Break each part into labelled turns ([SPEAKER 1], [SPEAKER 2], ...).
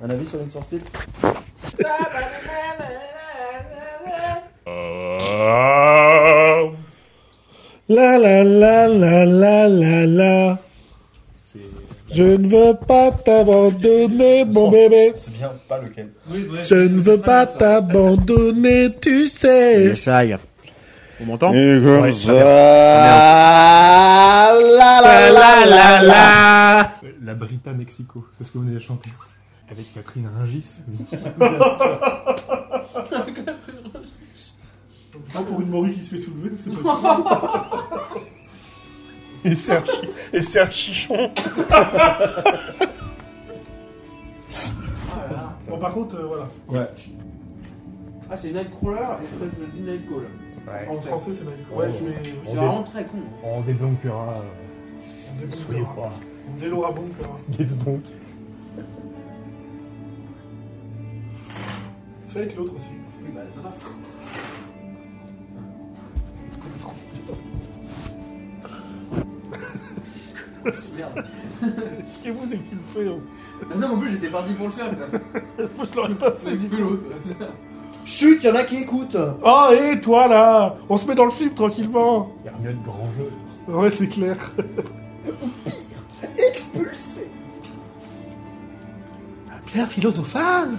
[SPEAKER 1] Un avis sur une source Speed
[SPEAKER 2] La la la la la la la. Je ne veux pas t'abandonner, mon bébé.
[SPEAKER 1] C'est bien, pas lequel.
[SPEAKER 2] Je ne veux
[SPEAKER 3] Ah,
[SPEAKER 2] pas t'abandonner, tu sais.
[SPEAKER 4] Essaye. On m'entend
[SPEAKER 2] Et comme
[SPEAKER 1] Ouais,
[SPEAKER 2] ça.
[SPEAKER 1] très bien.
[SPEAKER 2] La la la la la.
[SPEAKER 5] Euh, La Brita Mexico, c'est ce que vous venez de chanter. Avec Catherine Ringis. Ah, pour une morue qui se fait soulever, c'est pas
[SPEAKER 2] Et Serge, et Serge Chichon.
[SPEAKER 5] Ah, Bon, par contre, euh, voilà.
[SPEAKER 1] Ouais.
[SPEAKER 3] Ah, c'est Nightcrawler et après je dis Nightcall.
[SPEAKER 5] En français, c'est Magic.
[SPEAKER 1] Ouais,
[SPEAKER 5] Ouais, je mets.
[SPEAKER 3] C'est vraiment très con. hein.
[SPEAKER 5] On déblanquera. Soyez pas.
[SPEAKER 6] On faisait Laura Bonk. alors.
[SPEAKER 5] Gets bonk.
[SPEAKER 6] Fais avec l'autre aussi.
[SPEAKER 3] Oui, bah, ça va. Merde.
[SPEAKER 6] Qu'est-ce que vous, c'est que tu le fais hein
[SPEAKER 3] Ah non, en plus j'étais parti pour le faire quoi.
[SPEAKER 6] Moi, je l'aurais pas fait.
[SPEAKER 3] Mais
[SPEAKER 6] dis
[SPEAKER 3] que
[SPEAKER 6] donc.
[SPEAKER 3] l'autre.
[SPEAKER 4] Chut, y'en a qui écoutent
[SPEAKER 6] Oh, et toi là On se met dans le film tranquillement
[SPEAKER 5] Hermione grand jeu.
[SPEAKER 6] Ouais, c'est clair.
[SPEAKER 4] Expulsé
[SPEAKER 6] Pierre philosophale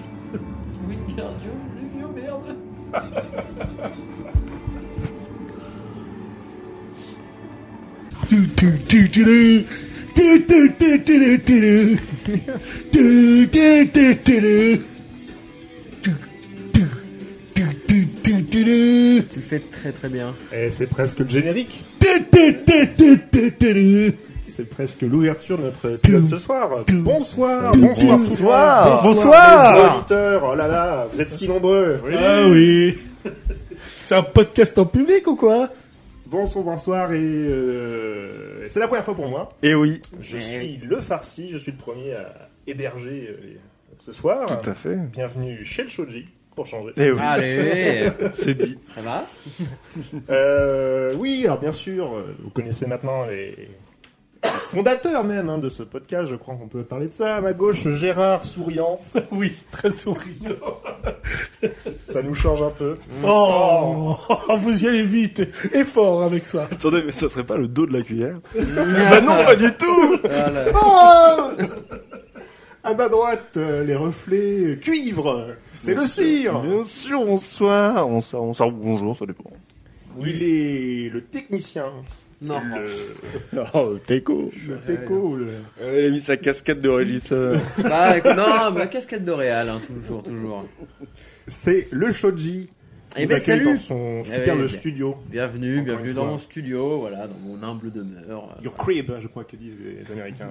[SPEAKER 3] Wingardium, les vieux merde.
[SPEAKER 2] Tu, tu, tu, tu, tu. Tu, tu, tu, tu, tu, tu. Tu, tu, tu, tu, tu. Tu, tu, tu, tu, tu,
[SPEAKER 7] Tu
[SPEAKER 2] tu.
[SPEAKER 7] le fais très très bien.
[SPEAKER 5] Et Eh, c'est presque le générique.
[SPEAKER 2] Tu, tu, tu, tu, tu, tu.
[SPEAKER 5] C'est presque l'ouverture de notre épisode ce soir. Bonsoir,
[SPEAKER 2] Tout.
[SPEAKER 5] bonsoir,
[SPEAKER 2] Tout.
[SPEAKER 5] bonsoir,
[SPEAKER 6] Bonsoir.
[SPEAKER 5] les auditeurs. Oh là là, vous êtes si nombreux.
[SPEAKER 2] Ah oui. C'est un podcast en public ou quoi
[SPEAKER 5] Bonsoir, bonsoir et euh, c'est la première fois pour moi.
[SPEAKER 4] Eh oui,
[SPEAKER 5] Je suis le farci, je suis le premier à héberger euh, les- ce soir.
[SPEAKER 4] tout à fait.
[SPEAKER 5] Bienvenue chez le Shoji pour changer.
[SPEAKER 4] Eh oui,
[SPEAKER 7] Allez
[SPEAKER 4] c'est dit.
[SPEAKER 7] Ça va
[SPEAKER 5] Euh, oui, alors bien sûr, euh, vous connaissez maintenant les fondateurs même hein, de ce podcast. Je crois qu'on peut parler de ça. À ma gauche, Gérard souriant,
[SPEAKER 2] Oui, très souriant.
[SPEAKER 5] ça nous change un peu.
[SPEAKER 2] Oh, vous y allez vite et fort avec ça.
[SPEAKER 4] Attendez, mais ça serait pas le dos de la cuillère Bah non, pas du tout
[SPEAKER 7] Voilà.
[SPEAKER 5] Oh à ma droite, euh, les reflets euh, cuivre, c'est le
[SPEAKER 4] Bien sûr,
[SPEAKER 5] cire.
[SPEAKER 4] Bien sûr, bonsoir Bonsoir, bonsoir, bonjour, ça dépend.
[SPEAKER 5] Il est le technicien,
[SPEAKER 7] Non.
[SPEAKER 5] le,
[SPEAKER 4] Oh, Teco
[SPEAKER 5] le teco, le-
[SPEAKER 4] Elle Euh, a mis sa casquette de régisseur.
[SPEAKER 7] Bah, écoute, non, mais la casquette de Réal, hein, toujours, toujours.
[SPEAKER 5] c'est le Shoji.
[SPEAKER 7] Eh
[SPEAKER 5] Nous
[SPEAKER 7] ben
[SPEAKER 5] accueille
[SPEAKER 7] salut
[SPEAKER 5] dans son
[SPEAKER 7] Eh
[SPEAKER 5] superbe
[SPEAKER 7] ben, bien.
[SPEAKER 5] studio.
[SPEAKER 7] Bienvenue,
[SPEAKER 5] Encore
[SPEAKER 7] bienvenue
[SPEAKER 5] une
[SPEAKER 7] dans
[SPEAKER 5] fois.
[SPEAKER 7] mon studio, voilà, dans mon humble demeure.
[SPEAKER 5] Your crib, je crois que disent les Américains.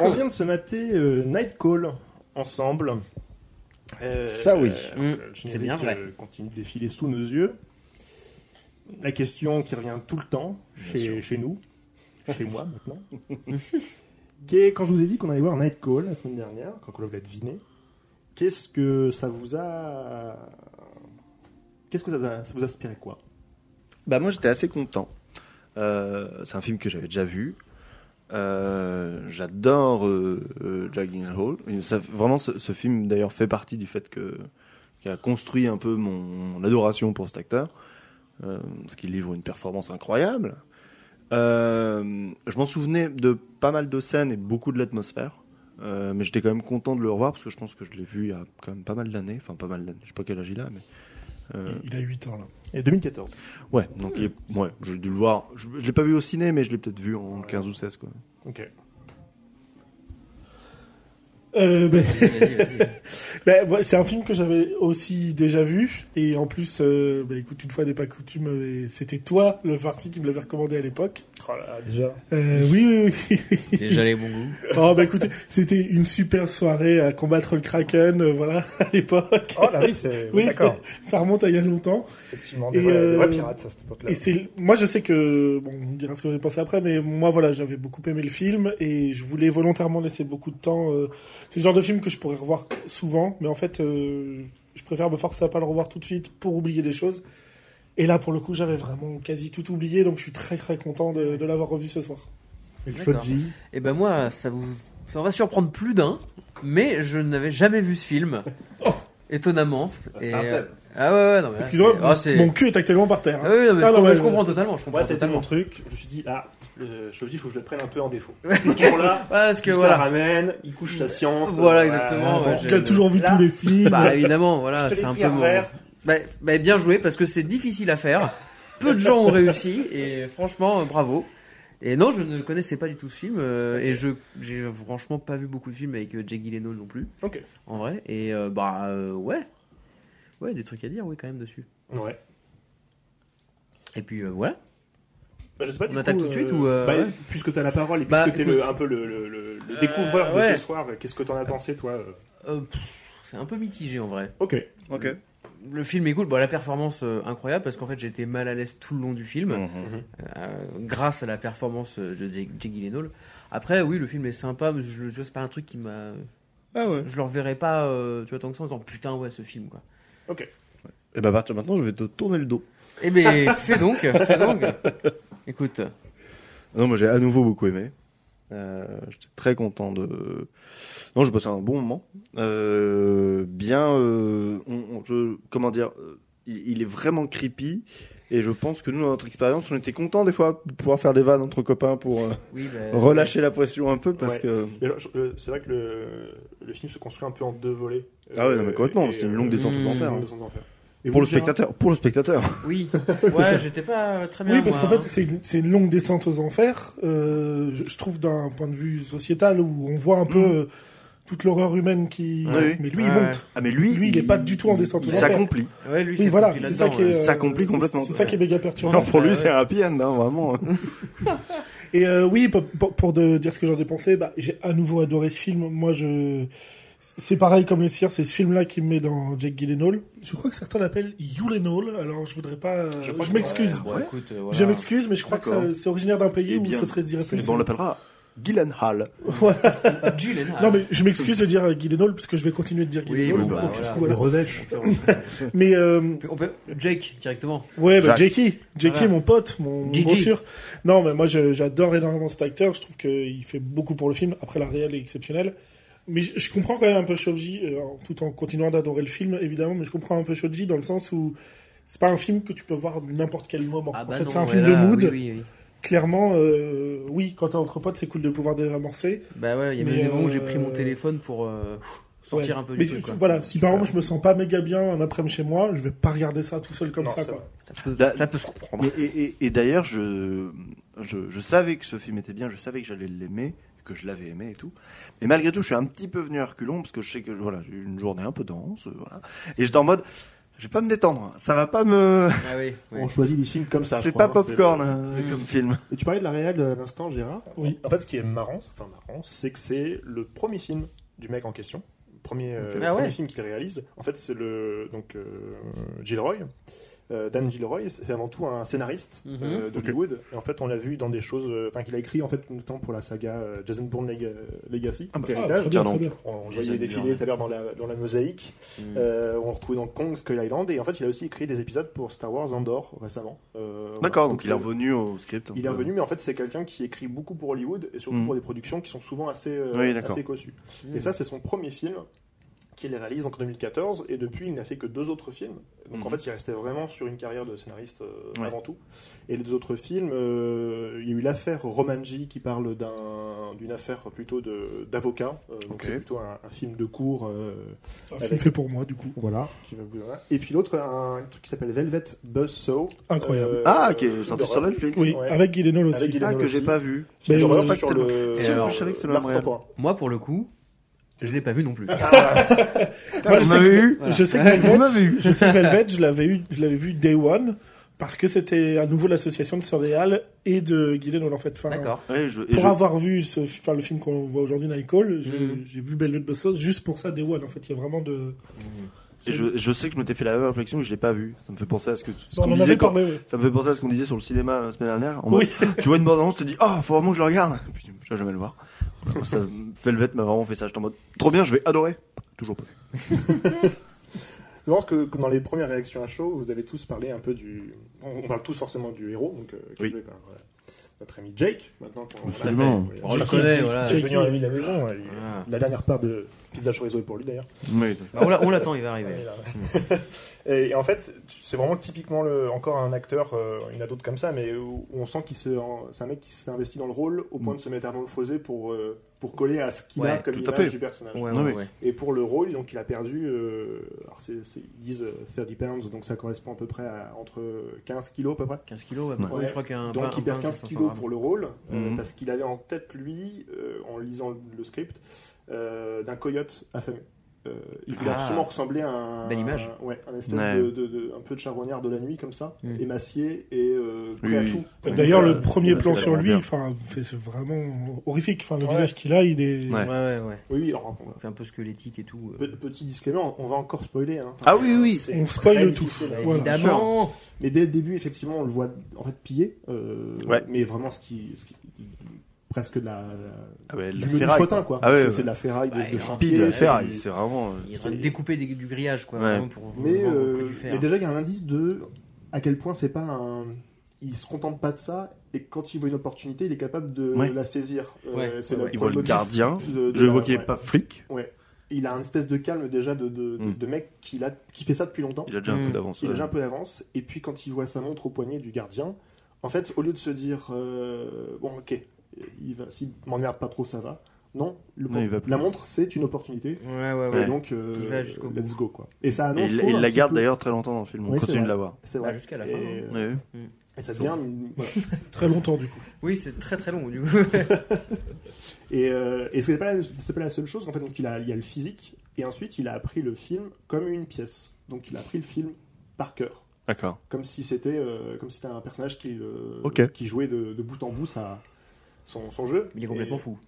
[SPEAKER 5] On vient de se mater euh, Night Call ensemble. Euh,
[SPEAKER 4] Ça, oui.
[SPEAKER 5] euh,
[SPEAKER 7] Mm,
[SPEAKER 5] le
[SPEAKER 7] c'est bien
[SPEAKER 5] générique, euh, continue de défiler sous nos yeux. La question qui revient tout le temps chez, chez nous, chez moi maintenant, qui est quand je vous ai dit qu'on allait voir Night Call la semaine dernière, quand on l'a deviné, qu'est-ce que ça vous a. Qu'est-ce que ça, ça vous a inspiré quoi
[SPEAKER 4] Bah moi j'étais assez content. Euh, c'est un film que j'avais déjà vu. Euh, J'adore euh, euh, Jack Gyllenhaal. Et ça- Vraiment ce, ce film d'ailleurs fait partie du fait que qui a construit un peu mon, mon adoration pour cet acteur, euh, parce qu'il livre une performance incroyable. Euh, je m'en souvenais de pas mal de scènes et beaucoup de l'atmosphère. Euh, mais j'étais quand même content de le revoir parce que je pense que je l'ai vu il y a quand même pas mal d'années, enfin pas mal d'années, je sais pas quel âge il a, mais euh,
[SPEAKER 2] Il a 8 ans là.
[SPEAKER 5] Et 2014.
[SPEAKER 4] Ouais, donc il est- ouais, j'ai dû le voir. Je, je l'ai pas vu au ciné, mais je l'ai peut-être vu en 15 ou 16 quoi.
[SPEAKER 5] Ok.
[SPEAKER 2] Euh, ben,
[SPEAKER 7] Vas-y, vas-y.
[SPEAKER 2] ben, ouais, c'est un film que j'avais aussi déjà vu et en plus, euh, ben, écoute, une fois n'est pas coutume, euh, c'était toi le farci qui me l'avait recommandé à l'époque.
[SPEAKER 5] Oh là, déjà.
[SPEAKER 2] Euh, oui, oui, oui.
[SPEAKER 7] C'est déjà les bons goûts.
[SPEAKER 2] Oh bah écoutez, c'était une super soirée à combattre le Kraken, euh, voilà, à l'époque.
[SPEAKER 5] Oh là, oui, c'est.
[SPEAKER 2] Oui,
[SPEAKER 5] D'accord.
[SPEAKER 2] ça remonte à il y a longtemps.
[SPEAKER 5] Effectivement, des,
[SPEAKER 2] Et,
[SPEAKER 5] vrais, des vrais
[SPEAKER 2] euh,
[SPEAKER 5] pirates à cette époque-là.
[SPEAKER 2] Et c'est, moi je sais que, bon, on dira ce que j'ai pensé après, mais moi voilà, j'avais beaucoup aimé le film et je voulais volontairement laisser beaucoup de temps. euh, C'est le genre de film que je pourrais revoir souvent, mais en fait, euh, je préfère me forcer à pas le revoir tout de suite pour oublier des choses. Et là, pour le coup, j'avais vraiment quasi tout oublié, donc je suis très très content de, de l'avoir revu ce soir.
[SPEAKER 5] Et le
[SPEAKER 7] D'accord.
[SPEAKER 5] Shoji.
[SPEAKER 7] Et ben moi, ça vous Ça va surprendre plus d'un, mais je n'avais jamais vu ce film. Étonnamment. Et,
[SPEAKER 3] un
[SPEAKER 7] euh,
[SPEAKER 3] thème.
[SPEAKER 7] ah ouais, ouais, non, mais. là,
[SPEAKER 2] Excusez-moi,
[SPEAKER 7] c'est-
[SPEAKER 2] mon-
[SPEAKER 7] ah, c'est-
[SPEAKER 2] mon cul est actuellement par terre.
[SPEAKER 7] Ah
[SPEAKER 2] hein.
[SPEAKER 7] oui, non, mais
[SPEAKER 2] Ah,
[SPEAKER 7] je,
[SPEAKER 2] non,
[SPEAKER 7] comprends,
[SPEAKER 2] ouais,
[SPEAKER 7] je
[SPEAKER 2] ouais.
[SPEAKER 7] comprends totalement. Je comprends
[SPEAKER 5] Moi, c'était
[SPEAKER 7] totalement.
[SPEAKER 5] mon truc. Je me suis dit, ah, euh, je me dis, faut que je le prenne un peu en défaut. Toujours là,
[SPEAKER 7] Parce que
[SPEAKER 5] il se la
[SPEAKER 7] voilà.
[SPEAKER 5] ramène, il couche sa science.
[SPEAKER 7] Voilà, exactement, ouais, j'ai-
[SPEAKER 2] Il a toujours vu
[SPEAKER 5] Là,
[SPEAKER 2] tous les films.
[SPEAKER 7] Bah évidemment, voilà,
[SPEAKER 5] Je te
[SPEAKER 7] c'est
[SPEAKER 5] l'ai
[SPEAKER 7] un
[SPEAKER 5] pris
[SPEAKER 7] peu
[SPEAKER 5] à
[SPEAKER 7] mon-
[SPEAKER 5] revers.
[SPEAKER 7] Bah, bah, bien joué parce que c'est difficile à faire. Peu de gens ont réussi et franchement euh, bravo. Et non, je ne connaissais pas du tout ce film euh, et je j'ai franchement pas vu beaucoup de films avec euh, Jackie Leno non plus.
[SPEAKER 5] Ok.
[SPEAKER 7] En vrai et euh, bah euh, ouais. Ouais, des trucs à dire oui quand même dessus.
[SPEAKER 5] Ouais.
[SPEAKER 7] Et puis euh, voilà.
[SPEAKER 5] Bah, je sais pas, du
[SPEAKER 7] On attaque
[SPEAKER 5] coup,
[SPEAKER 7] tout de suite ou, euh,
[SPEAKER 5] bah,
[SPEAKER 7] ouais.
[SPEAKER 5] Puisque t'as la parole et
[SPEAKER 7] Bah,
[SPEAKER 5] puisque t'es
[SPEAKER 7] écoute. Euh,
[SPEAKER 5] le- un peu le, le- le- le découvreur
[SPEAKER 7] ouais.
[SPEAKER 5] de ce soir, euh, qu'est-ce que t'en as pensé, toi euh
[SPEAKER 7] Euh, pff, c'est un peu mitigé en vrai.
[SPEAKER 5] Ok.
[SPEAKER 4] Ok.
[SPEAKER 7] Le film est cool, bon, la performance euh, incroyable parce qu'en fait j'étais mal à l'aise tout le long du film. euh, grâce à la performance euh, de Jake Jake Gyllenhaal. Après, oui, le film est sympa, mais je, je- c'est pas un truc qui m'a.
[SPEAKER 4] Ah ouais.
[SPEAKER 7] Je le reverrai pas, euh, tu vois, tant que ça en disant putain, ouais, ce film, quoi.
[SPEAKER 4] Et bah, à partir de maintenant, je vais te tourner le dos.
[SPEAKER 7] Eh ben, fais donc, fais donc. Écoute,
[SPEAKER 4] Non, moi j'ai à nouveau beaucoup aimé. Euh, J'étais très content de. Non, j'ai passé un bon moment. Euh, bien, euh, on- on- je- comment dire, euh, il, il est vraiment creepy. Et je pense que nous, dans notre expérience, on était content des fois de pouvoir faire des vannes entre copains pour euh,
[SPEAKER 7] oui, ben,
[SPEAKER 4] relâcher la pression un peu parce
[SPEAKER 5] Ouais.
[SPEAKER 4] que.
[SPEAKER 5] Mais alors, je- le- C'est vrai que le, le film se construit un peu en deux volets. Euh,
[SPEAKER 4] Ah ouais, non, mais complètement, c'est une longue descente
[SPEAKER 7] aux
[SPEAKER 5] c'est une
[SPEAKER 4] enfers,
[SPEAKER 5] longue
[SPEAKER 4] hein.
[SPEAKER 5] descente aux enfers. Et
[SPEAKER 4] Pour
[SPEAKER 5] vous,
[SPEAKER 4] le
[SPEAKER 5] Gérard
[SPEAKER 4] spectateur, pour le spectateur.
[SPEAKER 7] Oui, ouais, j'étais pas très bien.
[SPEAKER 2] Oui, parce
[SPEAKER 7] moi,
[SPEAKER 2] qu'en fait,
[SPEAKER 7] hein.
[SPEAKER 2] c'est une, c'est une longue descente aux enfers, euh, je, je trouve, d'un point de vue sociétal, où on voit un peu euh, toute l'horreur humaine qui...
[SPEAKER 4] Ouais, Mm. oui.
[SPEAKER 2] Mais lui,
[SPEAKER 7] Ouais,
[SPEAKER 2] il monte.
[SPEAKER 4] Ah mais lui,
[SPEAKER 2] Lui, il est pas du tout en descente
[SPEAKER 4] Il
[SPEAKER 2] aux enfers.
[SPEAKER 4] s'accomplit.
[SPEAKER 7] hein. Ouais, lui,
[SPEAKER 2] Oui,
[SPEAKER 7] c'est
[SPEAKER 2] voilà,
[SPEAKER 7] compris
[SPEAKER 2] c'est
[SPEAKER 7] là-dedans,
[SPEAKER 2] ça qui
[SPEAKER 7] ouais.
[SPEAKER 2] est... euh,
[SPEAKER 4] Ça complique
[SPEAKER 2] c'est-
[SPEAKER 4] complètement,
[SPEAKER 2] C'est ça
[SPEAKER 4] ouais.
[SPEAKER 2] qui est méga perturbant.
[SPEAKER 4] Non, pour lui,
[SPEAKER 7] Ouais,
[SPEAKER 4] c'est
[SPEAKER 7] ouais.
[SPEAKER 4] un happy end, hein, vraiment.
[SPEAKER 2] Et euh, oui, pour, pour- pour de dire ce que j'en ai pensé, bah, j'ai à nouveau adoré ce film. Moi, je c'est pareil comme le sire, c'est ce film-là qui me met dans Jack Gyllenhaal. Je crois que certains l'appellent Gyllenhaal, alors je voudrais pas. euh,
[SPEAKER 5] Je
[SPEAKER 2] Je,
[SPEAKER 5] crois que-
[SPEAKER 2] m'excuse.
[SPEAKER 7] Bon, écoute, euh, voilà.
[SPEAKER 2] Je m'excuse, mais je crois que
[SPEAKER 4] D'accord.
[SPEAKER 2] ça- c'est originaire d'un pays
[SPEAKER 4] Eh
[SPEAKER 2] où
[SPEAKER 4] bien,
[SPEAKER 2] ça serait direct.
[SPEAKER 4] Bon, on l'appellera Gyllenhaal.
[SPEAKER 7] Gyllenhaal.
[SPEAKER 2] Non, mais je m'excuse de dire euh, Gyllenhaal parce que je vais continuer de dire
[SPEAKER 7] Ah Oui,
[SPEAKER 2] Gyllenhaal.
[SPEAKER 7] bon, bah,
[SPEAKER 2] donc,
[SPEAKER 7] voilà.
[SPEAKER 2] parce que
[SPEAKER 5] Le
[SPEAKER 2] voilà.
[SPEAKER 5] revêche.
[SPEAKER 2] Mais euh,
[SPEAKER 7] On peut- Jake, directement.
[SPEAKER 2] Ouais, bah,
[SPEAKER 4] Jacques.
[SPEAKER 2] Jackie, Jackie,
[SPEAKER 7] Voilà.
[SPEAKER 2] mon pote, mon, mon
[SPEAKER 7] Ah. Gigi.
[SPEAKER 2] gros sûr. Non, mais moi, je- j'adore énormément cet acteur. Je trouve qu'il fait beaucoup pour le film. Après, la réelle est exceptionnelle. Mais je, je comprends quand même un peu Shoji, euh, en- tout en continuant d'adorer le film, évidemment, mais je comprends un peu Shoji dans le sens où c'est pas un film que tu peux voir n'importe quel moment.
[SPEAKER 7] Ah
[SPEAKER 2] en
[SPEAKER 7] bah
[SPEAKER 2] fait,
[SPEAKER 7] non,
[SPEAKER 2] c'est un
[SPEAKER 7] ouais,
[SPEAKER 2] film
[SPEAKER 7] là,
[SPEAKER 2] de mood.
[SPEAKER 7] oui, oui, oui.
[SPEAKER 2] Clairement, euh, oui, quand t'es entre potes, c'est cool de pouvoir désamorcer.
[SPEAKER 7] Bah ouais, il y a même
[SPEAKER 2] Mais,
[SPEAKER 7] des moments où j'ai pris mon
[SPEAKER 2] euh,
[SPEAKER 7] téléphone pour euh, sortir
[SPEAKER 2] Ouais.
[SPEAKER 7] un peu
[SPEAKER 2] Mais
[SPEAKER 7] du truc.
[SPEAKER 2] je-
[SPEAKER 7] quoi.
[SPEAKER 2] voilà, si par exemple je me sens pas méga bien un après-midi chez moi, je vais pas regarder ça tout seul comme
[SPEAKER 5] Non,
[SPEAKER 2] ça.
[SPEAKER 5] c'est
[SPEAKER 2] Quoi.
[SPEAKER 5] vrai.
[SPEAKER 7] Ça peut,
[SPEAKER 2] Bah,
[SPEAKER 4] Da-
[SPEAKER 7] ça peut se comprendre.
[SPEAKER 4] Et, et- et- et d'ailleurs, je, je, je savais que ce film était bien, je savais que j'allais l'aimer, que je l'avais aimé et tout. Mais malgré tout, je suis un petit peu venu à reculons parce que je sais que voilà, j'ai eu une journée un peu dense. euh, Voilà. Et j'étais en mode, je vais pas me détendre, hein. ça va pas me.
[SPEAKER 7] Ah oui, oui.
[SPEAKER 5] On choisit des films comme ça. je
[SPEAKER 4] C'est
[SPEAKER 5] crois,
[SPEAKER 4] pas
[SPEAKER 5] hein, c'est
[SPEAKER 4] popcorn
[SPEAKER 5] le-
[SPEAKER 4] hein, comme film.
[SPEAKER 5] Et tu parlais de la réelle euh, à l'instant, Gérard.
[SPEAKER 2] Oui.
[SPEAKER 5] En fait, ce qui est marrant, enfin marrant, c'est que c'est le premier film du mec en question, premier, euh,
[SPEAKER 7] Ok. Ah
[SPEAKER 5] premier
[SPEAKER 7] ouais.
[SPEAKER 5] film qu'il réalise. En fait, c'est le donc euh, Gilroy, euh, Dan Gilroy, c'est avant tout un scénariste
[SPEAKER 4] Mm.
[SPEAKER 7] Mhm.
[SPEAKER 5] euh, d'Hollywood. Et en fait, on l'a vu dans des choses, euh, enfin qu'il a écrit en fait notamment pour la saga euh, Jason Bourne Leg- Legacy.
[SPEAKER 4] bah,
[SPEAKER 2] Ah,
[SPEAKER 5] Héritage.
[SPEAKER 2] très
[SPEAKER 4] Tiens
[SPEAKER 2] bien, très
[SPEAKER 4] donc.
[SPEAKER 2] bien.
[SPEAKER 5] On, on
[SPEAKER 7] Jason
[SPEAKER 5] voyait défiler
[SPEAKER 7] Bourne.
[SPEAKER 5] tout à l'heure dans la, dans la mosaïque.
[SPEAKER 7] Mm.
[SPEAKER 5] Euh, on retrouvait dans Kong, Skull Island. Et en fait, il a aussi écrit des épisodes pour Star Wars Andor récemment. Euh, voilà.
[SPEAKER 4] D'accord, donc il est
[SPEAKER 5] c'est-
[SPEAKER 4] revenu au script. un
[SPEAKER 5] il
[SPEAKER 4] peu.
[SPEAKER 5] est revenu, mais en fait, c'est quelqu'un qui écrit beaucoup pour Hollywood et surtout
[SPEAKER 4] euh, Mm.
[SPEAKER 5] pour des productions qui sont souvent assez, euh,
[SPEAKER 4] Oui, d'accord.
[SPEAKER 5] assez cossues.
[SPEAKER 7] Mm.
[SPEAKER 2] euh,
[SPEAKER 5] Et ça, c'est son premier film qu'il réalise donc en 2014 et depuis, il n'a fait que deux autres films. Donc
[SPEAKER 4] Mm.
[SPEAKER 5] en fait, il restait vraiment sur une carrière de scénariste euh,
[SPEAKER 4] Ouais.
[SPEAKER 5] avant tout. Et les deux autres films, euh, il y a eu l'affaire Romanji qui parle d'un- d'une affaire plutôt de- d'avocat. Euh, donc
[SPEAKER 4] Ok.
[SPEAKER 5] c'est plutôt un, un film de cours. euh,
[SPEAKER 2] Un
[SPEAKER 5] Avec-
[SPEAKER 2] film fait pour moi, du coup.
[SPEAKER 5] voilà. qui va vous- voilà. Et puis l'autre, un truc qui s'appelle Velvet Buzzsaw.
[SPEAKER 2] Incroyable.
[SPEAKER 5] Euh,
[SPEAKER 4] Ah, qui est
[SPEAKER 5] film
[SPEAKER 4] sorti
[SPEAKER 5] d'horreur.
[SPEAKER 4] sur Netflix.
[SPEAKER 2] Oui,
[SPEAKER 5] Euh, Ouais.
[SPEAKER 2] avec Gyllenhaal aussi.
[SPEAKER 5] Avec Gyllenhaal.
[SPEAKER 4] Ah, que j'ai
[SPEAKER 5] aussi.
[SPEAKER 4] pas vu.
[SPEAKER 2] Mais
[SPEAKER 5] Film
[SPEAKER 2] je-
[SPEAKER 5] d'horreur
[SPEAKER 2] je-
[SPEAKER 5] sur le-
[SPEAKER 4] je-
[SPEAKER 5] sur
[SPEAKER 7] je
[SPEAKER 4] savais que c'était le
[SPEAKER 5] l'art
[SPEAKER 4] même réel.
[SPEAKER 5] contemporain.
[SPEAKER 7] Moi, pour le coup, je l'ai pas vu non plus.
[SPEAKER 2] Ah, Moi, je
[SPEAKER 4] vous
[SPEAKER 2] sais
[SPEAKER 4] m'avez
[SPEAKER 2] que-
[SPEAKER 4] eu
[SPEAKER 7] Voilà.
[SPEAKER 2] Je sais que
[SPEAKER 4] Vous
[SPEAKER 2] Velvet,
[SPEAKER 4] m'avez eu
[SPEAKER 2] je sais que Velvet, je l'avais eu, je l'avais vu Day One parce que c'était à nouveau l'association de Soréal et de Gyllenhaal en fait. Enfin,
[SPEAKER 7] D'accord.
[SPEAKER 4] Ouais, je- et
[SPEAKER 2] Pour
[SPEAKER 4] je-
[SPEAKER 2] avoir vu ce, enfin, le film qu'on voit aujourd'hui, Night Call, je-
[SPEAKER 7] Mhm.
[SPEAKER 2] j'ai vu Velvet Buzzsaw juste pour ça Day One en fait. Il y a vraiment de.
[SPEAKER 4] et je, je sais que je m'étais fait la même réflexion que je l'ai pas vu. Ça me fait penser à ce que ce
[SPEAKER 2] on
[SPEAKER 4] qu'on
[SPEAKER 2] en
[SPEAKER 4] disait
[SPEAKER 2] avait
[SPEAKER 4] quand,
[SPEAKER 2] parlé. ouais.
[SPEAKER 4] Ça me fait penser à ce qu'on disait sur le cinéma euh, la semaine dernière. En
[SPEAKER 2] Oui.
[SPEAKER 4] mode, tu vois une bande-annonce, tu te dis Ah, faut vraiment que je le regarde. Et puis, je vais jamais le voir. Voilà, ça, Velvet m'a vraiment fait ça. J'étais en mode Trop bien, je vais adorer. Toujours pas.
[SPEAKER 5] C'est marrant que, que dans les premières réactions à chaud, vous avez tous parlé un peu du. On, on parle tous forcément du héros, donc. euh, qui
[SPEAKER 4] Oui.
[SPEAKER 5] jouait par, voilà. notre ami Jake, maintenant qu'on l'a fait.
[SPEAKER 4] Absolument.
[SPEAKER 5] Ouais,
[SPEAKER 7] On le
[SPEAKER 5] Jake,
[SPEAKER 7] connaît,
[SPEAKER 5] Jake,
[SPEAKER 7] voilà.
[SPEAKER 5] Jake est venu à Ah, la nuit de la maison. ouais, il-
[SPEAKER 7] Voilà.
[SPEAKER 5] La dernière part de Pizza Chorizo est pour lui d'ailleurs.
[SPEAKER 4] Oui.
[SPEAKER 7] Bah, on l'a- on l'attend, il va arriver.
[SPEAKER 5] Et, et en fait, c'est vraiment typiquement le, encore un acteur, euh, il y en a d'autres comme ça, mais où, où on sent qu'il se, en- c'est un mec qui s'investit dans le rôle au point de se métamorphoser pour euh, pour coller à ce qu'il a
[SPEAKER 7] Ouais,
[SPEAKER 5] comme
[SPEAKER 4] tout
[SPEAKER 5] image
[SPEAKER 4] à fait.
[SPEAKER 5] du personnage.
[SPEAKER 7] Ouais,
[SPEAKER 4] Non,
[SPEAKER 7] ouais,
[SPEAKER 4] mais-
[SPEAKER 7] ouais.
[SPEAKER 5] Et pour le rôle, donc il a perdu, euh, alors c'est, c'est- ils disent euh, 30 pounds, donc ça correspond à peu près à entre 15 kilos à peu près.
[SPEAKER 7] 15 kilos, ouais.
[SPEAKER 5] Ouais.
[SPEAKER 7] Ouais, je crois qu'un
[SPEAKER 5] Donc
[SPEAKER 7] un
[SPEAKER 5] il perd
[SPEAKER 7] pain,
[SPEAKER 5] 15
[SPEAKER 7] ça, ça
[SPEAKER 5] kilos
[SPEAKER 7] va.
[SPEAKER 5] pour le rôle, euh,
[SPEAKER 4] Mhm.
[SPEAKER 5] parce qu'il avait en tête, lui, euh, en lisant le- le script, euh, d'un coyote affamé. Euh, il voulait
[SPEAKER 7] Ah.
[SPEAKER 5] absolument ressembler à un,
[SPEAKER 7] Belle image.
[SPEAKER 5] un- ouais, un espèce
[SPEAKER 4] Ouais.
[SPEAKER 5] de, de- de- un peu de charbonnière de la nuit comme ça,
[SPEAKER 7] Mhm.
[SPEAKER 5] émacié et euh, prêt
[SPEAKER 4] Oui,
[SPEAKER 5] à
[SPEAKER 4] oui.
[SPEAKER 5] tout.
[SPEAKER 4] Ouais,
[SPEAKER 2] D'ailleurs,
[SPEAKER 4] ça-
[SPEAKER 2] le premier
[SPEAKER 4] ça
[SPEAKER 2] plan
[SPEAKER 4] fait
[SPEAKER 2] sur lui,
[SPEAKER 4] bien.
[SPEAKER 2] enfin, c'est c'est vraiment horrifique. Enfin, le
[SPEAKER 5] Ouais.
[SPEAKER 2] visage qu'il a, il est.
[SPEAKER 4] Ouais.
[SPEAKER 7] Ouais, ouais, ouais.
[SPEAKER 5] Oui, oui, alors, on va-
[SPEAKER 7] On fait un peu squelettique et tout. euh.
[SPEAKER 5] pe- petit disclaimer, on va encore spoiler. hein.
[SPEAKER 4] Ah oui, oui.
[SPEAKER 5] C'est
[SPEAKER 2] On
[SPEAKER 5] très
[SPEAKER 2] spoil tout.
[SPEAKER 5] difficile à
[SPEAKER 2] Voilà.
[SPEAKER 5] dire.
[SPEAKER 7] Évidemment
[SPEAKER 5] Mais dès le début, effectivement, on le voit en fait piller, euh,
[SPEAKER 4] Ouais.
[SPEAKER 5] mais vraiment ce qui, ce qui- presque de la,
[SPEAKER 4] Ah, bah,
[SPEAKER 5] du
[SPEAKER 4] la
[SPEAKER 5] menu
[SPEAKER 4] ferraille,
[SPEAKER 5] fretin, quoi.
[SPEAKER 4] quoi. Ah ouais,
[SPEAKER 5] C'est-
[SPEAKER 4] ouais.
[SPEAKER 5] c'est de la ferraille de,
[SPEAKER 7] Bah,
[SPEAKER 5] de
[SPEAKER 7] il
[SPEAKER 5] chantier,
[SPEAKER 4] Pile de la
[SPEAKER 5] et-
[SPEAKER 4] ferraille, c'est vraiment. euh,
[SPEAKER 7] Il
[SPEAKER 5] C'est-
[SPEAKER 7] va découper des- du grillage, quoi,
[SPEAKER 4] Ouais.
[SPEAKER 7] vraiment pour
[SPEAKER 5] Mais,
[SPEAKER 7] vendre
[SPEAKER 5] euh,
[SPEAKER 7] auprès du fer.
[SPEAKER 5] mais déjà, il y a un indice de à quel point c'est pas un. Il se contente pas de ça, et quand il voit une opportunité, il est capable de
[SPEAKER 4] Ouais.
[SPEAKER 5] la saisir. Euh,
[SPEAKER 7] Ouais.
[SPEAKER 5] c'est
[SPEAKER 7] Ouais,
[SPEAKER 5] la-
[SPEAKER 7] ouais.
[SPEAKER 4] Il voit le
[SPEAKER 5] motif
[SPEAKER 4] gardien.
[SPEAKER 5] de- de
[SPEAKER 4] Je
[SPEAKER 5] la-
[SPEAKER 4] vois qu'il
[SPEAKER 5] ouais.
[SPEAKER 4] n'est pas flic.
[SPEAKER 5] Il a un espèce de calme déjà de, de, de-
[SPEAKER 4] Mm.
[SPEAKER 5] de mec qui, a, qui fait ça depuis longtemps.
[SPEAKER 4] Il a déjà un
[SPEAKER 7] Mm.
[SPEAKER 4] peu d'avance. euh.
[SPEAKER 5] Il a
[SPEAKER 4] ouais.
[SPEAKER 5] déjà un peu d'avance, et puis quand il voit sa montre au poignet du gardien, en fait, au lieu de se dire euh, bon, ok, il va, s'il m'emmerde pas trop, ça va. Non, le-
[SPEAKER 4] Non, il va plus.
[SPEAKER 5] la montre, c'est une opportunité.
[SPEAKER 7] Ouais, ouais, Bah,
[SPEAKER 5] Et
[SPEAKER 7] ouais.
[SPEAKER 5] donc, euh,
[SPEAKER 7] Il va jusqu'au bout.
[SPEAKER 5] let's go quoi. Et ça
[SPEAKER 4] Et
[SPEAKER 5] annonce.
[SPEAKER 4] il,
[SPEAKER 5] je trouve,
[SPEAKER 4] il
[SPEAKER 5] un
[SPEAKER 4] la
[SPEAKER 5] petit
[SPEAKER 4] garde
[SPEAKER 5] peu-
[SPEAKER 4] d'ailleurs très longtemps dans le film. On
[SPEAKER 5] Oui, c'est
[SPEAKER 4] continue de
[SPEAKER 5] vrai.
[SPEAKER 4] la voir.
[SPEAKER 5] C'est
[SPEAKER 7] Bah,
[SPEAKER 5] vrai.
[SPEAKER 7] jusqu'à la fin,
[SPEAKER 5] Et-
[SPEAKER 7] hein.
[SPEAKER 4] Ouais, ouais.
[SPEAKER 5] Et ça devient. une- voilà.
[SPEAKER 2] Très longtemps, du coup.
[SPEAKER 7] Oui, c'est très très long, du coup.
[SPEAKER 5] Et, euh, et c'est pas, la- c'est pas la seule chose. En fait, donc il a, il y a le physique, et ensuite il a appris le film comme une pièce. Donc il a appris le film par cœur,
[SPEAKER 4] D'accord.
[SPEAKER 5] comme si c'était, euh, comme si c'était un personnage qui, euh,
[SPEAKER 4] Ok.
[SPEAKER 5] qui jouait de, de bout en bout sa, son, son jeu.
[SPEAKER 7] Il est complètement
[SPEAKER 5] Et-
[SPEAKER 7] fou.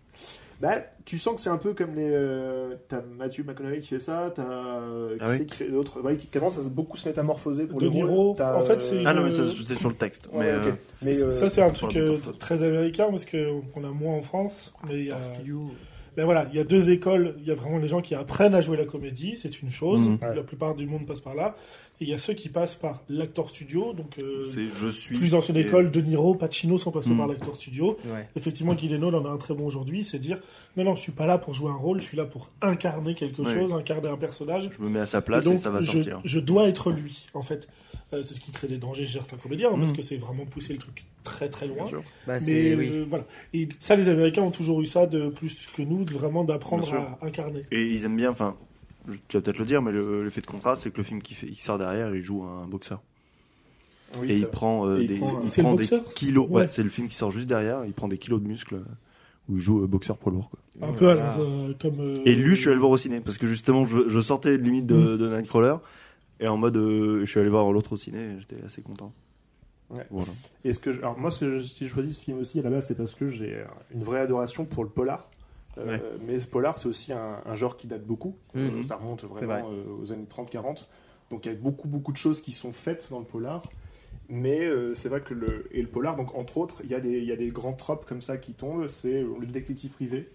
[SPEAKER 5] Bah, tu sens que c'est un peu comme les. euh, t'as Matthew McConaughey qui fait ça, t'as. euh, qui
[SPEAKER 4] Ah oui.
[SPEAKER 5] c'est qui fait d'autres. Ouais, qui commence à beaucoup se métamorphoser pour
[SPEAKER 2] De
[SPEAKER 5] le rôle.
[SPEAKER 2] Niro,
[SPEAKER 5] T'as,
[SPEAKER 2] en fait,
[SPEAKER 5] euh,
[SPEAKER 2] c'est-
[SPEAKER 4] Ah
[SPEAKER 2] le-
[SPEAKER 4] non, mais ça, j'étais sur le texte.
[SPEAKER 5] ouais,
[SPEAKER 4] mais,
[SPEAKER 5] ok.
[SPEAKER 4] euh,
[SPEAKER 5] Mais, euh,
[SPEAKER 2] ça, c'est un
[SPEAKER 4] sur
[SPEAKER 2] truc
[SPEAKER 4] la
[SPEAKER 2] euh,
[SPEAKER 4] métaphore.
[SPEAKER 2] très américain parce que on a moins en France. Mais il y a,
[SPEAKER 7] En studio.
[SPEAKER 2] ben voilà, il y a deux écoles. Il y a vraiment les gens qui apprennent à jouer la comédie, c'est une chose.
[SPEAKER 4] Mhm.
[SPEAKER 2] La plupart du monde passe par là. Et il y a ceux qui passent par l'actor studio, donc euh,
[SPEAKER 4] c'est je suis.
[SPEAKER 2] plus ancienne
[SPEAKER 4] et-
[SPEAKER 2] école, De Niro, Pacino sont passés
[SPEAKER 4] Mhm.
[SPEAKER 2] par l'actor studio.
[SPEAKER 7] Ouais.
[SPEAKER 2] Effectivement, Guileno en a un très bon aujourd'hui, c'est dire non, non, je suis pas là pour jouer un rôle, je suis là pour incarner quelque
[SPEAKER 4] Oui.
[SPEAKER 2] chose, incarner un personnage.
[SPEAKER 4] Je me mets à sa place
[SPEAKER 2] Et donc,
[SPEAKER 4] et ça va
[SPEAKER 2] je,
[SPEAKER 4] sortir.
[SPEAKER 2] je dois être lui, en fait. Euh, c'est ce qui crée des dangers chez certains comédiens, hein, parce
[SPEAKER 4] Mhm.
[SPEAKER 2] que c'est vraiment pousser le truc très très
[SPEAKER 4] Bien
[SPEAKER 2] loin.
[SPEAKER 4] sûr.
[SPEAKER 7] Bah,
[SPEAKER 2] Mais
[SPEAKER 7] c'est. Oui.
[SPEAKER 2] euh, voilà. Et ça, les Américains ont toujours eu ça de plus que nous, de vraiment
[SPEAKER 4] Bien
[SPEAKER 2] d'apprendre
[SPEAKER 4] sûr.
[SPEAKER 2] à incarner.
[SPEAKER 4] Et ils aiment bien, enfin, je- tu vas peut-être le dire, mais le, le fait de contraste, c'est que le film qui, fait, qui sort derrière, il joue un boxeur.
[SPEAKER 5] oui,
[SPEAKER 4] et
[SPEAKER 5] c'est
[SPEAKER 4] il
[SPEAKER 5] vrai.
[SPEAKER 4] prend euh,
[SPEAKER 5] Et il
[SPEAKER 4] des,
[SPEAKER 5] prend,
[SPEAKER 4] il
[SPEAKER 2] C'est le
[SPEAKER 4] prend des
[SPEAKER 2] boxeur, ça
[SPEAKER 4] kilos. Ouais,
[SPEAKER 2] Ouais.
[SPEAKER 4] c'est le film qui sort juste derrière. Il prend des kilos de muscles euh, où il joue euh, boxeur poids lourd. quoi.
[SPEAKER 2] Un peu à la- euh, comme. euh,
[SPEAKER 4] Et lui, je suis allé le voir au ciné parce que justement, je, je sortais de limite de, de Nightcrawler et en mode, euh, je suis allé voir l'autre au ciné. et J'étais assez content.
[SPEAKER 5] Ouais.
[SPEAKER 4] Voilà.
[SPEAKER 5] Et ce que je- alors moi, ce que je- si je choisis ce film aussi à la base, c'est parce que j'ai euh, une vraie adoration pour le polar. Euh,
[SPEAKER 4] Ouais.
[SPEAKER 5] Mais le polar, c'est aussi un, un genre qui date beaucoup.
[SPEAKER 7] Mhm.
[SPEAKER 5] Euh, Ça remonte
[SPEAKER 7] C'est
[SPEAKER 5] vraiment
[SPEAKER 7] vrai.
[SPEAKER 5] euh, aux années 30-40. Donc il y a beaucoup, beaucoup de choses qui sont faites dans le polar. Mais euh, c'est vrai que le, et le polar, donc entre autres, il y, a des- il y a des grands tropes comme ça qui tombent. C'est le détective privé,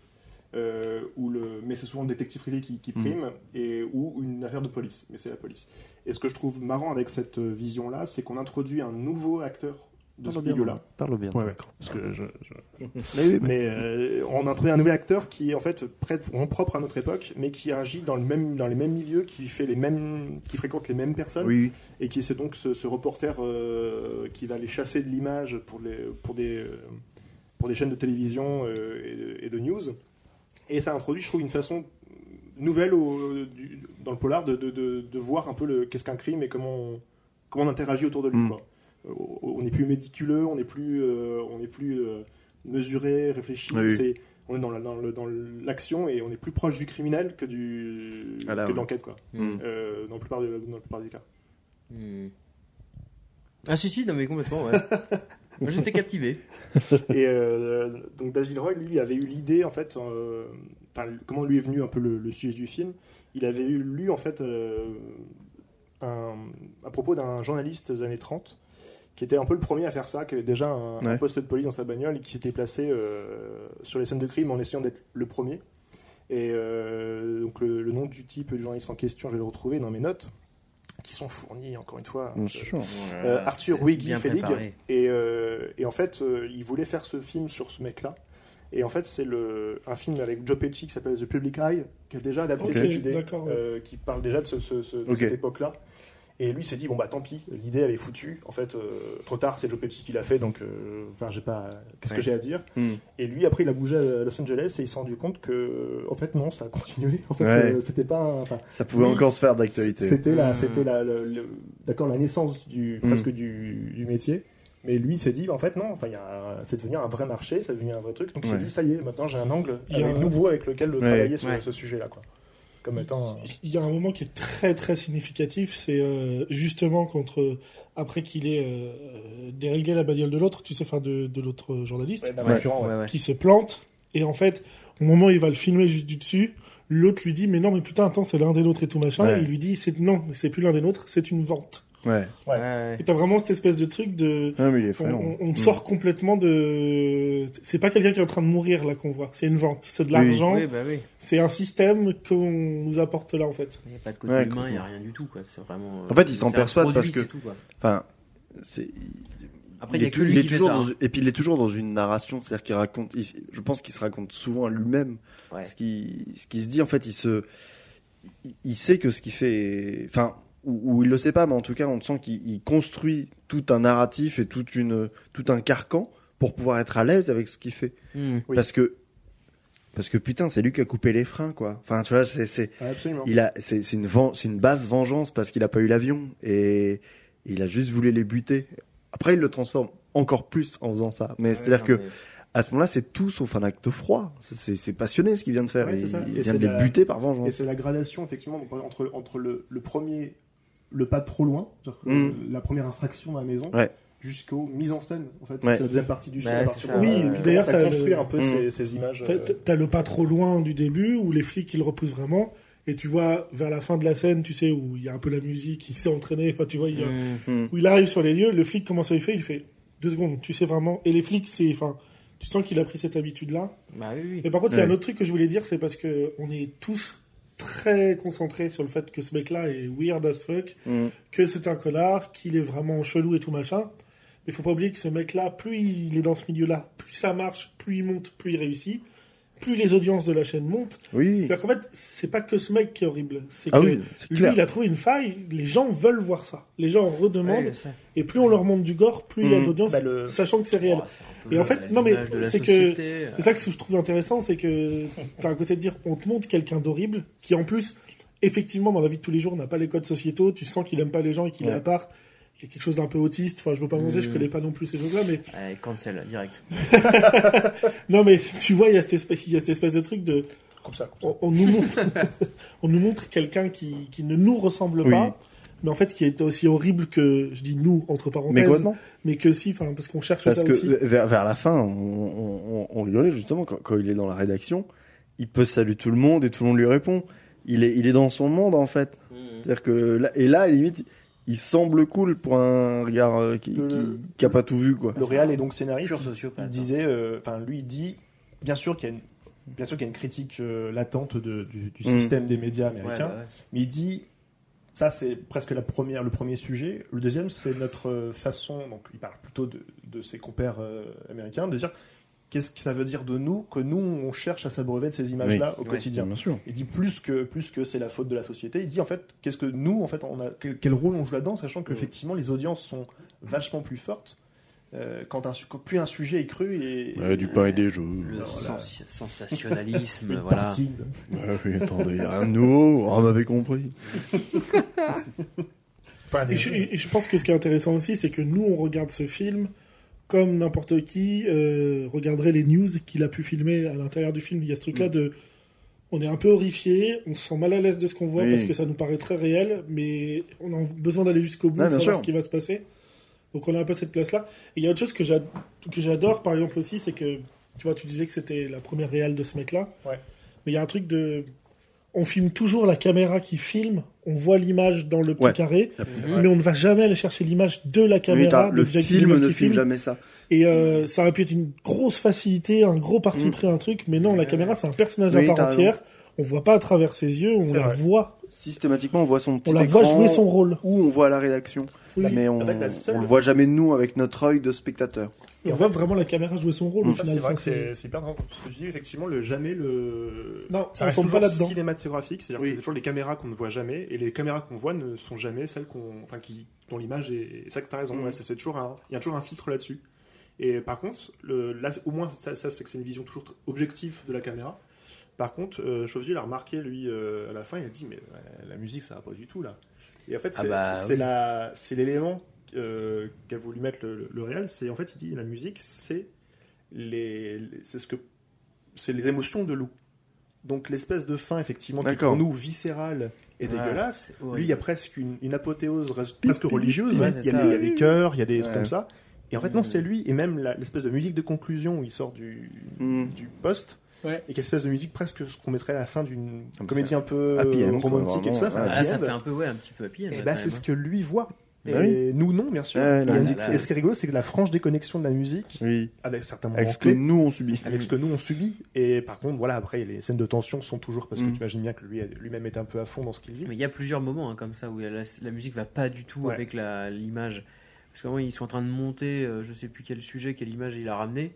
[SPEAKER 5] euh, où le, mais c'est souvent le détective privé qui, qui
[SPEAKER 4] Mhm.
[SPEAKER 5] prime, et, ou une affaire de police, mais c'est la police. Et ce que je trouve marrant avec cette euh, vision-là, c'est qu'on introduit un nouveau acteur
[SPEAKER 7] Ah,
[SPEAKER 5] de ce milieu-là.
[SPEAKER 4] Parle bien.
[SPEAKER 5] Ouais, ouais. Parce que je- je-
[SPEAKER 4] Mais oui, mais-
[SPEAKER 5] Mais euh, on introduit un nouvel acteur qui est en fait prête, vraiment propre à notre époque, mais qui agit dans, le même, dans les mêmes milieux, qui, fait les mêmes, qui fréquente les mêmes personnes,
[SPEAKER 4] Oui, oui.
[SPEAKER 5] et qui c'est donc ce, ce reporter euh, qui va les chasser de l'image pour, les, pour, des, euh, pour des chaînes de télévision euh, et, de- et de news. Et ça introduit, je trouve, une façon nouvelle au- du- dans le polar de, de- de- de voir un peu le- qu'est-ce qu'un crime et comment on, comment on interagit autour de lui.
[SPEAKER 4] Mm.
[SPEAKER 5] quoi. Euh, On n'est plus médiculeux, on n'est plus, euh, on n'est plus euh, mesuré, réfléchi.
[SPEAKER 4] Oui, oui.
[SPEAKER 5] C'est- on est dans la- dans le- dans l'action et on est plus proche du criminel que, du,
[SPEAKER 4] Ah là,
[SPEAKER 5] que de
[SPEAKER 4] ouais.
[SPEAKER 5] l'enquête, quoi.
[SPEAKER 7] Mm.
[SPEAKER 5] Euh, dans, la plupart de- dans la plupart des cas.
[SPEAKER 7] Mm. Ah, si, si, non, mais complètement, ouais. Moi, j'étais captivé.
[SPEAKER 5] Et euh, donc Dagil Roy, lui, il avait eu l'idée, en fait, euh, enfin, comment lui est venu un peu le, le sujet du film Il avait eu, lu, en fait, euh, un- à propos d'un journaliste des années 30, qui était un peu le premier à faire ça, qui avait déjà un, un
[SPEAKER 4] Ouais.
[SPEAKER 5] poste de police dans sa bagnole et qui s'était placé euh, sur les scènes de crime en essayant d'être le premier. Et euh, donc le, le nom du type, du journaliste en question, je vais le retrouver dans mes notes. qui sont fournis, encore une fois.
[SPEAKER 4] Bien
[SPEAKER 5] euh,
[SPEAKER 4] sûr.
[SPEAKER 5] euh,
[SPEAKER 7] Voilà,
[SPEAKER 5] Arthur
[SPEAKER 7] c'est
[SPEAKER 5] Wiggy
[SPEAKER 7] bien
[SPEAKER 5] Felig.
[SPEAKER 7] préparé.
[SPEAKER 5] Et, euh, et en fait, euh, il voulait faire ce film sur ce mec-là. Et en fait, c'est le, un film avec Joe Pesci qui s'appelle The Public Eye, qui a déjà adapté
[SPEAKER 2] Ok,
[SPEAKER 5] cette idée,
[SPEAKER 2] d'accord, ouais.
[SPEAKER 5] euh, qui parle déjà de, ce- ce- ce- de
[SPEAKER 4] Ok.
[SPEAKER 5] cette époque-là. Et lui s'est dit, bon bah tant pis, l'idée elle est foutue. En fait, euh, trop tard, c'est Joe Pesci qui l'a fait, donc euh, enfin, j'ai pas, qu'est-ce
[SPEAKER 7] Ouais.
[SPEAKER 5] que j'ai à dire
[SPEAKER 4] Hmm.
[SPEAKER 5] Et lui, après, il a bougé à Los Angeles et il s'est rendu compte que, en fait, non, ça a continué. En fait,
[SPEAKER 4] Ouais.
[SPEAKER 5] euh, c'était pas, enfin,
[SPEAKER 4] Ça pouvait
[SPEAKER 5] Oui.
[SPEAKER 4] encore se faire d'actualité.
[SPEAKER 5] c'était
[SPEAKER 2] Hmm.
[SPEAKER 5] la,
[SPEAKER 7] Mm.
[SPEAKER 5] c'était la, le- le- d'accord, la naissance du,
[SPEAKER 4] Mm.
[SPEAKER 5] presque du, du métier. Mais lui, il s'est dit, en fait, non, enfin, il y a un- c'est devenu un vrai marché, c'est devenu un vrai truc. Donc il
[SPEAKER 4] Ouais.
[SPEAKER 5] s'est dit, ça y est, maintenant j'ai un angle
[SPEAKER 2] Il y a
[SPEAKER 5] avec
[SPEAKER 2] un-
[SPEAKER 5] nouveau avec lequel de
[SPEAKER 4] Ouais.
[SPEAKER 5] travailler sur
[SPEAKER 7] Ouais.
[SPEAKER 5] ce sujet-là, quoi. Comme étant. euh,
[SPEAKER 2] Il y a un moment qui est très très significatif, c'est euh, justement contre après qu'il ait euh, déréglé la bagnole de l'autre, tu sais, enfin de, de l'autre journaliste,
[SPEAKER 5] d'un
[SPEAKER 4] Ouais.
[SPEAKER 5] concurrent, ouais.
[SPEAKER 7] Ouais, ouais.
[SPEAKER 2] qui se plante. Et en fait, au moment où il va le filmer juste du dessus, l'autre lui dit mais non mais putain attends c'est l'un des nôtres et tout machin.
[SPEAKER 4] Ouais.
[SPEAKER 2] Et il lui dit c'est non c'est plus l'un des nôtres, c'est une vente.
[SPEAKER 4] Ouais.
[SPEAKER 5] Ouais.
[SPEAKER 7] Ouais,
[SPEAKER 2] Et t'as vraiment cette espèce de truc de
[SPEAKER 4] Non, mais il est
[SPEAKER 2] on,
[SPEAKER 4] frérot.
[SPEAKER 2] on- on
[SPEAKER 4] Hmm.
[SPEAKER 2] sort complètement de. C'est pas quelqu'un qui est en train de mourir là qu'on voit, c'est une vente, c'est
[SPEAKER 4] Oui.
[SPEAKER 2] de l'argent,
[SPEAKER 7] Oui, bah oui.
[SPEAKER 2] c'est un système qu'on nous apporte là en fait.
[SPEAKER 7] Il n'y a pas de côté
[SPEAKER 4] Ouais,
[SPEAKER 7] humain, il n'y
[SPEAKER 4] complètement.
[SPEAKER 7] a rien du tout. Quoi. C'est vraiment, euh,
[SPEAKER 4] En fait, il
[SPEAKER 7] c'est
[SPEAKER 4] s'en
[SPEAKER 7] un
[SPEAKER 4] perçoit
[SPEAKER 7] produit,
[SPEAKER 4] parce que-
[SPEAKER 7] c'est tout, quoi.
[SPEAKER 4] Enfin, c'est.
[SPEAKER 7] Après,
[SPEAKER 4] il
[SPEAKER 7] il y a
[SPEAKER 4] est
[SPEAKER 7] que
[SPEAKER 4] tou-
[SPEAKER 7] lui
[SPEAKER 4] il est
[SPEAKER 7] qui fait
[SPEAKER 4] toujours
[SPEAKER 7] ça,
[SPEAKER 4] dans-
[SPEAKER 7] hein.
[SPEAKER 4] Et puis il est toujours dans une narration, c'est-à-dire qu'il raconte. il- je pense qu'il se raconte souvent à lui-même.
[SPEAKER 7] Ouais.
[SPEAKER 4] Ce qui, ce qui se dit en fait, il se, il, il sait que ce qu'il fait, est- enfin, ou, ou il le sait pas, mais en tout cas, on sent qu'il il construit tout un narratif et toute une, tout un carcan pour pouvoir être à l'aise avec ce qu'il fait.
[SPEAKER 7] Hmm.
[SPEAKER 5] Oui.
[SPEAKER 4] Parce que, parce que putain, c'est lui qui a coupé les freins, quoi. Enfin, tu vois, c'est, c'est,
[SPEAKER 5] Ouais, absolument.
[SPEAKER 4] il a, c'est, c'est une, ven- c'est une basse vengeance parce qu'il a pas eu l'avion et il a juste voulu les buter. Après, il le transforme encore plus en faisant ça. Mais c'est-à-dire
[SPEAKER 7] Ouais,
[SPEAKER 4] que
[SPEAKER 7] non, mais-
[SPEAKER 4] à ce moment-là, c'est tout sauf un acte froid. C'est- C'est c'est passionné ce qu'il vient de faire.
[SPEAKER 5] Ouais, c'est
[SPEAKER 4] il
[SPEAKER 5] ça.
[SPEAKER 4] il
[SPEAKER 5] Et
[SPEAKER 4] vient
[SPEAKER 5] c'est
[SPEAKER 4] de les
[SPEAKER 5] la-
[SPEAKER 4] buter par
[SPEAKER 5] Et
[SPEAKER 4] vengeance.
[SPEAKER 5] c'est la gradation, effectivement, donc, entre, entre le, le premier, le pas trop loin, c'est-à-dire que
[SPEAKER 4] Mm.
[SPEAKER 5] la première infraction dans la maison,
[SPEAKER 4] Ouais.
[SPEAKER 5] jusqu'aux mises en scène, en fait.
[SPEAKER 4] Ouais.
[SPEAKER 5] C'est la deuxième partie du film.
[SPEAKER 7] Bah,
[SPEAKER 5] à partir
[SPEAKER 7] c'est ça,
[SPEAKER 5] où
[SPEAKER 2] Oui,
[SPEAKER 5] on
[SPEAKER 2] et puis
[SPEAKER 5] commence
[SPEAKER 2] d'ailleurs,
[SPEAKER 5] à
[SPEAKER 2] t'as le-
[SPEAKER 5] construire un peu
[SPEAKER 4] Mm.
[SPEAKER 5] ces, ces images.
[SPEAKER 2] T'as-
[SPEAKER 5] euh,
[SPEAKER 2] t'as- T'as le pas trop loin du début où les flics ils le repoussent vraiment. Et tu vois vers la fin de la scène, tu sais, où il y a un peu la musique, il s'est entraîné, enfin tu vois, il y a-
[SPEAKER 7] Hmm.
[SPEAKER 5] Mmh.
[SPEAKER 2] où il arrive sur les lieux, le flic commence à lui faire, il fait deux secondes, tu sais vraiment. Et les flics, c'est, enfin, tu sens qu'il a pris cette habitude là.
[SPEAKER 7] Bah oui, oui.
[SPEAKER 2] Et par contre, il y a
[SPEAKER 4] Mm. Ouais.
[SPEAKER 2] un autre truc que je voulais dire, c'est parce que on est tous très concentrés sur le fait que ce mec-là est weird as fuck,
[SPEAKER 4] Mm.
[SPEAKER 2] que c'est un connard, qu'il est vraiment chelou et tout machin. Mais faut pas oublier que ce mec-là, plus il est dans ce milieu-là, plus ça marche, plus il monte, plus il réussit, plus les audiences de la chaîne montent.
[SPEAKER 4] Oui.
[SPEAKER 2] C'est-à-dire qu'en fait, c'est pas que ce mec qui est horrible, c'est
[SPEAKER 4] Ah
[SPEAKER 2] que
[SPEAKER 4] oui, c'est
[SPEAKER 2] lui,
[SPEAKER 4] clair.
[SPEAKER 2] il a trouvé une faille. Les gens veulent voir ça. Les gens en redemandent.
[SPEAKER 7] Ouais, ça.
[SPEAKER 2] Et plus on leur montre du gore, plus il y a
[SPEAKER 4] Mhm.
[SPEAKER 2] d'audience,
[SPEAKER 5] Bah, le-
[SPEAKER 2] sachant que c'est réel.
[SPEAKER 7] Oh, c'est un peu
[SPEAKER 2] Et en fait,
[SPEAKER 7] à
[SPEAKER 2] non, mais
[SPEAKER 7] l'image de la
[SPEAKER 2] c'est que-
[SPEAKER 7] société, euh,
[SPEAKER 2] C'est ça que je trouve intéressant, c'est que t'as un côté de dire on te montre quelqu'un d'horrible, qui en plus, effectivement, dans la vie de tous les jours, n'a pas les codes sociétaux, tu sens qu'il aime pas les gens et qu'il est
[SPEAKER 4] Ouais.
[SPEAKER 2] à part, qu'il y a quelque chose d'un peu autiste, enfin je veux pas manger, je
[SPEAKER 7] Mhm.
[SPEAKER 2] connais pas non plus ces choses-là, mais
[SPEAKER 7] Allez, cancel, direct.
[SPEAKER 2] non mais tu vois, il y, a cette espèce- il y a cette espèce de truc de...
[SPEAKER 5] Comme ça, comme ça.
[SPEAKER 2] On, on nous montre, on nous montre quelqu'un qui, qui ne nous ressemble
[SPEAKER 4] Oui.
[SPEAKER 2] pas, mais en fait qui est aussi horrible que, je dis nous, entre
[SPEAKER 4] Mais
[SPEAKER 2] parenthèses, mais,
[SPEAKER 4] complètement.
[SPEAKER 2] que si, enfin parce qu'on cherche
[SPEAKER 4] Parce
[SPEAKER 2] ça
[SPEAKER 4] que
[SPEAKER 2] aussi.
[SPEAKER 4] vers, vers la fin, on, on- on- on rigolait justement quand, quand il est dans la rédaction. Il peut saluer tout le monde et tout le monde lui répond. Il est, il est dans son monde en fait.
[SPEAKER 5] Mmh.
[SPEAKER 4] C'est-à-dire que là, et là, à la limite, il semble cool pour un regard euh, qui,
[SPEAKER 5] Le-
[SPEAKER 4] qui, qui a pas tout vu quoi.
[SPEAKER 5] Le Real est donc scénariste.
[SPEAKER 7] Pur
[SPEAKER 5] Il
[SPEAKER 7] sociopathe.
[SPEAKER 5] disait, euh, enfin, lui, il dit, bien sûr qu'il y a une, bien sûr qu'il y a une critique euh, latente de- du, du
[SPEAKER 4] Mm.
[SPEAKER 5] système des médias
[SPEAKER 7] hein.
[SPEAKER 5] américains,
[SPEAKER 7] Ouais, bah ouais.
[SPEAKER 5] mais il dit, ça c'est presque la première, le premier sujet. Le deuxième, c'est notre euh, façon, donc il parle plutôt de, de ses compères euh, américains, de dire qu'est-ce que ça veut dire de nous que nous on cherche à s'abreuver de ces images-là au
[SPEAKER 7] Ouais.
[SPEAKER 5] quotidien.
[SPEAKER 4] Bien sûr.
[SPEAKER 5] Il dit plus que plus que c'est la faute de la société. Il dit en fait qu'est-ce que nous en fait on a quel, quel rôle on joue là-dedans, sachant que
[SPEAKER 7] Mm.
[SPEAKER 5] effectivement les audiences sont vachement plus fortes euh, quand, un, su- quand plus un sujet est cru et
[SPEAKER 4] du pain et des jeux.
[SPEAKER 7] Le
[SPEAKER 5] Voilà.
[SPEAKER 7] sens- sensationnalisme,
[SPEAKER 5] une
[SPEAKER 7] voilà.
[SPEAKER 5] partie de-
[SPEAKER 4] attendez, il y a rien de nouveau. Oh, On m'avait compris.
[SPEAKER 5] pas des-
[SPEAKER 2] Et je, et je pense que ce qui est intéressant aussi, c'est que nous, on regarde ce film comme n'importe qui euh, regarderait les news qu'il a pu filmer à l'intérieur du film. Il y a ce
[SPEAKER 4] Mm.
[SPEAKER 2] truc-là de... On est un peu horrifié, on se sent mal à l'aise de ce qu'on voit
[SPEAKER 4] Oui.
[SPEAKER 2] parce que ça nous paraît très réel, mais on a besoin d'aller jusqu'au bout
[SPEAKER 4] Ah,
[SPEAKER 2] de
[SPEAKER 4] bien
[SPEAKER 2] savoir
[SPEAKER 4] sûr.
[SPEAKER 2] ce qui va se passer. Donc on a un peu cette place-là. Et il y a autre chose que j'ad- que j'adore, par exemple, aussi, c'est que, tu vois, tu disais que c'était la première réelle de ce mec-là.
[SPEAKER 5] Ouais.
[SPEAKER 2] Mais il y a un truc de... On filme toujours la caméra qui filme, on voit l'image dans le petit
[SPEAKER 4] Ouais.
[SPEAKER 2] carré,
[SPEAKER 7] Mhm.
[SPEAKER 2] mais on ne va jamais aller chercher l'image de la caméra.
[SPEAKER 4] le
[SPEAKER 2] de Jack
[SPEAKER 4] film
[SPEAKER 2] Gyllenhaal
[SPEAKER 4] ne
[SPEAKER 2] qui
[SPEAKER 4] filme jamais ça.
[SPEAKER 2] Et euh, ça aurait pu être une grosse facilité, un gros parti
[SPEAKER 4] Mm.
[SPEAKER 2] pris, un truc. Mais non, la
[SPEAKER 7] Ouais.
[SPEAKER 2] caméra, c'est un personnage
[SPEAKER 4] Oui,
[SPEAKER 2] à
[SPEAKER 4] t'as
[SPEAKER 2] part entière. On voit pas à travers ses yeux, on
[SPEAKER 5] C'est
[SPEAKER 2] la
[SPEAKER 5] vrai.
[SPEAKER 2] voit
[SPEAKER 4] systématiquement on voit son petit
[SPEAKER 2] On la
[SPEAKER 4] écran
[SPEAKER 2] voit jouer son rôle.
[SPEAKER 4] ou on voit la rédaction,
[SPEAKER 2] Oui.
[SPEAKER 4] mais on,
[SPEAKER 5] En fait, la seule-
[SPEAKER 4] on le voit jamais nous avec notre œil de spectateur.
[SPEAKER 2] Et on voit vraiment la caméra jouer son rôle. au
[SPEAKER 5] Mm. Ça,
[SPEAKER 2] final,
[SPEAKER 5] c'est vrai
[SPEAKER 2] enfin,
[SPEAKER 5] que c'est c'est hyper important. Ce que tu dis, effectivement, le jamais le.
[SPEAKER 2] Non,
[SPEAKER 5] ça
[SPEAKER 2] on
[SPEAKER 5] reste
[SPEAKER 2] tombe pas
[SPEAKER 5] toujours
[SPEAKER 2] là-dedans.
[SPEAKER 5] cinématographique, c'est-à-dire
[SPEAKER 4] Oui.
[SPEAKER 5] qu'il y a toujours les caméras qu'on ne voit jamais, et les caméras qu'on voit ne sont jamais celles qu'on, enfin, qui, dont l'image est. C'est ça que t'as raison.
[SPEAKER 4] Mm.
[SPEAKER 5] ouais, ça, c'est toujours un, il y a toujours un filtre là-dessus. Et par contre, le, là, au moins, ça, ça, c'est que c'est une vision toujours tr- objective de la caméra. Par contre, euh, Chauvier l'a remarqué, lui, euh, à la fin, il a dit, mais euh, la musique, ça va pas du tout, là. Et en fait,
[SPEAKER 7] Ah
[SPEAKER 5] c'est
[SPEAKER 7] bah,
[SPEAKER 5] c'est
[SPEAKER 7] oui.
[SPEAKER 5] la- c'est l'élément euh, qu'a voulu mettre le, le- le réel, c'est en fait, il dit, la musique, c'est les, les- c'est ce que, c'est les émotions de loup. Donc l'espèce de fin, effectivement, qui est
[SPEAKER 4] D'accord. Ah.
[SPEAKER 5] pour nous viscérale et
[SPEAKER 7] Ouais.
[SPEAKER 5] dégueulasse, lui,
[SPEAKER 7] horrible.
[SPEAKER 5] il y a presque une, une apothéose res- presque religieuse.
[SPEAKER 7] Ouais,
[SPEAKER 5] il,
[SPEAKER 7] c'est
[SPEAKER 5] y a
[SPEAKER 7] ça,
[SPEAKER 5] des, il y a
[SPEAKER 7] ouais.
[SPEAKER 5] des chœurs, il y a des trucs
[SPEAKER 4] Ouais.
[SPEAKER 5] comme ça. Et en fait, non,
[SPEAKER 7] Mm.
[SPEAKER 5] c'est lui. Et même la- l'espèce de musique de conclusion où il sort du,
[SPEAKER 4] Hmm.
[SPEAKER 5] du poste.
[SPEAKER 2] Ouais.
[SPEAKER 5] Et qu'elle espèce de musique presque ce qu'on mettrait à la fin d'une
[SPEAKER 4] Comme
[SPEAKER 5] comédie
[SPEAKER 4] ça.
[SPEAKER 5] un peu
[SPEAKER 4] Happy end, quoi,
[SPEAKER 5] romantique et tout ça.
[SPEAKER 4] vraiment,
[SPEAKER 5] c'est un
[SPEAKER 4] ouais.
[SPEAKER 7] Ah,
[SPEAKER 5] happy
[SPEAKER 7] ça
[SPEAKER 5] end.
[SPEAKER 7] fait un peu, ouais, un petit peu happy. hein,
[SPEAKER 5] Et
[SPEAKER 7] ouais,
[SPEAKER 5] bah,
[SPEAKER 7] quand
[SPEAKER 5] c'est
[SPEAKER 7] même,
[SPEAKER 5] ce que lui voit. Et
[SPEAKER 4] Bah oui.
[SPEAKER 5] nous, non, bien sûr.
[SPEAKER 4] Ouais, la
[SPEAKER 5] Et
[SPEAKER 4] musique,
[SPEAKER 5] la-
[SPEAKER 4] c'est-
[SPEAKER 5] et ce qui est rigolo, c'est que la franche déconnexion de la musique,
[SPEAKER 4] Oui,
[SPEAKER 5] avec certains moments
[SPEAKER 4] avec ce que
[SPEAKER 5] clés,
[SPEAKER 4] nous on subit.
[SPEAKER 5] avec ce que nous on subit. Et par contre, voilà, après, les scènes de tension sont toujours parce que
[SPEAKER 4] Mm.
[SPEAKER 5] tu imagines bien que lui- lui-même est un peu à fond dans ce qu'il vit.
[SPEAKER 7] hein. Mais il y a plusieurs moments hein, comme ça où la, la musique va pas du tout
[SPEAKER 5] Ouais.
[SPEAKER 7] avec la- l'image. Parce qu'à un moment, ils sont en train de monter, euh, je sais plus quel sujet, quelle image il a ramené.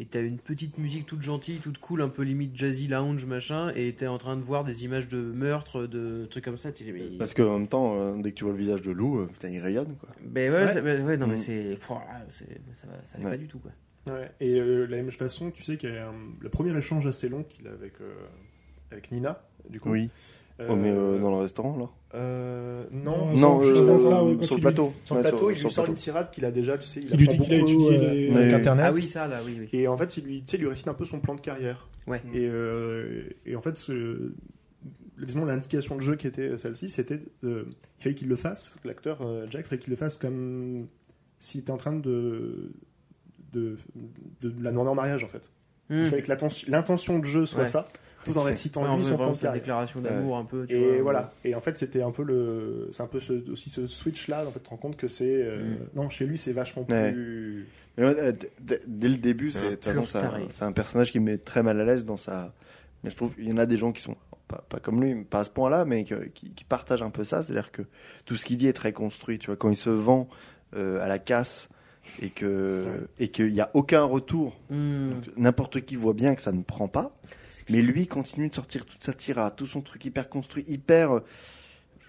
[SPEAKER 7] Et t'as une petite musique toute gentille, toute cool, un peu limite jazzy lounge, machin. Et t'es en train de voir des images de meurtres, de trucs comme ça. T'es, mais,
[SPEAKER 4] Parce que en même temps, euh, dès que tu vois le visage de loup, euh, putain, il rayonne quoi.
[SPEAKER 7] mais ouais,
[SPEAKER 5] Ouais.
[SPEAKER 7] ça- mais ouais, non, mais
[SPEAKER 4] Mm.
[SPEAKER 7] c'est. pouah, là, c'est- ça va, ça va
[SPEAKER 4] Ouais.
[SPEAKER 7] pas du tout, quoi.
[SPEAKER 5] Ouais, et euh, de la même façon, tu sais qu'il y a un- le premier échange assez long qu'il a avec, euh, avec Nina, du coup. Euh,
[SPEAKER 4] Oh, mais euh, dans le restaurant là
[SPEAKER 5] euh, non,
[SPEAKER 2] Non,
[SPEAKER 5] sans- juste
[SPEAKER 2] euh,
[SPEAKER 5] avant ça,
[SPEAKER 2] ouais, quand
[SPEAKER 4] sur
[SPEAKER 2] tu
[SPEAKER 4] le plateau.
[SPEAKER 5] sur le
[SPEAKER 4] Ouais,
[SPEAKER 5] plateau, il
[SPEAKER 4] sur
[SPEAKER 5] lui
[SPEAKER 4] le
[SPEAKER 5] sort une
[SPEAKER 4] plateau.
[SPEAKER 5] tirade qu'il a déjà, tu sais, il,
[SPEAKER 2] Il lui dit
[SPEAKER 5] apprend
[SPEAKER 2] qu'il a
[SPEAKER 5] beaucoup,
[SPEAKER 2] étudié
[SPEAKER 5] euh,
[SPEAKER 2] les-
[SPEAKER 4] Ouais.
[SPEAKER 5] avec Internet.
[SPEAKER 7] Ah oui, ça, là, oui, oui.
[SPEAKER 5] Et en fait, il lui, tu sais, il lui récite un peu son plan de carrière.
[SPEAKER 7] Ouais.
[SPEAKER 5] Et, euh, et en fait, ce- disons, l'indication de jeu qui était celle-ci, c'était euh, il fallait qu'il le fasse, l'acteur euh, Jack, il fallait qu'il le fasse comme s'il était en train de, de, de, la demander en mariage, en fait. Il
[SPEAKER 7] Mm.
[SPEAKER 5] fallait que l'attention- l'intention de jeu soit
[SPEAKER 7] Ouais.
[SPEAKER 5] ça, tout en récitant
[SPEAKER 7] Ouais, on
[SPEAKER 5] lui
[SPEAKER 7] veut
[SPEAKER 5] son plan
[SPEAKER 7] vraiment
[SPEAKER 5] de
[SPEAKER 7] cette
[SPEAKER 5] carrière.
[SPEAKER 7] déclaration d'amour un peu. tu
[SPEAKER 5] Et
[SPEAKER 7] vois.
[SPEAKER 5] voilà. Et en fait, c'était un peu le, c'est un peu ce- aussi ce switch là. En fait, tu te rends compte que c'est, euh,
[SPEAKER 7] Mm.
[SPEAKER 5] non, chez lui, c'est vachement
[SPEAKER 4] Ouais.
[SPEAKER 5] plus.
[SPEAKER 4] Mais ouais, euh, d- d- dès le début, c'est de toute
[SPEAKER 7] pur
[SPEAKER 4] façon, c'est
[SPEAKER 7] taré.
[SPEAKER 4] un- c'est un personnage qui me met très mal à l'aise dans sa. Mais je trouve qu'il y en a des gens qui sont pas, pas comme lui, pas à ce point-là, mais que- qui, qui partagent un peu ça. C'est-à-dire que tout ce qu'il dit est très construit. Tu vois, quand il se vend euh, à la casse et que
[SPEAKER 5] Ouais.
[SPEAKER 4] et qu'il n'y a aucun retour,
[SPEAKER 7] Mm.
[SPEAKER 4] donc n'importe qui voit bien que ça ne prend pas. Mais lui continue de sortir toute sa tirade, tout son truc hyper construit, hyper euh,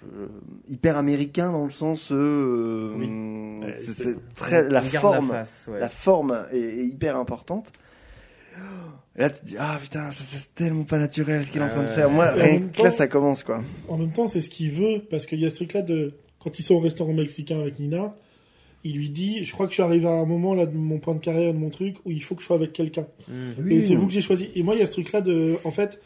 [SPEAKER 4] je- hyper américain dans le sens. euh,
[SPEAKER 5] Oui.
[SPEAKER 4] hum,
[SPEAKER 5] Ouais,
[SPEAKER 4] c'est-
[SPEAKER 5] c'est-
[SPEAKER 4] c'est très la
[SPEAKER 7] On garde
[SPEAKER 4] forme.
[SPEAKER 7] La face, ouais.
[SPEAKER 4] La forme est, est hyper importante. Et là, tu te dis, ah putain, ça, c'est tellement pas naturel ce qu'il est en train de
[SPEAKER 7] Ouais.
[SPEAKER 4] faire. Moi,
[SPEAKER 2] Et en
[SPEAKER 4] rien
[SPEAKER 2] même
[SPEAKER 4] que là,
[SPEAKER 2] temps-
[SPEAKER 4] ça commence quoi.
[SPEAKER 2] En même temps, c'est ce qu'il veut, parce qu'il y a ce truc-là de. Quand ils sont au restaurant mexicain avec Nina, il lui dit Je crois que je suis arrivé à un moment, là, de mon point de carrière, de mon truc, où il faut que je sois avec quelqu'un.
[SPEAKER 7] Mm.
[SPEAKER 2] Et c'est vous que j'ai choisi. Et moi, il y a ce truc-là de. En fait,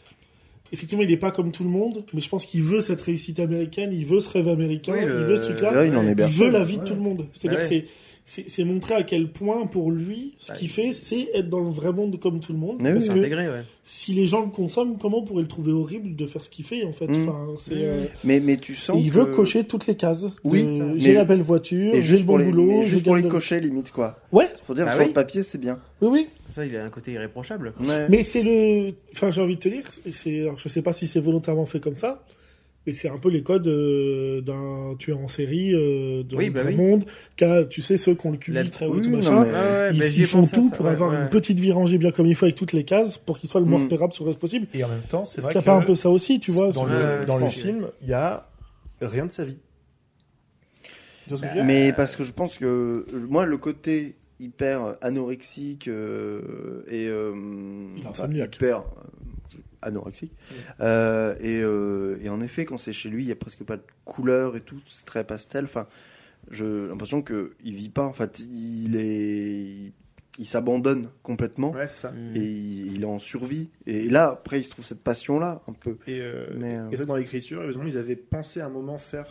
[SPEAKER 2] effectivement, il n'est pas comme tout le monde, mais je pense qu'il veut cette réussite américaine, il veut ce rêve américain,
[SPEAKER 7] Oui, le-
[SPEAKER 2] il veut ce
[SPEAKER 4] Et
[SPEAKER 2] truc-là.
[SPEAKER 4] là, il en est
[SPEAKER 2] Il
[SPEAKER 4] bien.
[SPEAKER 2] veut la vie
[SPEAKER 5] ouais.
[SPEAKER 2] de tout le monde. C'est-à-dire
[SPEAKER 7] Ouais.
[SPEAKER 2] que c'est- c'est c'est montrer à quel point, pour lui, ce
[SPEAKER 7] Bah,
[SPEAKER 2] qu'il
[SPEAKER 7] il-
[SPEAKER 2] fait, c'est être dans le vrai monde comme tout le monde.
[SPEAKER 4] Mais
[SPEAKER 2] parce
[SPEAKER 7] C'est
[SPEAKER 4] oui,
[SPEAKER 2] que
[SPEAKER 7] intégré, ouais.
[SPEAKER 2] si les gens le consomment, comment pourrait le trouver horrible de faire ce qu'il fait, en fait
[SPEAKER 4] Mm.
[SPEAKER 2] Enfin, c'est, euh,
[SPEAKER 4] Mais, mais tu sens.
[SPEAKER 2] et il
[SPEAKER 4] que-
[SPEAKER 2] veut cocher toutes les cases.
[SPEAKER 4] Oui,
[SPEAKER 2] De-
[SPEAKER 4] mais-
[SPEAKER 2] j'ai la belle voiture,
[SPEAKER 4] Et
[SPEAKER 2] j'ai le
[SPEAKER 4] juste pour
[SPEAKER 2] bon
[SPEAKER 4] les, mais
[SPEAKER 2] boulot, j'ai
[SPEAKER 4] juste pour les
[SPEAKER 2] gagne de-
[SPEAKER 4] cocher, limite quoi.
[SPEAKER 2] Ouais.
[SPEAKER 4] C'est Pour dire,
[SPEAKER 7] Bah
[SPEAKER 4] sur
[SPEAKER 7] oui.
[SPEAKER 4] le papier, c'est bien.
[SPEAKER 2] Oui, oui.
[SPEAKER 7] Ça, il a un côté irréprochable.
[SPEAKER 4] Ouais.
[SPEAKER 2] Mais c'est le. Enfin, j'ai envie de te dire, c'est... Alors, je sais pas si c'est volontairement fait comme ça, mais c'est un peu les codes euh, d'un tueur en série euh, de
[SPEAKER 7] Oui, bah
[SPEAKER 2] notre
[SPEAKER 7] oui.
[SPEAKER 2] monde, qu'a, tu sais, ceux qu'on le cul
[SPEAKER 7] La-
[SPEAKER 2] très haut,
[SPEAKER 4] Oui,
[SPEAKER 2] tout
[SPEAKER 4] non,
[SPEAKER 2] machin.
[SPEAKER 4] mais-
[SPEAKER 7] Ouais, ouais,
[SPEAKER 2] Euh, ils
[SPEAKER 7] mais j'y ai
[SPEAKER 2] ils font
[SPEAKER 7] pensé à
[SPEAKER 2] tout
[SPEAKER 7] ça,
[SPEAKER 2] pour
[SPEAKER 7] ouais,
[SPEAKER 2] avoir
[SPEAKER 7] ouais.
[SPEAKER 2] une petite vie rangée bien comme il faut avec toutes les cases pour qu'il soit le moins
[SPEAKER 4] Mm.
[SPEAKER 2] repérable sur le reste possible.
[SPEAKER 5] Et en même temps, c'est
[SPEAKER 2] Est-ce qu'il n'y a pas un peu ça aussi, tu vois
[SPEAKER 5] dans
[SPEAKER 2] ce-
[SPEAKER 5] le,
[SPEAKER 7] Ouais,
[SPEAKER 5] dans
[SPEAKER 7] ouais,
[SPEAKER 5] le
[SPEAKER 7] c'est-
[SPEAKER 5] film, il y a rien de sa vie. Tu vois ce que je veux dire
[SPEAKER 4] Mais parce que je pense que euh, moi, le côté hyper anorexique euh, et euh,
[SPEAKER 2] Il est
[SPEAKER 4] enfin,
[SPEAKER 2] insomniaque.
[SPEAKER 4] hyper euh, anorexique Euh, et, euh, et en effet, quand c'est chez lui, il y a presque pas de couleur et tout, c'est très pastel. Enfin, j'ai l'impression que il vit pas. En fait, il est, il s'abandonne complètement.
[SPEAKER 5] Ouais, c'est ça.
[SPEAKER 7] Mm.
[SPEAKER 4] Et il, il est en survie. Et là, après, il se trouve cette passion-là, un peu.
[SPEAKER 5] Et, euh,
[SPEAKER 4] Mais, euh,
[SPEAKER 5] et ça, dans l'écriture, évidemment, ils avaient pensé à un moment faire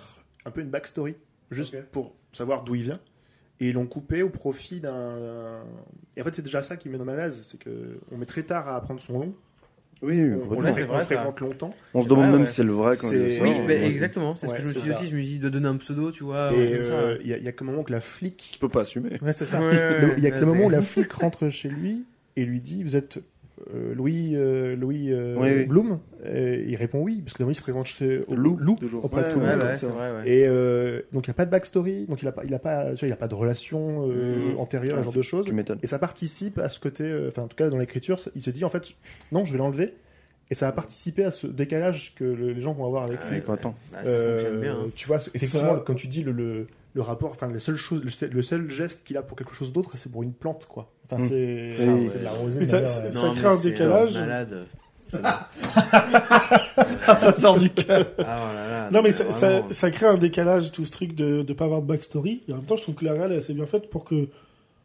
[SPEAKER 5] un peu une backstory, juste pour savoir d'où il vient. Et ils l'ont coupé au profit d'un. Et en fait, c'est déjà ça qui me met dans ma l'aise, c'est que on met très tard à apprendre son long.
[SPEAKER 4] Oui,
[SPEAKER 5] On, on
[SPEAKER 4] complètement.
[SPEAKER 5] le
[SPEAKER 7] Ouais,
[SPEAKER 5] fré-
[SPEAKER 7] c'est vrai,
[SPEAKER 5] on
[SPEAKER 7] ça.
[SPEAKER 5] fréquente longtemps.
[SPEAKER 4] On se
[SPEAKER 7] c'est
[SPEAKER 4] demande
[SPEAKER 7] vrai,
[SPEAKER 4] même
[SPEAKER 7] ouais.
[SPEAKER 4] si c'est le vrai quand il le
[SPEAKER 5] C'est-
[SPEAKER 4] sort. euh,
[SPEAKER 7] Oui,
[SPEAKER 5] Ouais,
[SPEAKER 7] mais
[SPEAKER 5] ouais.
[SPEAKER 7] exactement. C'est ce
[SPEAKER 5] Ouais,
[SPEAKER 7] que je me
[SPEAKER 5] c'est
[SPEAKER 7] suis dit
[SPEAKER 5] ça.
[SPEAKER 7] aussi. Je me suis dit de donner un pseudo, tu vois. un
[SPEAKER 5] et
[SPEAKER 7] truc comme ça,
[SPEAKER 5] euh,
[SPEAKER 7] Ah ouais.
[SPEAKER 5] il y, a- il y a que moment que la flic.
[SPEAKER 4] Je peux pas assumer.
[SPEAKER 5] Ouais, c'est
[SPEAKER 7] ça. Ouais, ouais,
[SPEAKER 5] Il y a
[SPEAKER 7] ouais,
[SPEAKER 5] que le moment où
[SPEAKER 7] c'est-
[SPEAKER 5] la flic rentre chez lui et lui dit Vous êtes euh, Louis, euh, Louis euh,
[SPEAKER 4] Oui, oui.
[SPEAKER 5] Blum, euh, il répond oui, parce que normalement il se présente chez au-
[SPEAKER 4] Lou,
[SPEAKER 5] Lou,
[SPEAKER 4] toujours.
[SPEAKER 5] auprès de tout le
[SPEAKER 7] Ouais,
[SPEAKER 5] monde.
[SPEAKER 7] ouais, c'est vrai, ouais.
[SPEAKER 5] Et euh, donc il n'y a pas de backstory, donc il n'a pas, il a pas, tu vois, il a pas de relation euh,
[SPEAKER 7] Mm.
[SPEAKER 4] Mhm.
[SPEAKER 5] antérieure,
[SPEAKER 4] Ouais,
[SPEAKER 5] ce genre de choses.
[SPEAKER 4] Tu m'étonnes.
[SPEAKER 5] Et ça participe à ce côté, euh, enfin en tout cas dans l'écriture, il s'est dit en fait, non, je vais l'enlever. Et ça a participé à ce décalage que le- les gens vont avoir avec lui.
[SPEAKER 4] Avec Quentin.
[SPEAKER 7] Ah, ça fonctionne bien. hein.
[SPEAKER 5] Euh, Tu vois, c'est- effectivement,
[SPEAKER 2] Ça-
[SPEAKER 5] comme tu dis, le, le, le rapport, enfin, les seules choses, le, seul- le seul geste qu'il a pour quelque chose d'autre, c'est pour une plante, quoi. Enfin,
[SPEAKER 4] Mm.
[SPEAKER 5] c'est
[SPEAKER 4] Et-
[SPEAKER 5] enfin, c'est de la rosée.
[SPEAKER 2] Mais
[SPEAKER 5] de
[SPEAKER 2] ça-
[SPEAKER 5] manière,
[SPEAKER 2] c'est-
[SPEAKER 5] euh,
[SPEAKER 2] Ça
[SPEAKER 7] Non,
[SPEAKER 2] crée
[SPEAKER 7] mais
[SPEAKER 2] un
[SPEAKER 7] c'est
[SPEAKER 2] décalage.
[SPEAKER 7] Malade. Ça-
[SPEAKER 5] euh,
[SPEAKER 4] ça sort du cœur.
[SPEAKER 7] Ah, oh là là,
[SPEAKER 2] Non, mais ça,
[SPEAKER 7] vraiment.
[SPEAKER 2] ça, ça crée un décalage, tout ce truc de ne pas avoir de backstory. Et en même temps, je trouve que la réal est assez bien faite pour que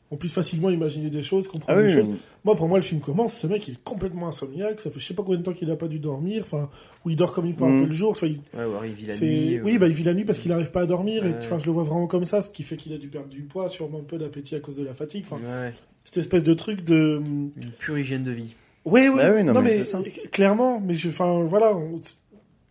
[SPEAKER 2] on puisse facilement imaginer des choses,
[SPEAKER 4] Ah
[SPEAKER 2] comprendre
[SPEAKER 4] oui,
[SPEAKER 2] des choses.
[SPEAKER 4] oui.
[SPEAKER 2] Moi, pour moi, le film commence, ce mec, il est complètement insomniaque, ça fait je sais pas combien de temps qu'il a pas dû dormir, enfin, ou il dort comme il peut un
[SPEAKER 4] Mhm.
[SPEAKER 2] peu le jour, enfin, il-
[SPEAKER 7] Ouais, ou alors il vit la
[SPEAKER 2] c'est-
[SPEAKER 7] nuit.
[SPEAKER 2] oui,
[SPEAKER 7] euh,
[SPEAKER 2] bah, il vit la nuit parce qu'il n'arrive pas à dormir, et
[SPEAKER 7] Ouais.
[SPEAKER 2] enfin, je le vois vraiment comme ça, ce qui fait qu'il a dû perdre du poids, sûrement un peu d'appétit à cause de la fatigue, enfin,
[SPEAKER 7] ouais,
[SPEAKER 2] cette espèce de truc de...
[SPEAKER 7] une pure hygiène de vie.
[SPEAKER 2] Oui, oui,
[SPEAKER 4] Bah oui, non,
[SPEAKER 2] non,
[SPEAKER 4] mais
[SPEAKER 2] mais,
[SPEAKER 4] c'est ça.
[SPEAKER 2] clairement, mais je, enfin, voilà, on-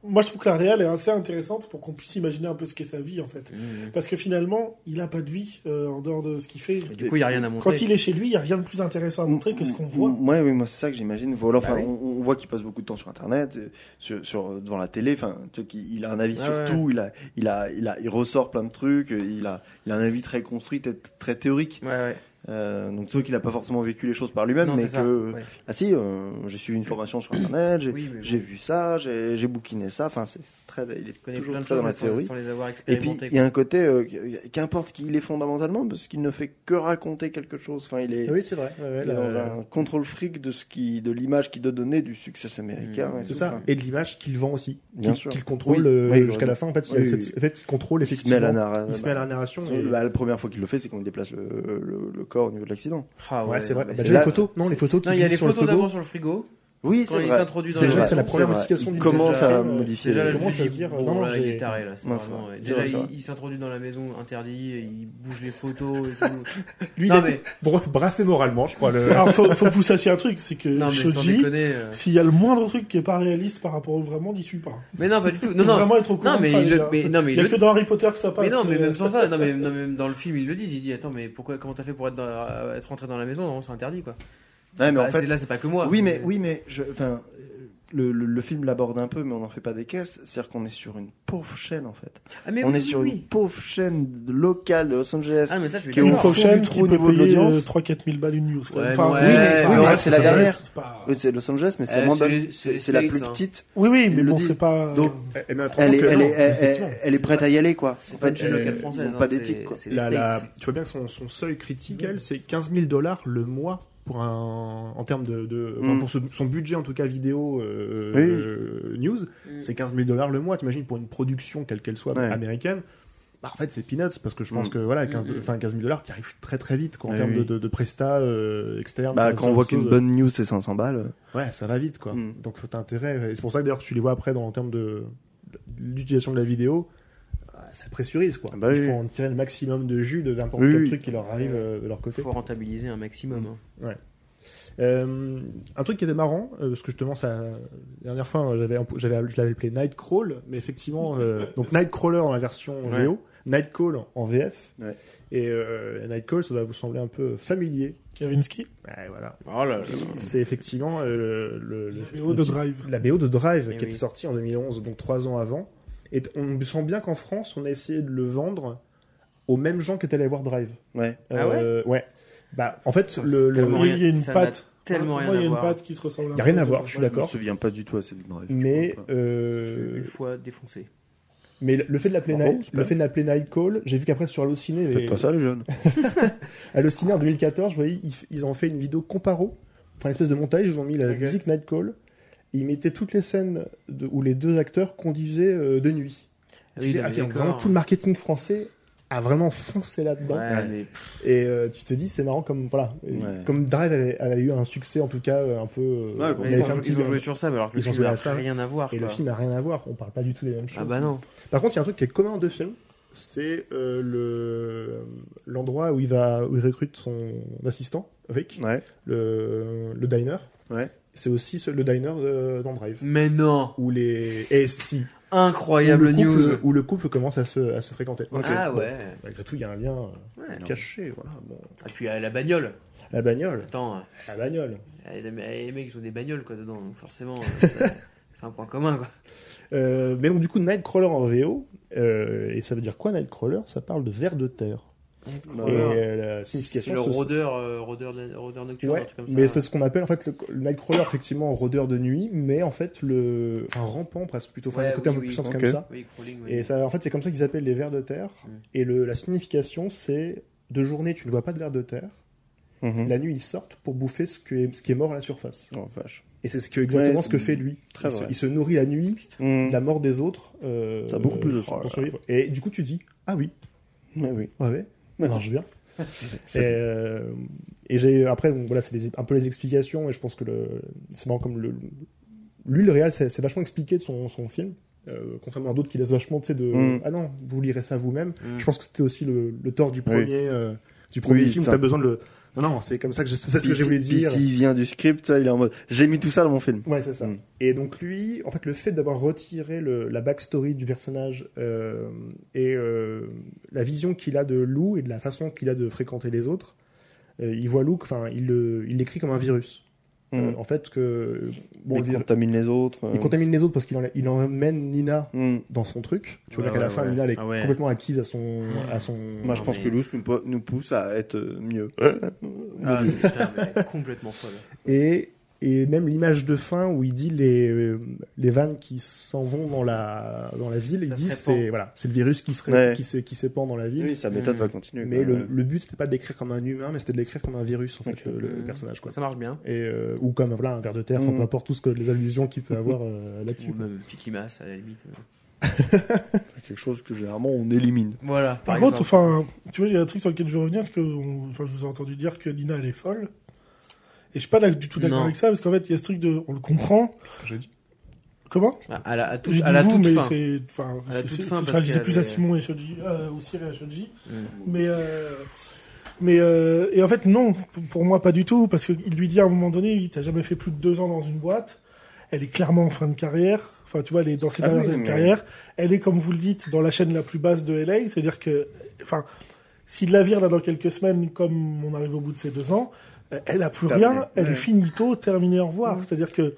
[SPEAKER 2] moi, je trouve que la réal est assez intéressante pour qu'on puisse imaginer un peu ce qu'est sa vie, en fait.
[SPEAKER 7] Mhm.
[SPEAKER 2] Parce que finalement, il a pas de vie euh, en dehors de ce qu'il fait.
[SPEAKER 7] Et du coup, il n'y a rien à montrer.
[SPEAKER 2] Quand il est chez lui, il n'y a rien de plus intéressant à montrer que ce qu'on voit.
[SPEAKER 4] Ouais, oui, moi c'est ça que j'imagine. Voilà, enfin,
[SPEAKER 7] Bah oui.
[SPEAKER 4] on, on voit qu'il passe beaucoup de temps sur Internet, euh, sur, sur- devant la télé. Enfin, tu sais qu'il- il a un avis
[SPEAKER 7] Ouais,
[SPEAKER 4] sur
[SPEAKER 7] Ah ouais.
[SPEAKER 4] tout. Il a, il a, il a, il ressort plein de trucs. euh, Il a, il a un avis très construit, très, très théorique.
[SPEAKER 7] Ouais, ouais.
[SPEAKER 4] Euh, donc c'est vrai qu'il a pas forcément vécu les choses par lui-même,
[SPEAKER 7] Non,
[SPEAKER 4] mais
[SPEAKER 7] c'est ça,
[SPEAKER 4] que
[SPEAKER 7] ouais.
[SPEAKER 4] ah si, euh, j'ai suivi une formation sur Internet, j'ai
[SPEAKER 7] Oui, mais bon,
[SPEAKER 4] j'ai vu ça, j'ai j'ai bouquiné ça. Enfin, c'est c'est très, il est
[SPEAKER 7] il connaît
[SPEAKER 4] toujours
[SPEAKER 7] plein de
[SPEAKER 4] très
[SPEAKER 7] choses
[SPEAKER 4] dans la
[SPEAKER 7] mais sans,
[SPEAKER 4] théorie.
[SPEAKER 7] sans les avoir
[SPEAKER 4] Et puis
[SPEAKER 7] expérimentées.
[SPEAKER 4] il y a un côté, euh, qu'importe qui il est fondamentalement, parce qu'il ne fait que raconter quelque chose. Enfin, il est,
[SPEAKER 5] Oui, c'est vrai. ouais, ouais, euh,
[SPEAKER 4] il est
[SPEAKER 5] la-
[SPEAKER 4] dans un contrôle fric de ce qui, de l'image qu'il doit donner du succès américain.
[SPEAKER 7] Mmh.
[SPEAKER 4] et
[SPEAKER 5] Mm, C'est
[SPEAKER 4] tout.
[SPEAKER 5] ça.
[SPEAKER 4] Enfin,
[SPEAKER 5] Et de l'image qu'il vend aussi.
[SPEAKER 4] Bien
[SPEAKER 5] Qu'il-
[SPEAKER 4] sûr.
[SPEAKER 5] Qu'il contrôle
[SPEAKER 4] Oui,
[SPEAKER 5] euh,
[SPEAKER 4] oui, oui,
[SPEAKER 5] jusqu'à la fin. En fait, il, y a
[SPEAKER 4] oui,
[SPEAKER 5] cette-
[SPEAKER 4] oui.
[SPEAKER 5] en fait, il contrôle
[SPEAKER 4] il se met
[SPEAKER 5] effectivement.
[SPEAKER 4] à la narration.
[SPEAKER 5] Il se met à la narration. et-
[SPEAKER 4] Bah, la première fois qu'il le fait, c'est qu'on déplace le, le- le corps au niveau de l'accident.
[SPEAKER 7] Ah
[SPEAKER 5] Ouais, c'est vrai.
[SPEAKER 7] mais
[SPEAKER 5] Bah,
[SPEAKER 7] c'est-
[SPEAKER 5] j'ai
[SPEAKER 4] là,
[SPEAKER 5] les photos. Non,
[SPEAKER 4] c'est-
[SPEAKER 5] les photos qui
[SPEAKER 7] Non, il y a
[SPEAKER 5] glissent
[SPEAKER 7] les
[SPEAKER 5] sur le
[SPEAKER 7] photos
[SPEAKER 5] frigo.
[SPEAKER 7] d'abord sur le frigo.
[SPEAKER 4] Oui,
[SPEAKER 7] Quand il s'introduit dans
[SPEAKER 5] C'est
[SPEAKER 7] la
[SPEAKER 5] vrai, c'est la
[SPEAKER 7] relation,
[SPEAKER 5] première
[SPEAKER 4] vrai.
[SPEAKER 5] modification
[SPEAKER 4] Il
[SPEAKER 5] du
[SPEAKER 4] commence
[SPEAKER 7] visage.
[SPEAKER 4] à
[SPEAKER 5] Déjà,
[SPEAKER 4] modifier.
[SPEAKER 7] Déjà,
[SPEAKER 4] les-
[SPEAKER 7] là,
[SPEAKER 5] Comment
[SPEAKER 7] lui,
[SPEAKER 5] ça se
[SPEAKER 7] il-
[SPEAKER 5] dire,
[SPEAKER 7] bon,
[SPEAKER 5] euh, non,
[SPEAKER 7] là, il
[SPEAKER 5] j'ai-
[SPEAKER 7] est taré, là. c'est
[SPEAKER 4] Non, c'est
[SPEAKER 7] vraiment,
[SPEAKER 4] vrai.
[SPEAKER 7] ouais.
[SPEAKER 4] C'est
[SPEAKER 7] Déjà,
[SPEAKER 4] vrai, c'est
[SPEAKER 7] il-
[SPEAKER 4] vrai.
[SPEAKER 7] il s'introduit dans la maison, interdit, et il bouge les photos et tout.
[SPEAKER 5] Lui, il
[SPEAKER 7] Non,
[SPEAKER 5] a
[SPEAKER 7] mais,
[SPEAKER 5] bra- brassé moralement, je crois. le-
[SPEAKER 2] Alors, faut, faut que vous sachiez un truc, c'est que
[SPEAKER 7] non, mais sans
[SPEAKER 2] Shoji,
[SPEAKER 7] déconner. euh,
[SPEAKER 2] s'il y a le moindre truc qui est pas réaliste par rapport au vraiment, il suit pas.
[SPEAKER 7] Mais non, pas du tout.
[SPEAKER 2] Faut
[SPEAKER 7] Non, non.
[SPEAKER 2] vraiment être au courant
[SPEAKER 7] Non,
[SPEAKER 2] de
[SPEAKER 7] mais
[SPEAKER 2] ça,
[SPEAKER 7] il
[SPEAKER 2] les
[SPEAKER 7] le-
[SPEAKER 2] gars.
[SPEAKER 7] mais- non, mais
[SPEAKER 2] il
[SPEAKER 7] il
[SPEAKER 2] y a
[SPEAKER 7] le-
[SPEAKER 2] que dans Harry Potter que ça passe.
[SPEAKER 7] Mais non, mais
[SPEAKER 2] euh,
[SPEAKER 7] même sans ça, non, mais, non, mais dans le film, ils le disent. Ils disent Attends, mais pourquoi, comment t'as fait pour être, dans- être rentré dans la maison Non, c'est interdit, quoi.
[SPEAKER 4] Ouais, mais en
[SPEAKER 7] Bah,
[SPEAKER 4] fait,
[SPEAKER 7] c'est- là, c'est pas que moi.
[SPEAKER 4] Oui, mais, oui, mais je, enfin, euh, le, le, le film l'aborde un peu, mais on n'en fait pas des caisses. C'est-à-dire qu'on est sur une pauvre chaîne, en fait.
[SPEAKER 7] Ah, mais
[SPEAKER 4] on
[SPEAKER 7] oui,
[SPEAKER 4] est sur
[SPEAKER 7] oui,
[SPEAKER 4] une pauvre chaîne locale de Los Angeles.
[SPEAKER 7] Ah, mais ça, je vais
[SPEAKER 4] Qui est
[SPEAKER 2] une
[SPEAKER 4] au fond
[SPEAKER 7] d'accord.
[SPEAKER 2] prochaine
[SPEAKER 4] du
[SPEAKER 2] qui
[SPEAKER 4] trou au
[SPEAKER 2] peut
[SPEAKER 4] niveau de
[SPEAKER 2] payer
[SPEAKER 4] l'audience.
[SPEAKER 2] euh, 3 4 000 balles une news. quoi.
[SPEAKER 7] Ouais,
[SPEAKER 2] Enfin,
[SPEAKER 7] mais
[SPEAKER 2] oui,
[SPEAKER 7] ouais,
[SPEAKER 2] mais
[SPEAKER 7] mais
[SPEAKER 2] pas-
[SPEAKER 7] ouais,
[SPEAKER 4] c'est la
[SPEAKER 2] pas-
[SPEAKER 4] dernière.
[SPEAKER 2] c'est pas-
[SPEAKER 4] Oui, c'est Los Angeles, mais c'est
[SPEAKER 7] Eh,
[SPEAKER 4] moins
[SPEAKER 7] c'est
[SPEAKER 4] bonne.
[SPEAKER 7] les- c'est
[SPEAKER 4] C'est
[SPEAKER 7] les
[SPEAKER 4] c'est la
[SPEAKER 7] States,
[SPEAKER 4] plus
[SPEAKER 7] hein.
[SPEAKER 4] petite.
[SPEAKER 2] Oui, oui,
[SPEAKER 4] Ils
[SPEAKER 2] mais
[SPEAKER 4] le
[SPEAKER 2] bon,
[SPEAKER 4] disent.
[SPEAKER 2] c'est pas.
[SPEAKER 4] Donc,
[SPEAKER 5] Eh ben,
[SPEAKER 4] Elle est,
[SPEAKER 5] que
[SPEAKER 4] elle,
[SPEAKER 5] non,
[SPEAKER 4] est, elle,
[SPEAKER 5] effectivement.
[SPEAKER 4] elle- elle est prête à y aller, quoi. En
[SPEAKER 7] pas une
[SPEAKER 4] fait,
[SPEAKER 7] chaîne locale
[SPEAKER 4] ils
[SPEAKER 7] française,
[SPEAKER 4] n'ont
[SPEAKER 7] hein,
[SPEAKER 4] pas
[SPEAKER 7] c'est-
[SPEAKER 4] d'éthique, quoi.
[SPEAKER 7] c'est les
[SPEAKER 5] La- la-
[SPEAKER 7] States.
[SPEAKER 5] tu vois bien que son, son seuil critique, elle, c'est 15 000 dollars le mois pour un, en termes de, de- enfin,
[SPEAKER 4] Mm.
[SPEAKER 5] pour ce- son budget en tout cas vidéo euh,
[SPEAKER 4] Oui.
[SPEAKER 5] euh, news,
[SPEAKER 7] Mm.
[SPEAKER 5] c'est 15 000 dollars le mois. T'imagines pour une production quelle qu'elle soit
[SPEAKER 4] Ouais.
[SPEAKER 5] américaine. Bah, en fait, c'est peanuts parce que je pense
[SPEAKER 4] Mm.
[SPEAKER 5] que voilà, 15,
[SPEAKER 7] Mm.
[SPEAKER 5] enfin, 15 000 dollars, t'y arrives très très vite quoi, en
[SPEAKER 4] Ouais,
[SPEAKER 5] termes de,
[SPEAKER 4] oui.
[SPEAKER 5] de, de presta euh, externe. euh,
[SPEAKER 4] Bah,
[SPEAKER 5] comme
[SPEAKER 4] quand
[SPEAKER 5] ça,
[SPEAKER 4] on voit
[SPEAKER 5] autre chose.
[SPEAKER 4] qu'une bonne news, c'est 500 balles. euh,
[SPEAKER 5] Ouais, ça va vite, quoi.
[SPEAKER 4] Mm.
[SPEAKER 5] Donc, faut intérêt. Et c'est pour ça que d'ailleurs, tu les vois après dans en termes de de l'utilisation de la vidéo, ah, ça pressurise, quoi.
[SPEAKER 4] Ah bah
[SPEAKER 5] Il
[SPEAKER 4] oui.
[SPEAKER 5] faut en tirer le maximum de jus de n'importe
[SPEAKER 4] Oui,
[SPEAKER 5] quel
[SPEAKER 4] oui.
[SPEAKER 5] truc qui leur arrive euh, de leur côté.
[SPEAKER 7] faut rentabiliser un maximum. hein.
[SPEAKER 5] Euh, un truc qui était marrant, euh, parce que justement, ça, la dernière fois, euh, j'avais, impo- j'avais, je l'avais appelé Nightcrawl, mais effectivement, euh, donc Nightcrawler dans la version
[SPEAKER 4] Ouais.
[SPEAKER 5] VO, Nightcall en VF,
[SPEAKER 4] Ouais.
[SPEAKER 5] et euh, Nightcall, ça va vous sembler un peu familier.
[SPEAKER 2] Kavinsky,
[SPEAKER 5] Ouais, voilà.
[SPEAKER 7] Oh là là.
[SPEAKER 5] C'est effectivement euh, le, le,
[SPEAKER 2] BO de
[SPEAKER 5] le-
[SPEAKER 2] Drive.
[SPEAKER 5] la BO de Drive
[SPEAKER 7] Eh
[SPEAKER 5] qui
[SPEAKER 7] oui.
[SPEAKER 5] était sortie en 2011, donc trois ans avant. Et t- on sent bien qu'en France, on a essayé de le vendre aux mêmes gens qui étaient allés voir Drive.
[SPEAKER 4] Ouais.
[SPEAKER 7] Ah ouais
[SPEAKER 5] Euh, Ouais. Bah, en fait,
[SPEAKER 7] Ça,
[SPEAKER 5] le,
[SPEAKER 7] c'est
[SPEAKER 5] le-
[SPEAKER 7] tellement
[SPEAKER 2] Il y a
[SPEAKER 7] rien-
[SPEAKER 2] une
[SPEAKER 7] ça n'a
[SPEAKER 2] patte.
[SPEAKER 7] Tellement
[SPEAKER 2] Pour
[SPEAKER 7] rien
[SPEAKER 2] moi, il y a
[SPEAKER 7] à
[SPEAKER 2] une
[SPEAKER 7] voir.
[SPEAKER 2] patte qui se ressemble.
[SPEAKER 5] Il y a rien à voir, je suis
[SPEAKER 4] Je me
[SPEAKER 5] d'accord.
[SPEAKER 4] souviens pas du tout assez de Drive. je
[SPEAKER 5] Mais,
[SPEAKER 4] crois pas.
[SPEAKER 7] Je suis
[SPEAKER 5] euh,
[SPEAKER 7] une fois défoncé.
[SPEAKER 5] mais le fait de l'appeler
[SPEAKER 4] Bravo,
[SPEAKER 5] Night,
[SPEAKER 4] c'est
[SPEAKER 5] le
[SPEAKER 4] bien.
[SPEAKER 5] fait de l'appeler Night Call, j'ai vu qu'après sur Allociné,
[SPEAKER 4] Faites pas ça, les jeunes.
[SPEAKER 5] Allociné en 2014, je voyais, ils, ils ont fait une vidéo comparo, enfin une espèce de montage, ils ont mis la
[SPEAKER 7] Ok.
[SPEAKER 5] musique Night Call, et ils mettaient toutes les scènes de- où les deux acteurs conduisaient euh, de nuit.
[SPEAKER 7] Oui,
[SPEAKER 5] Tu sais,
[SPEAKER 7] non,
[SPEAKER 5] ah,
[SPEAKER 7] mais
[SPEAKER 5] tiens,
[SPEAKER 7] d'accord.
[SPEAKER 5] vraiment, tout le marketing français a vraiment foncé là-dedans.
[SPEAKER 7] Ouais, mais
[SPEAKER 5] Et euh, tu te dis, c'est marrant comme voilà,
[SPEAKER 4] Ouais.
[SPEAKER 5] comme Drive avait, avait eu un succès en tout cas euh, un peu. euh,
[SPEAKER 4] Ouais,
[SPEAKER 5] on
[SPEAKER 4] ils
[SPEAKER 7] Mais
[SPEAKER 5] avait
[SPEAKER 7] ils,
[SPEAKER 5] fait un
[SPEAKER 7] ont,
[SPEAKER 5] petit-
[SPEAKER 7] ils ont joué sur ça, mais alors que
[SPEAKER 5] ils
[SPEAKER 7] le
[SPEAKER 5] ont
[SPEAKER 7] film
[SPEAKER 5] joué à
[SPEAKER 7] n'a
[SPEAKER 5] ça.
[SPEAKER 7] rien à voir.
[SPEAKER 5] Et le
[SPEAKER 7] quoi.
[SPEAKER 5] film n'a rien à voir, on parle pas du tout des mêmes choses.
[SPEAKER 7] Ah bah non.
[SPEAKER 5] Par contre, il y a un truc qui est commun aux deux films, c'est euh, le l'endroit où il va où il recrute son assistant Rick,
[SPEAKER 4] Ouais.
[SPEAKER 5] le, le diner.
[SPEAKER 4] Ouais.
[SPEAKER 5] C'est aussi ce- le diner de- dans Drive.
[SPEAKER 7] Mais non.
[SPEAKER 5] Où les et si où
[SPEAKER 7] Incroyable
[SPEAKER 5] le couple,
[SPEAKER 7] news.
[SPEAKER 5] où le couple commence à se, à se fréquenter.
[SPEAKER 7] Ah
[SPEAKER 5] Bon,
[SPEAKER 7] ouais.
[SPEAKER 5] malgré tout, il y a un lien euh,
[SPEAKER 7] Ouais.
[SPEAKER 5] caché. Voilà. Bon.
[SPEAKER 7] Et puis euh, la bagnole.
[SPEAKER 5] La bagnole.
[SPEAKER 7] Attends,
[SPEAKER 5] La bagnole.
[SPEAKER 7] euh, les, les mecs ils ont des bagnoles quoi dedans, donc forcément euh, ça- c'est un point commun quoi.
[SPEAKER 5] Euh, mais donc, du coup, Nightcrawler en VO. euh, et ça veut dire quoi, Nightcrawler Ça parle de vers de terre. Et
[SPEAKER 7] Voilà.
[SPEAKER 5] euh, la
[SPEAKER 7] C'est
[SPEAKER 5] signification.
[SPEAKER 7] le
[SPEAKER 5] ce-
[SPEAKER 7] rôdeur, euh, rôdeur, de- rôdeur nocturne,
[SPEAKER 5] Ouais,
[SPEAKER 7] un truc comme ça.
[SPEAKER 5] mais c'est ce qu'on appelle en fait le, le Nightcrawler, effectivement, rôdeur de nuit, mais en fait, le. Enfin, rampant presque, plutôt. Enfin,
[SPEAKER 7] Ouais,
[SPEAKER 5] un côté
[SPEAKER 7] oui,
[SPEAKER 5] un peu
[SPEAKER 7] oui.
[SPEAKER 5] puissant
[SPEAKER 4] Ok.
[SPEAKER 5] comme ça.
[SPEAKER 7] Oui, crawling, oui.
[SPEAKER 5] Et ça, en fait, c'est comme ça qu'ils appellent les vers de terre.
[SPEAKER 7] Mm.
[SPEAKER 5] Et le, la signification, c'est de journée, tu ne vois pas de vers de terre.
[SPEAKER 4] Mhm.
[SPEAKER 5] La nuit, ils sortent pour bouffer ce, que- ce qui est mort à la surface.
[SPEAKER 4] Oh, vache.
[SPEAKER 5] Et c'est ce que, exactement
[SPEAKER 4] Ouais,
[SPEAKER 5] ce que
[SPEAKER 4] c'est
[SPEAKER 5] fait lui.
[SPEAKER 4] très
[SPEAKER 5] il, se,
[SPEAKER 4] vrai.
[SPEAKER 5] il se nourrit la nuit
[SPEAKER 4] Mhm.
[SPEAKER 5] de la mort des autres. euh,
[SPEAKER 4] T'as beaucoup plus de
[SPEAKER 5] pour
[SPEAKER 4] sens.
[SPEAKER 5] survivre. Et du coup, tu dis Ah oui,
[SPEAKER 4] Mais oui.
[SPEAKER 5] ouais, ouais, ça marche bien. et euh, et j'ai après, bon, voilà, c'est les- un peu les explications. Et je pense que le- c'est marrant comme le. Lui, le réel, c'est c'est vachement expliqué de son, son film. euh, contrairement à d'autres qui laissent vachement, tu sais, de.
[SPEAKER 4] Mm.
[SPEAKER 5] Ah non, vous lirez ça vous-même.
[SPEAKER 7] Mm.
[SPEAKER 5] Je pense que c'était aussi le, le tort du premier, euh, du premier
[SPEAKER 4] Oui,
[SPEAKER 5] film.
[SPEAKER 4] ça.
[SPEAKER 5] T'as besoin de le. Non, non, c'est comme ça que j'ai- c'est ce que j'ai voulu
[SPEAKER 4] Puis
[SPEAKER 5] dire.
[SPEAKER 4] S'il vient du script, il est en mode j'ai mis tout ça dans mon film.
[SPEAKER 5] Ouais, c'est ça.
[SPEAKER 4] Mm.
[SPEAKER 5] Et donc lui, en fait, le fait d'avoir retiré le- la backstory du personnage euh, et euh, la vision qu'il a de Lou et de la façon qu'il a de fréquenter les autres, euh, il voit Lou, enfin, il le- il l'écrit comme un virus. Euh, en fait, que bon,
[SPEAKER 4] Bon,
[SPEAKER 5] le
[SPEAKER 4] il
[SPEAKER 5] vir-
[SPEAKER 4] contamine les autres. Mm. euh.
[SPEAKER 5] il contamine les autres parce qu'il en- il emmène Nina
[SPEAKER 4] Mhm.
[SPEAKER 5] dans son truc. Tu vois
[SPEAKER 4] Ouais,
[SPEAKER 5] là qu'à la
[SPEAKER 4] ouais,
[SPEAKER 5] fin,
[SPEAKER 4] ouais.
[SPEAKER 5] Nina elle est
[SPEAKER 7] Ah ouais.
[SPEAKER 5] complètement acquise à son, à son.
[SPEAKER 4] Moi, je
[SPEAKER 7] Non,
[SPEAKER 4] pense
[SPEAKER 7] mais-
[SPEAKER 4] que Lous nous, po- nous pousse à être euh, mieux.
[SPEAKER 7] Ah, mais putain, mais complètement folle.
[SPEAKER 5] Et, et même l'image de fin où il dit les, euh, les vannes qui s'en vont dans la, dans la ville,
[SPEAKER 7] Ça
[SPEAKER 5] il
[SPEAKER 7] se
[SPEAKER 5] dit
[SPEAKER 7] répand.
[SPEAKER 5] c'est voilà, c'est le virus qui, se ré-
[SPEAKER 4] Ouais.
[SPEAKER 5] qui, s'é- qui s'épand dans la ville.
[SPEAKER 4] Oui, sa méthode
[SPEAKER 7] Mhm.
[SPEAKER 4] va continuer.
[SPEAKER 5] Mm. Mais
[SPEAKER 4] quoi.
[SPEAKER 5] le, le but c'était pas de l'écrire comme un humain, mais c'était de l'écrire comme un virus en fait,
[SPEAKER 4] Ok.
[SPEAKER 5] le, le
[SPEAKER 7] Mhm.
[SPEAKER 5] personnage quoi.
[SPEAKER 7] Ça marche bien.
[SPEAKER 5] Et, euh, ou comme voilà, un ver de terre, enfin,
[SPEAKER 4] Mhm.
[SPEAKER 5] peu importe tout ce que les allusions qu'il peut avoir euh, là-dessus.
[SPEAKER 7] Ou même une petite limace à la limite.
[SPEAKER 4] C'est quelque chose que généralement on élimine.
[SPEAKER 7] Voilà.
[SPEAKER 2] Par,
[SPEAKER 7] Par,
[SPEAKER 2] contre,
[SPEAKER 7] exemple.
[SPEAKER 2] enfin, tu vois, il y a un truc sur lequel je veux revenir, parce que on- enfin, je vous ai entendu dire que Nina, elle est folle. Et je suis pas d'ac- du tout d'accord
[SPEAKER 7] Non.
[SPEAKER 2] avec ça, parce qu'en fait, il y a ce truc de, on le comprend. Comment
[SPEAKER 7] Ah, à la, à toute-
[SPEAKER 2] J'ai
[SPEAKER 7] à
[SPEAKER 2] dit
[SPEAKER 7] la
[SPEAKER 2] vous,
[SPEAKER 7] toute
[SPEAKER 2] mais
[SPEAKER 7] fin.
[SPEAKER 2] c'est, enfin,
[SPEAKER 7] À la
[SPEAKER 2] c'est-
[SPEAKER 7] toute
[SPEAKER 2] c'est-
[SPEAKER 7] fin,
[SPEAKER 2] enfin,
[SPEAKER 7] parce
[SPEAKER 2] je
[SPEAKER 7] qu'il y
[SPEAKER 2] sais
[SPEAKER 7] a
[SPEAKER 2] plus
[SPEAKER 7] le-
[SPEAKER 2] à Simon et Shoji, euh, au ciré à Shoji.
[SPEAKER 7] Mm.
[SPEAKER 2] Mais, euh, mais euh, et en fait, non, pour moi, pas du tout, parce qu'il lui dit à un moment donné, il dit, t'as jamais fait plus de deux ans dans une boîte. Elle est clairement en fin de carrière. Enfin, tu vois, elle est dans ses
[SPEAKER 4] Ah
[SPEAKER 2] dernières
[SPEAKER 4] oui,
[SPEAKER 2] années de
[SPEAKER 4] mais-
[SPEAKER 2] carrière. Elle est, comme vous le dites, dans la chaîne la plus basse de LA. C'est-à-dire que, enfin, s'il la vire là dans quelques semaines, comme on arrive au bout de ses deux ans, euh, elle a plus
[SPEAKER 4] Terminé.
[SPEAKER 2] rien. Elle
[SPEAKER 4] Ouais.
[SPEAKER 2] est finito, terminée, au revoir. C'est-à-dire que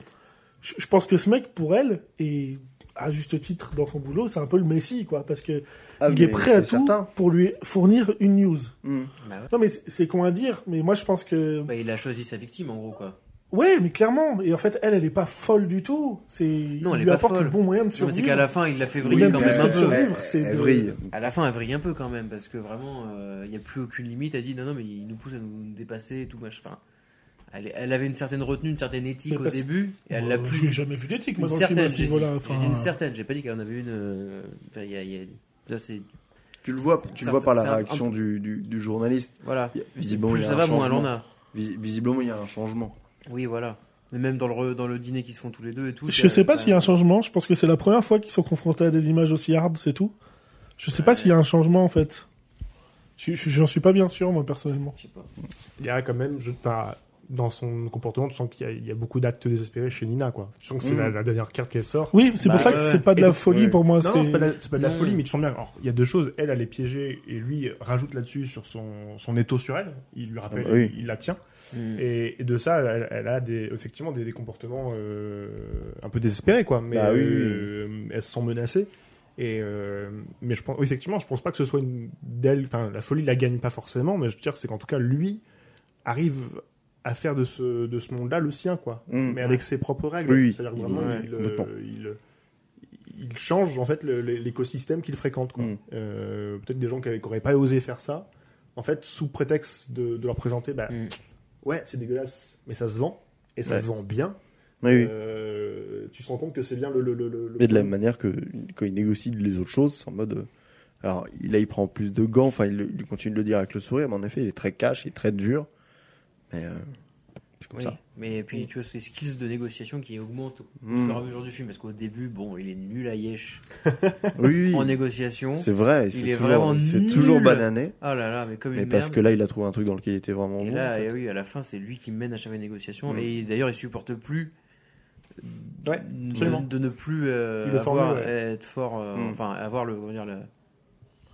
[SPEAKER 2] je je pense que ce mec, pour elle, et à juste titre dans son boulot, c'est un peu le messie, quoi, parce que
[SPEAKER 4] Ah,
[SPEAKER 2] il est
[SPEAKER 4] mais
[SPEAKER 2] prêt à
[SPEAKER 4] c'est
[SPEAKER 2] tout
[SPEAKER 4] certain.
[SPEAKER 2] pour lui fournir une news.
[SPEAKER 4] Mhm.
[SPEAKER 7] Bah ouais.
[SPEAKER 2] Non, mais c'est- c'est con à dire, mais moi je pense que.
[SPEAKER 7] Bah, il a choisi sa victime en gros quoi.
[SPEAKER 2] Ouais, mais clairement, et en fait, elle, elle est pas folle du tout. C'est...
[SPEAKER 7] Non,
[SPEAKER 2] il
[SPEAKER 7] elle est
[SPEAKER 2] lui
[SPEAKER 7] pas
[SPEAKER 2] apporte
[SPEAKER 7] folle.
[SPEAKER 2] le bon moyen de
[SPEAKER 7] Non, mais
[SPEAKER 2] survivre.
[SPEAKER 7] c'est qu'à la fin il l'a fait
[SPEAKER 2] hein. Oui,
[SPEAKER 7] vriller
[SPEAKER 2] mais
[SPEAKER 7] quand
[SPEAKER 2] parce
[SPEAKER 7] même hein. un
[SPEAKER 2] que
[SPEAKER 7] peu.
[SPEAKER 2] survivre, c'est
[SPEAKER 4] Elle
[SPEAKER 2] de-
[SPEAKER 4] vrille.
[SPEAKER 7] À la fin, elle vrille un peu quand même, parce que vraiment, euh, il n'y a plus aucune limite. Elle dit non, non, mais il nous pousse à nous dépasser et tout, machin. Enfin, elle, est- elle avait une certaine retenue, une certaine
[SPEAKER 2] Mais
[SPEAKER 7] éthique au
[SPEAKER 2] parce-
[SPEAKER 7] début, et elle
[SPEAKER 2] Bah,
[SPEAKER 7] l'a
[SPEAKER 2] Je lui ai
[SPEAKER 7] plus.
[SPEAKER 2] jamais vu d'éthique,
[SPEAKER 7] Une
[SPEAKER 2] moi, dans le film à
[SPEAKER 7] certaine,
[SPEAKER 2] ce
[SPEAKER 7] j'ai dit,
[SPEAKER 2] niveau-là.
[SPEAKER 7] J'ai
[SPEAKER 2] Enfin, euh.
[SPEAKER 7] dit une certaine, j'ai pas dit qu'elle en avait une. euh, Enfin, il y a. il y a- ça, c'est.
[SPEAKER 4] Tu le vois, tu le vois
[SPEAKER 7] Certain-
[SPEAKER 4] par la
[SPEAKER 7] c'est un-
[SPEAKER 4] réaction du, du, du journaliste.
[SPEAKER 7] Voilà.
[SPEAKER 4] Il y a- Visiblement,
[SPEAKER 7] plus
[SPEAKER 4] il y a
[SPEAKER 7] ça
[SPEAKER 4] un
[SPEAKER 7] va, moins
[SPEAKER 4] changement.
[SPEAKER 7] elle en a.
[SPEAKER 4] Visi- Visiblement, il y a un changement.
[SPEAKER 7] Oui, voilà. Mais même dans le, re- dans le dîner qu'ils se font tous les deux et tout. euh,
[SPEAKER 2] Je sais pas s'il y a un changement, je pense que c'est la première fois qu'ils sont confrontés à des images aussi hard, c'est tout. Je sais pas
[SPEAKER 7] Ouais.
[SPEAKER 2] s'il y a un changement en fait. Je- je- J'en suis pas bien sûr, moi, personnellement.
[SPEAKER 7] Je sais pas.
[SPEAKER 5] Il y a quand même, je, t'as- dans son comportement, tu sens qu'il y a, il y a beaucoup d'actes désespérés chez Nina, quoi. Tu sens que c'est
[SPEAKER 4] Mm.
[SPEAKER 5] la, la dernière carte qu'elle sort.
[SPEAKER 2] Oui, c'est
[SPEAKER 7] Bah,
[SPEAKER 2] pour ça que
[SPEAKER 7] ouais, ouais.
[SPEAKER 2] c'est pas de
[SPEAKER 5] Et
[SPEAKER 2] la
[SPEAKER 5] donc-
[SPEAKER 2] folie
[SPEAKER 4] ouais.
[SPEAKER 2] pour moi.
[SPEAKER 5] Non, non, Oh, c'est
[SPEAKER 2] c'est-
[SPEAKER 5] pas, de la- c'est pas de la
[SPEAKER 7] Mm.
[SPEAKER 5] folie, mais tu sens bien. Alors, il y a deux choses. Elle, elle est piégée, et lui rajoute là-dessus sur son, son étau sur elle. Il lui rappelle,
[SPEAKER 4] Ah bah oui.
[SPEAKER 5] il, il la tient.
[SPEAKER 7] Hmm.
[SPEAKER 5] Et, et de ça, elle, elle a des, effectivement des, des comportements euh, un peu désespérés, quoi. Mais
[SPEAKER 4] Bah oui,
[SPEAKER 5] euh, elle se sent menacée. Et euh, mais je pense, oui, effectivement, je pense pas que ce soit une d'elle. Enfin, la folie la gagne pas forcément, mais je veux dire, c'est qu'en tout cas, lui arrive à faire de ce, de ce monde-là le sien, quoi.
[SPEAKER 4] Mhm.
[SPEAKER 5] Mais avec ses propres règles.
[SPEAKER 4] Oui,
[SPEAKER 5] C'est-à-dire
[SPEAKER 4] il-
[SPEAKER 5] que vraiment,
[SPEAKER 4] ouais,
[SPEAKER 5] il, euh,
[SPEAKER 4] complètement.
[SPEAKER 5] il- il change en fait le- le- l'écosystème qu'il fréquente. quoi.
[SPEAKER 4] Mhm.
[SPEAKER 5] Euh, Peut-être des gens qui n'auraient pas osé faire ça, en fait, sous prétexte de, de leur présenter, bah,
[SPEAKER 7] Mm.
[SPEAKER 5] ouais, c'est dégueulasse, mais ça se vend, et ça
[SPEAKER 4] Ouais. Eh
[SPEAKER 5] se vend bien.
[SPEAKER 4] Oui, oui.
[SPEAKER 5] Euh, tu te rends compte que c'est bien le. le, le, le- le-
[SPEAKER 4] Mais de la même manière que quand il négocie les autres choses, c'est en mode. euh, Alors là, il prend plus de gants, enfin, il, le- il continue de le dire avec le sourire, mais en effet, il est très cash, il est très dur. Mais euh, c'est comme
[SPEAKER 7] Oui.
[SPEAKER 4] ça.
[SPEAKER 7] Mais puis,
[SPEAKER 2] Hmm.
[SPEAKER 7] tu vois, ses skills de négociation qui augmentent au
[SPEAKER 4] Mm.
[SPEAKER 7] fur et à mesure du film, parce qu'au début, bon, il est nul à Yesh
[SPEAKER 4] Oui,
[SPEAKER 7] en
[SPEAKER 4] oui.
[SPEAKER 7] négociation.
[SPEAKER 4] C'est vrai, il, se
[SPEAKER 7] Il
[SPEAKER 4] fait
[SPEAKER 7] est
[SPEAKER 4] toujours,
[SPEAKER 7] vraiment
[SPEAKER 4] il se fait
[SPEAKER 7] nul.
[SPEAKER 4] toujours bananer.
[SPEAKER 7] Ah là là, mais comme
[SPEAKER 4] Mais
[SPEAKER 7] une
[SPEAKER 4] parce
[SPEAKER 7] merde.
[SPEAKER 4] que là, il a trouvé un truc dans lequel il était vraiment
[SPEAKER 7] Et
[SPEAKER 4] bon.
[SPEAKER 7] là,
[SPEAKER 4] en fait.
[SPEAKER 7] et oui, à la fin, c'est lui qui mène à chaque négociation.
[SPEAKER 4] Mm.
[SPEAKER 7] Et d'ailleurs, il supporte plus
[SPEAKER 5] Ouais,
[SPEAKER 7] de,
[SPEAKER 5] absolument.
[SPEAKER 7] de ne plus euh,
[SPEAKER 5] Il est
[SPEAKER 7] avoir,
[SPEAKER 5] formé, ouais.
[SPEAKER 7] être fort, euh,
[SPEAKER 4] Mm.
[SPEAKER 7] enfin, avoir le, comment dire, le-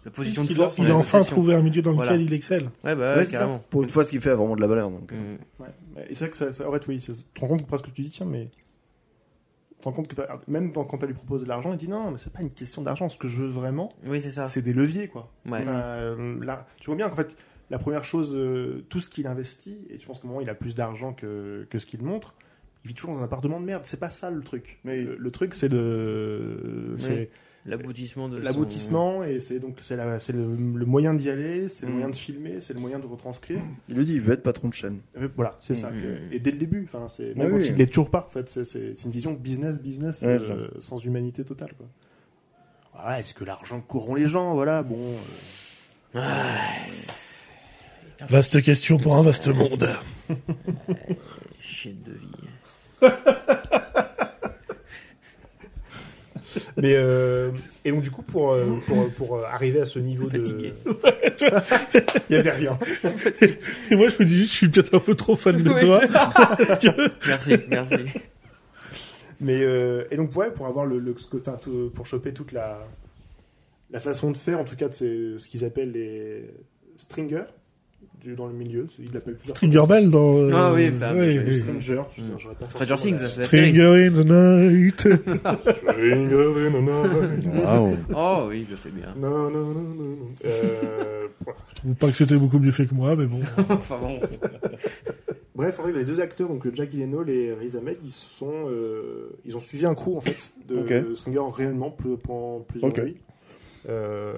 [SPEAKER 7] La position de
[SPEAKER 2] Il a-
[SPEAKER 7] force.
[SPEAKER 2] il
[SPEAKER 7] on
[SPEAKER 2] a
[SPEAKER 7] la
[SPEAKER 2] enfin
[SPEAKER 7] rotation.
[SPEAKER 2] trouvé un milieu dans lequel
[SPEAKER 7] Voilà.
[SPEAKER 2] il excelle.
[SPEAKER 7] Ouais, bah,
[SPEAKER 4] Ouais, c'est ça.
[SPEAKER 7] carrément.
[SPEAKER 4] Pour une fois, ce qu'il fait a vraiment de la valeur. Donc, euh,
[SPEAKER 7] Mm.
[SPEAKER 5] Ouais, Et c'est vrai que ça, ça- en fait, oui, ça- tu te rends compte presque que tu dis, tiens, mais. Tu te rends compte que t'as- même dans- quand elle lui propose de l'argent, il dit non, mais c'est pas une question d'argent. Ce que je veux vraiment,
[SPEAKER 7] Oui, c'est ça.
[SPEAKER 5] c'est des leviers, quoi.
[SPEAKER 7] Ouais.
[SPEAKER 5] Euh, là, tu vois bien qu'en fait, la première chose, euh, tout ce qu'il investit, et je pense qu'au moment il a plus d'argent que, que ce qu'il montre, il vit toujours dans un appartement de merde. C'est pas ça le truc.
[SPEAKER 4] Mais-
[SPEAKER 5] Le, le truc, c'est de. c'est
[SPEAKER 7] L'aboutissement de. son-
[SPEAKER 5] L'aboutissement, et c'est donc c'est la- c'est le, le moyen d'y aller, c'est le
[SPEAKER 7] Mm.
[SPEAKER 5] moyen de filmer, c'est le moyen de retranscrire.
[SPEAKER 4] il lui dit, il veut être patron de chaîne.
[SPEAKER 5] Euh, Voilà, c'est ça.
[SPEAKER 7] Mm.
[SPEAKER 5] que- et dès le début, enfin, c'est même
[SPEAKER 4] Ah
[SPEAKER 5] quand
[SPEAKER 4] oui.
[SPEAKER 5] il l'est toujours pas. En fait, c'est- c'est c'est une vision business, business,
[SPEAKER 4] Ouais,
[SPEAKER 5] euh, sans humanité totale. Quoi. Ah, Est-ce que l'argent corrompt les gens Voilà, bon. euh,
[SPEAKER 6] Vaste question pour un vaste monde.
[SPEAKER 7] Chienne de vie.
[SPEAKER 5] Mais euh, et donc du coup pour euh, pour, pour, euh, arriver à ce niveau
[SPEAKER 7] Fatigué.
[SPEAKER 5] de, il y avait rien.
[SPEAKER 2] Et moi, je me dis juste, je suis peut-être un peu trop fan de
[SPEAKER 7] Ouais.
[SPEAKER 2] toi.
[SPEAKER 7] Merci, merci.
[SPEAKER 5] Mais euh, et donc ouais, pour avoir le, le ce que t'as tout- pour choper toute la la façon de faire, en tout cas de ces- ce qu'ils appellent les stringers du- dans le milieu, ils l'appellent plusieurs. fois.
[SPEAKER 2] Trigger Bell dans. euh,
[SPEAKER 7] Ah oui, putain, mais
[SPEAKER 2] ouais,
[SPEAKER 7] je-
[SPEAKER 2] ouais.
[SPEAKER 7] je-
[SPEAKER 5] Stranger, je-
[SPEAKER 7] Mm.
[SPEAKER 5] j'aurais pas
[SPEAKER 7] Stranger
[SPEAKER 5] forcément
[SPEAKER 7] Things,
[SPEAKER 5] la-
[SPEAKER 7] c'est la série.
[SPEAKER 2] Trigger in the night.
[SPEAKER 5] Stranger in the night.
[SPEAKER 4] Ah,
[SPEAKER 7] Oh oui, il le fait bien.
[SPEAKER 5] Non, non, non, non, non. Euh, voilà.
[SPEAKER 2] je trouve pas que c'était beaucoup mieux fait que moi, mais bon.
[SPEAKER 7] enfin bon.
[SPEAKER 5] Bref, en fait, les deux acteurs, donc Jack Gyllenhaal et Riz Ahmed, ils se sont, euh, ils ont suivi un cours en fait de
[SPEAKER 4] Ok.
[SPEAKER 5] Singer réellement plus- pendant plusieurs
[SPEAKER 4] Ok.
[SPEAKER 5] nuits. Euh,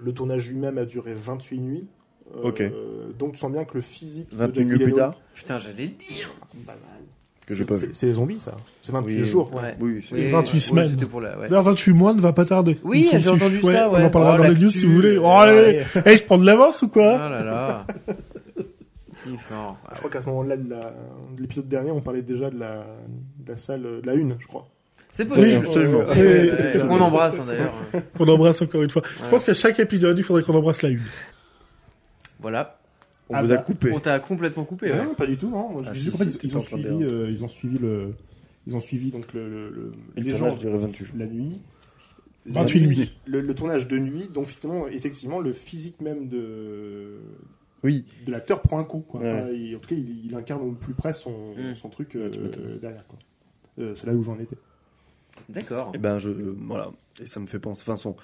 [SPEAKER 5] le tournage lui-même a duré 28 nuits. Euh,
[SPEAKER 4] Ok.
[SPEAKER 5] Donc tu sens bien que le physique. de
[SPEAKER 4] 20
[SPEAKER 5] Jack
[SPEAKER 4] minutes plus
[SPEAKER 5] Gyllenhaal- Bah,
[SPEAKER 4] tard,
[SPEAKER 7] Putain, j'allais le dire.
[SPEAKER 4] que j'ai pas
[SPEAKER 5] C'est-
[SPEAKER 4] vu.
[SPEAKER 5] C'est les zombies ça. C'est 28
[SPEAKER 4] Oui.
[SPEAKER 5] jours. quoi.
[SPEAKER 7] Ouais.
[SPEAKER 4] Oui, c'est-
[SPEAKER 7] Oui,
[SPEAKER 2] 28
[SPEAKER 7] oui,
[SPEAKER 2] semaines.
[SPEAKER 7] C'était pour la. Ouais.
[SPEAKER 2] D'ailleurs, 28 mois ne va pas tarder.
[SPEAKER 7] Oui,
[SPEAKER 2] Ils sont
[SPEAKER 7] j'ai
[SPEAKER 2] dessus.
[SPEAKER 7] entendu ça, ouais.
[SPEAKER 2] On en parlera
[SPEAKER 7] Oh,
[SPEAKER 2] dans les
[SPEAKER 7] l'actu.
[SPEAKER 2] news si vous voulez. Oh, allez,
[SPEAKER 5] Ouais.
[SPEAKER 2] Eh, je prends de l'avance ou
[SPEAKER 7] Oh
[SPEAKER 2] quoi
[SPEAKER 7] là là. Il est fort.
[SPEAKER 5] Je crois qu'à ce moment-là de la- de l'épisode dernier, on parlait déjà de la, de la salle, de la une, je crois.
[SPEAKER 7] C'est possible.
[SPEAKER 4] absolument.
[SPEAKER 7] Ouais, ouais, ouais. On embrasse hein, d'ailleurs.
[SPEAKER 2] On embrasse encore une fois. Je
[SPEAKER 7] Ouais.
[SPEAKER 2] pense qu'à chaque épisode, il faudrait qu'on embrasse la une.
[SPEAKER 7] Voilà.
[SPEAKER 4] On
[SPEAKER 5] Ah
[SPEAKER 4] vous a
[SPEAKER 5] bah.
[SPEAKER 4] coupé.
[SPEAKER 7] On t'a complètement coupé.
[SPEAKER 5] Non,
[SPEAKER 7] ouais.
[SPEAKER 5] non, pas du tout. Non. Je
[SPEAKER 4] Ah,
[SPEAKER 5] dis
[SPEAKER 4] si,
[SPEAKER 5] qu'en fait,
[SPEAKER 4] si,
[SPEAKER 5] ils,
[SPEAKER 4] t'es
[SPEAKER 5] ont
[SPEAKER 4] en train de
[SPEAKER 5] suivi,
[SPEAKER 4] dire.
[SPEAKER 5] euh, ils ont suivi le, ils ont suivi donc le, le, le-
[SPEAKER 4] Et
[SPEAKER 5] les
[SPEAKER 4] le
[SPEAKER 5] gens
[SPEAKER 4] tournage durait 28 jours.
[SPEAKER 5] la nuit.
[SPEAKER 2] 28
[SPEAKER 5] La
[SPEAKER 2] nuits.
[SPEAKER 5] Le, le tournage de nuit, donc effectivement, effectivement, le physique même de
[SPEAKER 4] Oui,
[SPEAKER 5] de l'acteur prend un coup. quoi.
[SPEAKER 4] Ouais.
[SPEAKER 5] Enfin, il- en tout cas, il, il incarne au plus près son,
[SPEAKER 7] Mm.
[SPEAKER 5] son truc euh,
[SPEAKER 4] tu m'étonnes.
[SPEAKER 5] derrière. quoi. Euh, c'est là où j'en étais.
[SPEAKER 7] D'accord.
[SPEAKER 4] Et ben je euh, voilà et ça me fait penser enfin son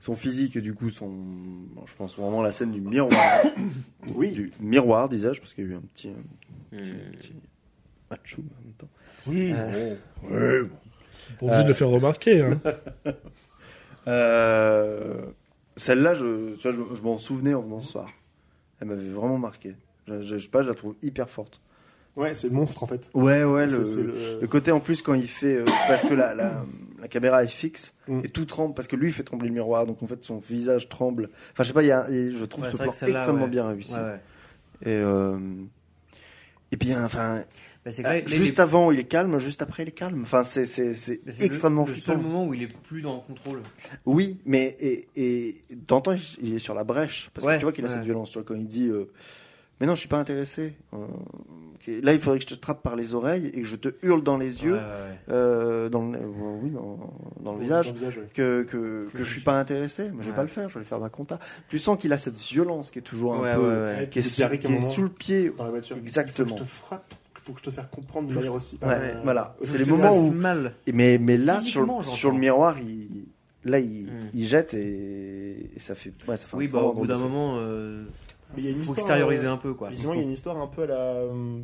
[SPEAKER 4] son physique et du coup son bon, je pense vraiment à la scène du miroir oui du miroir disais-je parce qu'il y a eu un petit un petit, un
[SPEAKER 7] Hmm.
[SPEAKER 4] petit macho en même temps
[SPEAKER 2] Oui.
[SPEAKER 4] Euh, Ouais, bon.
[SPEAKER 2] Pour vous de le faire remarquer. Hein.
[SPEAKER 4] Euh, celle-là je tu vois, je, je m'en souvenais en venant ce soir elle m'avait vraiment marqué je, je, je sais pas je la trouve hyper forte
[SPEAKER 5] Ouais, c'est le monstre en fait.
[SPEAKER 4] ouais ouais
[SPEAKER 5] C'est-
[SPEAKER 4] le,
[SPEAKER 5] c'est
[SPEAKER 4] le côté en plus quand il fait euh, parce que la, la la caméra est fixe
[SPEAKER 5] Mm.
[SPEAKER 4] et tout tremble parce que lui il fait trembler le miroir donc en fait son visage tremble enfin je sais pas il y a, et je trouve
[SPEAKER 7] Ouais,
[SPEAKER 4] ce
[SPEAKER 7] c'est vrai
[SPEAKER 4] plan
[SPEAKER 7] que celle-là,
[SPEAKER 4] extrêmement
[SPEAKER 7] ouais.
[SPEAKER 4] bien réussi
[SPEAKER 7] Ouais, ouais.
[SPEAKER 4] Et, euh, et puis, enfin,
[SPEAKER 7] Bah, c'est vrai,
[SPEAKER 4] ah,
[SPEAKER 7] mais
[SPEAKER 4] juste
[SPEAKER 7] les-
[SPEAKER 4] avant, il est calme, juste après, il est calme. Enfin, c'est, c'est, c'est
[SPEAKER 7] mais bah, c'est le-
[SPEAKER 4] extrêmement
[SPEAKER 7] le seul
[SPEAKER 4] flippant.
[SPEAKER 7] moment où il est plus dans le contrôle.
[SPEAKER 4] Oui, mais et, et t'entends, il- il est sur la brèche. Parce
[SPEAKER 7] Ouais,
[SPEAKER 4] que tu vois qu'il a
[SPEAKER 7] ouais.
[SPEAKER 4] cette violence. Tu vois, quand il dit euh, Mais non, je suis pas intéressé. Euh, ok, Là, il faudrait que je te trappe par les oreilles et que je te hurle dans les yeux,
[SPEAKER 7] Ouais, ouais,
[SPEAKER 4] euh, dans, le, euh, oui, dans, dans le visage,
[SPEAKER 5] ouais.
[SPEAKER 4] que, que, que je suis pas intéressé. Mais je vais
[SPEAKER 7] Ouais.
[SPEAKER 4] pas le faire, je vais faire ma compta. Tu sens qu'il a cette violence qui est toujours un
[SPEAKER 7] Ouais,
[SPEAKER 4] peu.
[SPEAKER 7] ouais, ouais.
[SPEAKER 5] Ouais,
[SPEAKER 4] Qui est,
[SPEAKER 5] il
[SPEAKER 4] sous,
[SPEAKER 5] arrive
[SPEAKER 4] qui
[SPEAKER 5] un
[SPEAKER 4] est
[SPEAKER 5] moment
[SPEAKER 4] sous le pied.
[SPEAKER 5] dans la voiture. Il faut que
[SPEAKER 4] Exactement.
[SPEAKER 5] je te frappe, il faut que je te fasse comprendre
[SPEAKER 4] Faut que
[SPEAKER 5] d'ailleurs
[SPEAKER 4] je-
[SPEAKER 5] aussi.
[SPEAKER 4] Ouais,
[SPEAKER 5] Euh,
[SPEAKER 4] voilà.
[SPEAKER 5] faut
[SPEAKER 4] C'est
[SPEAKER 5] que
[SPEAKER 4] les
[SPEAKER 5] je te
[SPEAKER 4] moments
[SPEAKER 5] fasse-
[SPEAKER 7] C'est
[SPEAKER 4] où-
[SPEAKER 7] mal.
[SPEAKER 4] Et mais, mais là, sur
[SPEAKER 7] Physiquement,
[SPEAKER 4] le,
[SPEAKER 7] j'entends.
[SPEAKER 4] sur le miroir, il, là, il,
[SPEAKER 7] Mm.
[SPEAKER 4] il jette et, et ça fait. Ouais, ça fait un
[SPEAKER 7] Oui,
[SPEAKER 4] peu
[SPEAKER 7] bah au
[SPEAKER 4] ordre
[SPEAKER 7] bout
[SPEAKER 4] de
[SPEAKER 7] d'un
[SPEAKER 4] fait.
[SPEAKER 7] moment, euh,
[SPEAKER 5] Mais il y a une
[SPEAKER 7] faut
[SPEAKER 5] histoire,
[SPEAKER 7] extérioriser
[SPEAKER 5] euh,
[SPEAKER 7] un peu quoi.
[SPEAKER 5] Et sinon, il y a une histoire un peu à la. euh,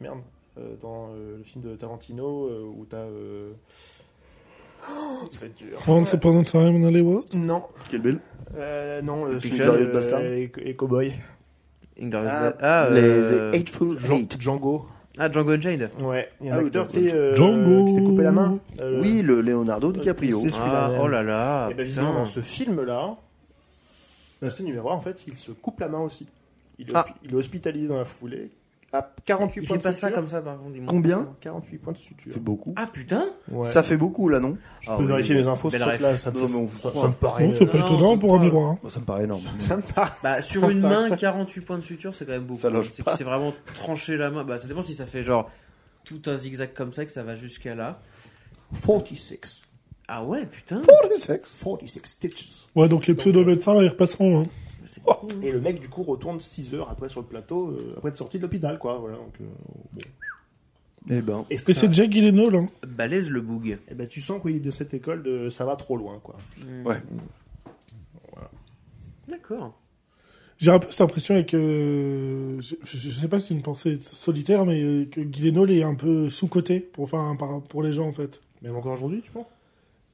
[SPEAKER 5] Merde. euh, dans euh, le film de Tarantino, euh, où t'as. euh, Oh, ça va être dur.
[SPEAKER 2] Once upon a time on Hollywood.
[SPEAKER 5] Non.
[SPEAKER 4] Kill Bill
[SPEAKER 5] Euh, non, le
[SPEAKER 7] Pulp
[SPEAKER 5] film
[SPEAKER 4] Fiction.
[SPEAKER 5] de-
[SPEAKER 4] Bastard.
[SPEAKER 5] et, et Cowboy.
[SPEAKER 7] Inglourious
[SPEAKER 4] Ah,
[SPEAKER 7] Ba- ah,
[SPEAKER 4] les
[SPEAKER 7] euh,
[SPEAKER 4] The Hateful
[SPEAKER 5] Djan-
[SPEAKER 4] Eight.
[SPEAKER 5] Django.
[SPEAKER 7] ah, Django Unchained.
[SPEAKER 5] Ouais. Il y a
[SPEAKER 4] Ah
[SPEAKER 5] un
[SPEAKER 4] oui,
[SPEAKER 5] acteur,
[SPEAKER 4] Django.
[SPEAKER 5] tu sais, euh,
[SPEAKER 2] Django.
[SPEAKER 5] qui s'était coupé la main. Euh,
[SPEAKER 4] Oui, le Leonardo DiCaprio.
[SPEAKER 5] c'est- celui-là,
[SPEAKER 7] Ah,
[SPEAKER 5] ouais.
[SPEAKER 7] oh là là.
[SPEAKER 5] et ben,
[SPEAKER 7] putain.
[SPEAKER 5] visiblement, dans ce film-là, dans ce numéro 1, en fait, il se coupe la main aussi. Il est,
[SPEAKER 4] Ah.
[SPEAKER 5] hospi- il est hospitalisé dans la foulée. À 48
[SPEAKER 7] Il
[SPEAKER 5] points
[SPEAKER 7] fait
[SPEAKER 5] de
[SPEAKER 7] pas ça
[SPEAKER 5] suture.
[SPEAKER 7] comme ça par contre. dis-moi.
[SPEAKER 4] Combien
[SPEAKER 5] 48 points de
[SPEAKER 4] Ça
[SPEAKER 5] suture.
[SPEAKER 4] fait beaucoup.
[SPEAKER 7] Ah putain
[SPEAKER 5] Ouais.
[SPEAKER 4] Ça fait beaucoup là, non
[SPEAKER 5] Je
[SPEAKER 4] Ah
[SPEAKER 5] peux
[SPEAKER 4] oui.
[SPEAKER 5] vérifier les infos,
[SPEAKER 7] Belle
[SPEAKER 5] sauf que
[SPEAKER 7] ref.
[SPEAKER 5] là, ça me,
[SPEAKER 4] Non, mais on vous
[SPEAKER 5] ça,
[SPEAKER 4] croit.
[SPEAKER 5] ça me paraît. euh,
[SPEAKER 2] Non, c'est pas
[SPEAKER 7] Non,
[SPEAKER 2] étonnant
[SPEAKER 7] tu
[SPEAKER 2] pour un
[SPEAKER 7] crois.
[SPEAKER 2] miroir. hein.
[SPEAKER 4] Bon, Ça me paraît énorme.
[SPEAKER 5] Ça me paraît.
[SPEAKER 7] Bah, sur une main, 48 points de suture, c'est quand même beaucoup.
[SPEAKER 4] Ça loge
[SPEAKER 7] c'est
[SPEAKER 4] pas.
[SPEAKER 7] c'est vraiment tranché la main. Bah, ça dépend si ça fait genre tout un zigzag comme ça, que ça va jusqu'à là.
[SPEAKER 5] 46.
[SPEAKER 7] Ah ouais, putain.
[SPEAKER 5] 46 Stitches.
[SPEAKER 2] Ouais, donc les pseudo-médecins, là, ils repasseront. hein.
[SPEAKER 7] C'est
[SPEAKER 5] Et le mec, du coup, retourne 6 heures après sur le plateau, euh, après être sorti de l'hôpital, quoi. Voilà, donc, euh, bon.
[SPEAKER 4] Eh ben,
[SPEAKER 5] Et ça-
[SPEAKER 2] Et c'est Jack Gyllenhaal, hein.
[SPEAKER 7] Balèze le boug.
[SPEAKER 5] eh ben, tu sens qu'il est de cette école, de... ça va trop loin, quoi.
[SPEAKER 4] Ouais.
[SPEAKER 7] D'accord.
[SPEAKER 2] J'ai un peu cette impression avec, euh, je, je sais pas si c'est une pensée solitaire, mais euh, que Guilhenol est un peu sous-coté pour, enfin, par- pour les gens en fait.
[SPEAKER 5] Même encore aujourd'hui, tu penses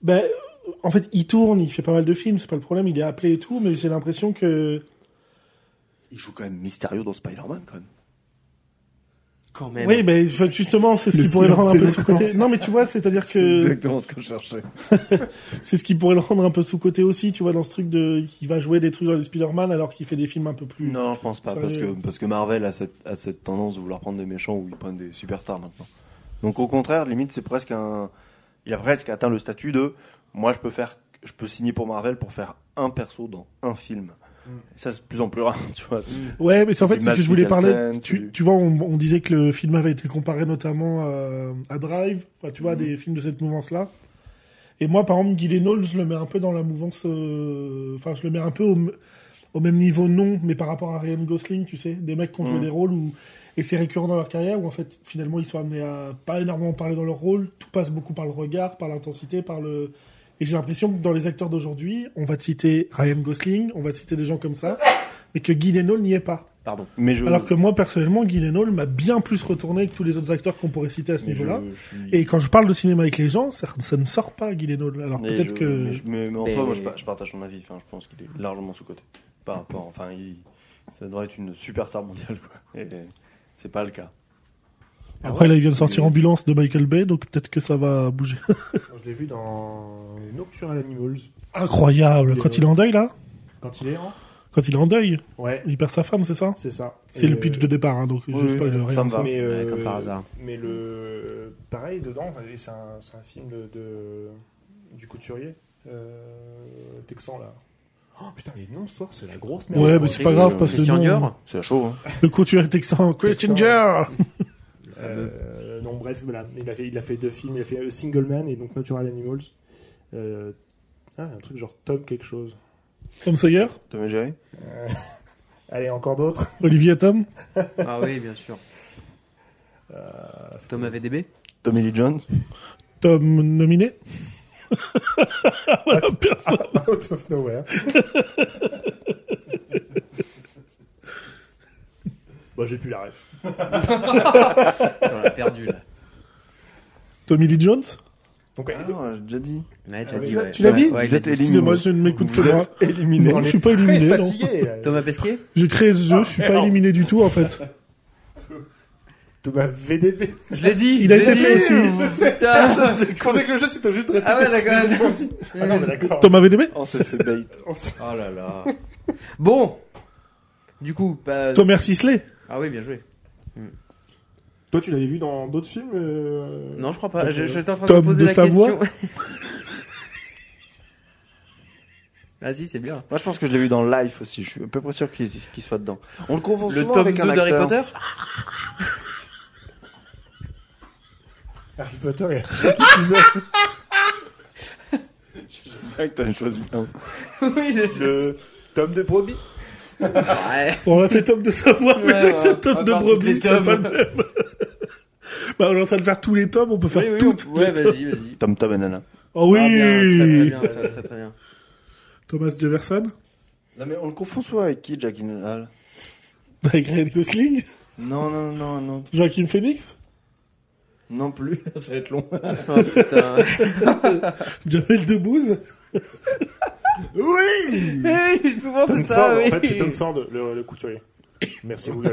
[SPEAKER 2] Ben, euh, en fait, il tourne, il fait pas mal de films, c'est pas le problème, il est appelé et tout, mais j'ai l'impression que.
[SPEAKER 4] il joue quand même Mysterio dans Spider-Man quand même.
[SPEAKER 7] Quand même.
[SPEAKER 2] Oui, ben enfin, justement, c'est ce
[SPEAKER 6] Le
[SPEAKER 2] qui pourrait le rendre un
[SPEAKER 6] silence
[SPEAKER 2] peu
[SPEAKER 6] est éloquent.
[SPEAKER 2] sous-coté. Non, mais tu vois, c'est-à-dire que
[SPEAKER 4] Exactement ce que je cherchais.
[SPEAKER 2] c'est ce qui pourrait le rendre un peu sous-coté aussi, tu vois, dans ce truc de. Il va jouer des trucs dans les Spider-Man alors qu'il fait des films un peu plus.
[SPEAKER 4] Non, je pense pas,
[SPEAKER 2] Ça
[SPEAKER 4] parce
[SPEAKER 2] y
[SPEAKER 4] que,
[SPEAKER 2] est.
[SPEAKER 4] parce que Marvel a cette, a cette tendance de vouloir prendre des méchants ou ils prennent des superstars maintenant. Donc au contraire, limite, c'est presque un. Il a presque atteint le statut de moi, je peux faire, je peux signer pour Marvel pour faire un perso dans un film. Et Ça, c'est de plus en plus rare, tu vois.
[SPEAKER 2] Ouais, mais c'est en fait
[SPEAKER 4] Du
[SPEAKER 2] ce que
[SPEAKER 4] Mads
[SPEAKER 2] je voulais parler.
[SPEAKER 4] Mikkelsen,
[SPEAKER 2] Tu,
[SPEAKER 4] du-
[SPEAKER 2] tu vois, on, on disait que le film avait été comparé notamment à, à Drive, enfin,
[SPEAKER 4] Mhm.
[SPEAKER 2] tu vois, à des films de cette mouvance-là. Et moi, par exemple, Gyllenhaal, je le mets un peu dans la mouvance. euh, Enfin, je le mets un peu au, m- au même niveau, non, mais par rapport à Ryan Gosling, tu sais, des mecs qui ont joué
[SPEAKER 4] Mhm.
[SPEAKER 2] des rôles où. Et c'est récurrent dans leur carrière où, en fait, finalement, ils sont amenés à pas énormément parler dans leur rôle. Tout passe beaucoup par le regard, par l'intensité, par le. Et j'ai l'impression que dans les acteurs d'aujourd'hui, on va te citer Ryan Gosling, on va te citer des gens comme ça, mais que Gyllenhaal n'y est pas.
[SPEAKER 7] Pardon.
[SPEAKER 4] Mais je.
[SPEAKER 2] Alors que moi, personnellement, Gyllenhaal m'a bien plus retourné que tous les autres acteurs qu'on pourrait citer à ce
[SPEAKER 4] mais je-
[SPEAKER 2] niveau-là.
[SPEAKER 4] je suis-
[SPEAKER 2] Et quand je parle de cinéma avec les gens, ça, ça ne sort pas, Gyllenhaal. Alors
[SPEAKER 4] mais
[SPEAKER 2] peut-être
[SPEAKER 4] je-
[SPEAKER 2] que...
[SPEAKER 4] Mais, je- mais- mais en
[SPEAKER 7] Mais-
[SPEAKER 4] soi, moi, je, par- je partage ton avis. Enfin, je pense qu'il est largement sous-côté. Par rapport. Enfin, il- ça devrait être une superstar mondiale, quoi. Et c'est pas le cas. ah
[SPEAKER 2] Après, là, il vient de sortir Ambulance de Michael Bay, donc peut-être que ça va bouger.
[SPEAKER 5] Moi, Je l'ai vu dans Nocturnal Animals.
[SPEAKER 2] Incroyable
[SPEAKER 5] Et
[SPEAKER 2] Quand
[SPEAKER 5] ouais.
[SPEAKER 2] il est en deuil, là
[SPEAKER 5] Quand il est en
[SPEAKER 2] Quand il est en deuil,
[SPEAKER 5] Ouais,
[SPEAKER 2] il perd sa femme, c'est ça
[SPEAKER 5] c'est ça.
[SPEAKER 2] C'est
[SPEAKER 5] Et,
[SPEAKER 2] le pitch
[SPEAKER 5] euh,
[SPEAKER 2] de départ, hein, donc je
[SPEAKER 4] oui,
[SPEAKER 2] spoil
[SPEAKER 4] ça me
[SPEAKER 2] rien.
[SPEAKER 4] va.
[SPEAKER 5] Mais,
[SPEAKER 7] Ouais,
[SPEAKER 5] euh,
[SPEAKER 7] comme par hasard.
[SPEAKER 5] Mais le pareil dedans, et c'est un, c'est un film de, de- du couturier euh, texan là. Oh putain, les noms ce soir, c'est la grosse merde.
[SPEAKER 2] Ouais, mais c'est pas
[SPEAKER 4] euh,
[SPEAKER 2] grave, parce que
[SPEAKER 7] Christian
[SPEAKER 2] non,
[SPEAKER 7] Dior
[SPEAKER 4] C'est chaud, hein.
[SPEAKER 2] le couture est texan. Christian
[SPEAKER 5] Texan.
[SPEAKER 2] Dior
[SPEAKER 5] Euh, non, bref, voilà. Il a, fait, il a fait deux films. Il a fait euh, Single Man et donc Natural Animals. Euh, ah, un truc genre Tom quelque chose.
[SPEAKER 2] Tom Sawyer
[SPEAKER 4] Tom et Jerry
[SPEAKER 5] Allez, encore d'autres.
[SPEAKER 2] Olivier Tom
[SPEAKER 7] Ah oui, bien sûr.
[SPEAKER 5] Euh,
[SPEAKER 7] Tom AVDB
[SPEAKER 4] Tommy Lee Jones
[SPEAKER 2] Tom nominé
[SPEAKER 5] Out of nowhere. bah, j'ai plus la ref.
[SPEAKER 7] Putain, On l'a perdu là.
[SPEAKER 2] Tommy Lee Jones
[SPEAKER 5] Donc,
[SPEAKER 4] Ah non, j'ai déjà dit.
[SPEAKER 7] Ouais,
[SPEAKER 5] Ah
[SPEAKER 7] t'as
[SPEAKER 5] oui.
[SPEAKER 7] dit, ouais.
[SPEAKER 2] Tu l'as dit
[SPEAKER 7] Ouais,
[SPEAKER 4] Vous
[SPEAKER 7] il a
[SPEAKER 4] êtes
[SPEAKER 7] dit.
[SPEAKER 2] Excusez-moi,
[SPEAKER 4] éliminé.
[SPEAKER 2] je ne m'écoute que
[SPEAKER 4] Vous
[SPEAKER 2] moi.
[SPEAKER 4] êtes éliminé.
[SPEAKER 2] Non, je suis pas éliminé.
[SPEAKER 5] très
[SPEAKER 2] non.
[SPEAKER 5] fatigué. là.
[SPEAKER 7] Thomas Pesquet
[SPEAKER 2] J'ai créé ce jeu, je suis pas éliminé du tout en fait.
[SPEAKER 5] Thomas VDB.
[SPEAKER 7] Je l'ai dit
[SPEAKER 2] Il a
[SPEAKER 7] je l'ai
[SPEAKER 2] été fait
[SPEAKER 7] dit.
[SPEAKER 2] aussi.
[SPEAKER 5] Je sais,
[SPEAKER 7] Putain.
[SPEAKER 5] personne. Je pensais que le jeu c'était juste répéter
[SPEAKER 7] Ah ouais,
[SPEAKER 5] ce que
[SPEAKER 7] d'accord.
[SPEAKER 5] j'ai dit. Ah non, mais d'accord.
[SPEAKER 2] Thomas VDB
[SPEAKER 4] On s'est Oh, fait bait.
[SPEAKER 5] On s-
[SPEAKER 7] Oh là là. Bon. Du coup, bah...
[SPEAKER 2] Thomas Sisley
[SPEAKER 7] ah oui, bien joué.
[SPEAKER 5] Toi, tu l'avais vu dans d'autres films euh,
[SPEAKER 7] Non, je crois pas.
[SPEAKER 5] Tom,
[SPEAKER 7] Je-
[SPEAKER 5] euh,
[SPEAKER 7] J'étais en train de me
[SPEAKER 2] Tom
[SPEAKER 7] poser
[SPEAKER 2] de
[SPEAKER 7] la
[SPEAKER 2] Savoie
[SPEAKER 7] question. ah si, c'est bien.
[SPEAKER 4] Moi, je pense que je l'ai vu dans Life aussi. Je suis à peu près sûr qu'il qu'il soit dedans. On le confond
[SPEAKER 7] Le
[SPEAKER 4] souvent
[SPEAKER 7] tome 2
[SPEAKER 4] avec un acteur.
[SPEAKER 7] d'Harry Potter
[SPEAKER 5] Harry Potter et chaque épisode.
[SPEAKER 4] Ah, que t'en as choisi un.
[SPEAKER 7] Oui, je...
[SPEAKER 5] le tome de Proby.
[SPEAKER 7] Ouais.
[SPEAKER 2] On l'a fait Tom de Savoie, mais
[SPEAKER 7] Ouais,
[SPEAKER 2] j'accepte
[SPEAKER 7] ouais.
[SPEAKER 2] Tom
[SPEAKER 7] À
[SPEAKER 2] de
[SPEAKER 7] part toutes les
[SPEAKER 2] Brebis, c'est
[SPEAKER 7] tomes.
[SPEAKER 2] pas le même. Bah, on est en train de faire tous les tomes, on peut faire
[SPEAKER 7] Oui, oui,
[SPEAKER 2] toutes.
[SPEAKER 7] on- Ouais, vas-y, vas-y.
[SPEAKER 4] Tom Tom et Nana.
[SPEAKER 2] Oh oui
[SPEAKER 7] Ah, bien, très, très bien, ça, très très bien.
[SPEAKER 2] Thomas Jefferson
[SPEAKER 4] Non, mais on le confond souvent avec qui, Jack Gyllenhaal
[SPEAKER 2] Avec Ryan Gosling
[SPEAKER 4] Non, non, non, non.
[SPEAKER 2] Joaquin Phoenix
[SPEAKER 4] Non plus. Ça va être long.
[SPEAKER 7] Oh putain.
[SPEAKER 2] Jamel Debbouze
[SPEAKER 4] Oui
[SPEAKER 7] Eh, souvent c'est
[SPEAKER 5] Tom
[SPEAKER 7] ça,
[SPEAKER 5] Ford.
[SPEAKER 7] oui.
[SPEAKER 5] En fait, c'est Tom Ford, le, le couturier. Merci Google.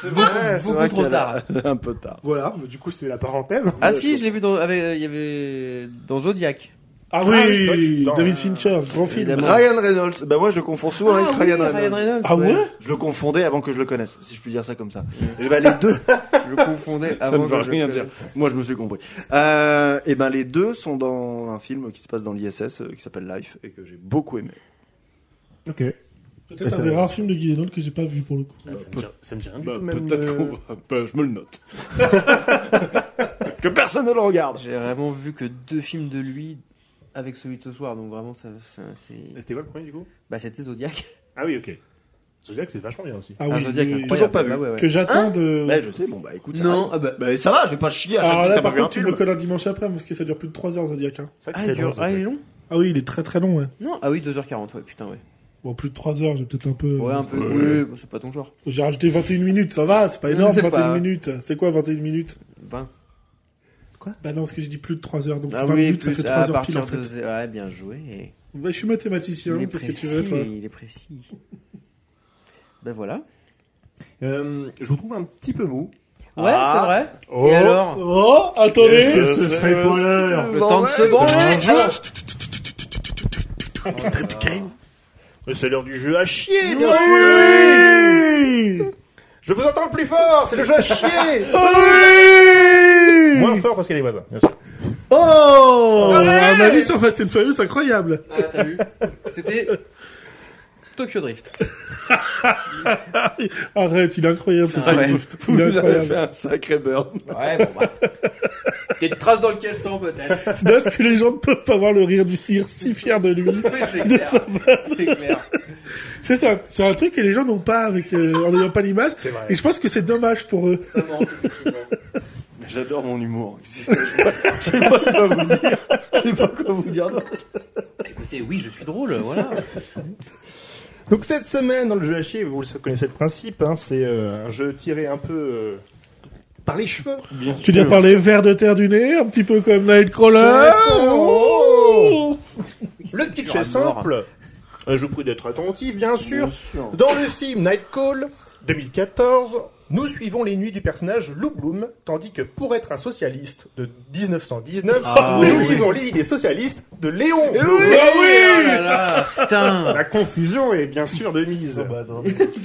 [SPEAKER 4] C'est
[SPEAKER 7] Beaucoup- beaucoup trop tard.
[SPEAKER 4] Un peu tard.
[SPEAKER 5] voilà, mais du coup, c'était la parenthèse.
[SPEAKER 7] Ah si, je l'ai vu dans, avec, euh, il y avait dans Zodiac.
[SPEAKER 2] Ah
[SPEAKER 5] oui, c'est vrai que je suis
[SPEAKER 2] oui
[SPEAKER 5] dedans,
[SPEAKER 2] David
[SPEAKER 5] hein.
[SPEAKER 2] Fincher, grand film.
[SPEAKER 7] Évidemment.
[SPEAKER 4] Ryan Reynolds. Ben, moi, je le confonds souvent avec
[SPEAKER 7] Ah oui,
[SPEAKER 4] Ryan Reynolds.
[SPEAKER 2] Ah ouais
[SPEAKER 4] Je le confondais avant que je le connaisse, si je puis dire ça comme ça. Et ben, les deux,
[SPEAKER 7] Je le confondais
[SPEAKER 4] Ça ne
[SPEAKER 7] avant
[SPEAKER 4] veut
[SPEAKER 7] que je
[SPEAKER 4] rien
[SPEAKER 7] le
[SPEAKER 4] dire.
[SPEAKER 7] connaisse.
[SPEAKER 4] Moi, je me suis compris. Euh, et ben, les deux sont dans un film qui se passe dans l'ISS, euh, qui s'appelle Life, et que j'ai beaucoup aimé.
[SPEAKER 5] Ok.
[SPEAKER 2] Peut-être un des rares films de Guillermo que j'ai pas vu pour le coup.
[SPEAKER 5] Ça me dit- ça me dit rien du tout. euh,
[SPEAKER 4] Bah,
[SPEAKER 5] même,
[SPEAKER 4] peut-être
[SPEAKER 5] euh,
[SPEAKER 4] qu'on va- bah, je me le note. que personne ne le regarde.
[SPEAKER 7] J'ai vraiment vu que deux films de lui avec celui de ce soir, donc vraiment, ça, ça- c'est.
[SPEAKER 5] C'était quoi le premier du coup
[SPEAKER 7] Bah, c'était Zodiac.
[SPEAKER 5] Ah oui, ok. Zodiac, c'est vachement bien aussi.
[SPEAKER 2] Ah
[SPEAKER 7] Un
[SPEAKER 2] oui,
[SPEAKER 7] Zodiac
[SPEAKER 2] mais-
[SPEAKER 7] incroyable.
[SPEAKER 4] toujours pas vu.
[SPEAKER 7] Ah ouais, ouais.
[SPEAKER 2] que j'attends de.
[SPEAKER 4] Ouais, je sais, bon bah écoute. ça
[SPEAKER 7] Non,
[SPEAKER 4] arrive.
[SPEAKER 7] ah bah.
[SPEAKER 4] Bah, ça va, je vais pas chier à chaque
[SPEAKER 2] Alors
[SPEAKER 4] fois que
[SPEAKER 2] là,
[SPEAKER 4] t'as pas
[SPEAKER 2] par
[SPEAKER 4] vu un
[SPEAKER 2] contre, tu me
[SPEAKER 4] film.
[SPEAKER 2] colles un dimanche après parce que ça dure plus de 3 heures Zodiac. hein.
[SPEAKER 5] C'est vrai que
[SPEAKER 7] Ah,
[SPEAKER 5] c'est
[SPEAKER 7] il dure-
[SPEAKER 5] long,
[SPEAKER 7] ah, il est
[SPEAKER 5] Zodiac.
[SPEAKER 7] long
[SPEAKER 2] Ah oui, il est très très long, ouais.
[SPEAKER 7] Non, ah oui, 2h40, ouais, putain, ouais.
[SPEAKER 2] Bon, plus de 3 heures, j'ai peut-être un peu.
[SPEAKER 7] Ouais, un peu.
[SPEAKER 4] Ouais.
[SPEAKER 7] oui, oui, bon, c'est pas ton genre.
[SPEAKER 2] J'ai rajouté 21 minutes, ça va, c'est pas
[SPEAKER 7] Non,
[SPEAKER 2] énorme,
[SPEAKER 7] c'est
[SPEAKER 2] 21
[SPEAKER 7] pas-
[SPEAKER 2] minutes. C'est quoi 21 minutes
[SPEAKER 7] Ben,
[SPEAKER 2] Bah non, parce que j'ai dit plus de 3 heures, donc
[SPEAKER 7] ah
[SPEAKER 2] 20
[SPEAKER 7] oui,
[SPEAKER 2] minutes, ça
[SPEAKER 7] plus
[SPEAKER 2] fait
[SPEAKER 7] à
[SPEAKER 2] 3 heures pile
[SPEAKER 7] partir
[SPEAKER 2] en fait.
[SPEAKER 7] de. zé- Ouais, bien joué.
[SPEAKER 2] Bah, je suis mathématicien,
[SPEAKER 7] Il est
[SPEAKER 2] qu'est-ce que tu
[SPEAKER 7] précis,
[SPEAKER 2] veux, toi
[SPEAKER 7] il est précis. Ben voilà.
[SPEAKER 5] Euh, je vous trouve un petit peu mou.
[SPEAKER 7] Ouais,
[SPEAKER 4] Ah.
[SPEAKER 7] c'est vrai. Et alors
[SPEAKER 2] Oh,
[SPEAKER 5] Est-ce
[SPEAKER 2] attendez
[SPEAKER 5] que ce serait pas l'heure
[SPEAKER 7] Le temps de se branler alors.
[SPEAKER 5] Mais C'est l'heure du jeu à chier, bien sûr Je vous entends plus fort, c'est le jeu à chier Moins fort parce qu'elle est voisin, bien sûr.
[SPEAKER 2] Oh À ma vie sur Fast and Furious, incroyable
[SPEAKER 7] Ah, t'as vu C'était Tokyo Drift.
[SPEAKER 2] Arrête, il est incroyable, c'est
[SPEAKER 7] Ah ouais.
[SPEAKER 2] Il est
[SPEAKER 4] Vous avez fait
[SPEAKER 2] incroyable.
[SPEAKER 4] un sacré burn.
[SPEAKER 7] Ouais, bon bah. T'es de traces dans le caleçon peut-être.
[SPEAKER 2] C'est dingue que les gens ne peuvent pas voir le rire du cire si fier de lui.
[SPEAKER 7] Oui, c'est clair. C'est clair.
[SPEAKER 2] C'est ça, c'est un truc que les gens n'ont pas avec, euh, en n'ayant pas l'image.
[SPEAKER 5] C'est vrai.
[SPEAKER 2] Et je pense que c'est dommage pour eux.
[SPEAKER 7] Ça manque effectivement.
[SPEAKER 4] Mais J'adore mon humour. Je sais pas- je sais pas quoi vous dire. Je sais pas quoi vous dire. d'autre.
[SPEAKER 7] Écoutez, oui, je suis drôle, voilà.
[SPEAKER 5] Donc cette semaine, dans le jeu à chier, vous le connaissez le principe, hein, c'est euh, un jeu tiré un peu euh, par les cheveux. Bien
[SPEAKER 2] Tu veux dire par les vers de terre du nez, un petit peu comme Nightcrawler
[SPEAKER 5] Oh Le pitch
[SPEAKER 7] Sur
[SPEAKER 5] est
[SPEAKER 7] la mort.
[SPEAKER 5] simple. Euh, je vous prie d'être attentif, bien sûr. Dans le film Nightcall 2014, nous suivons les nuits du personnage Lou Bloom, tandis que pour être un socialiste de 1919,
[SPEAKER 7] Ah,
[SPEAKER 5] nous
[SPEAKER 7] oui.
[SPEAKER 5] lisons les idées socialistes de Léon. Blum.
[SPEAKER 7] Oh là là, putain.
[SPEAKER 5] La confusion est bien sûr de mise.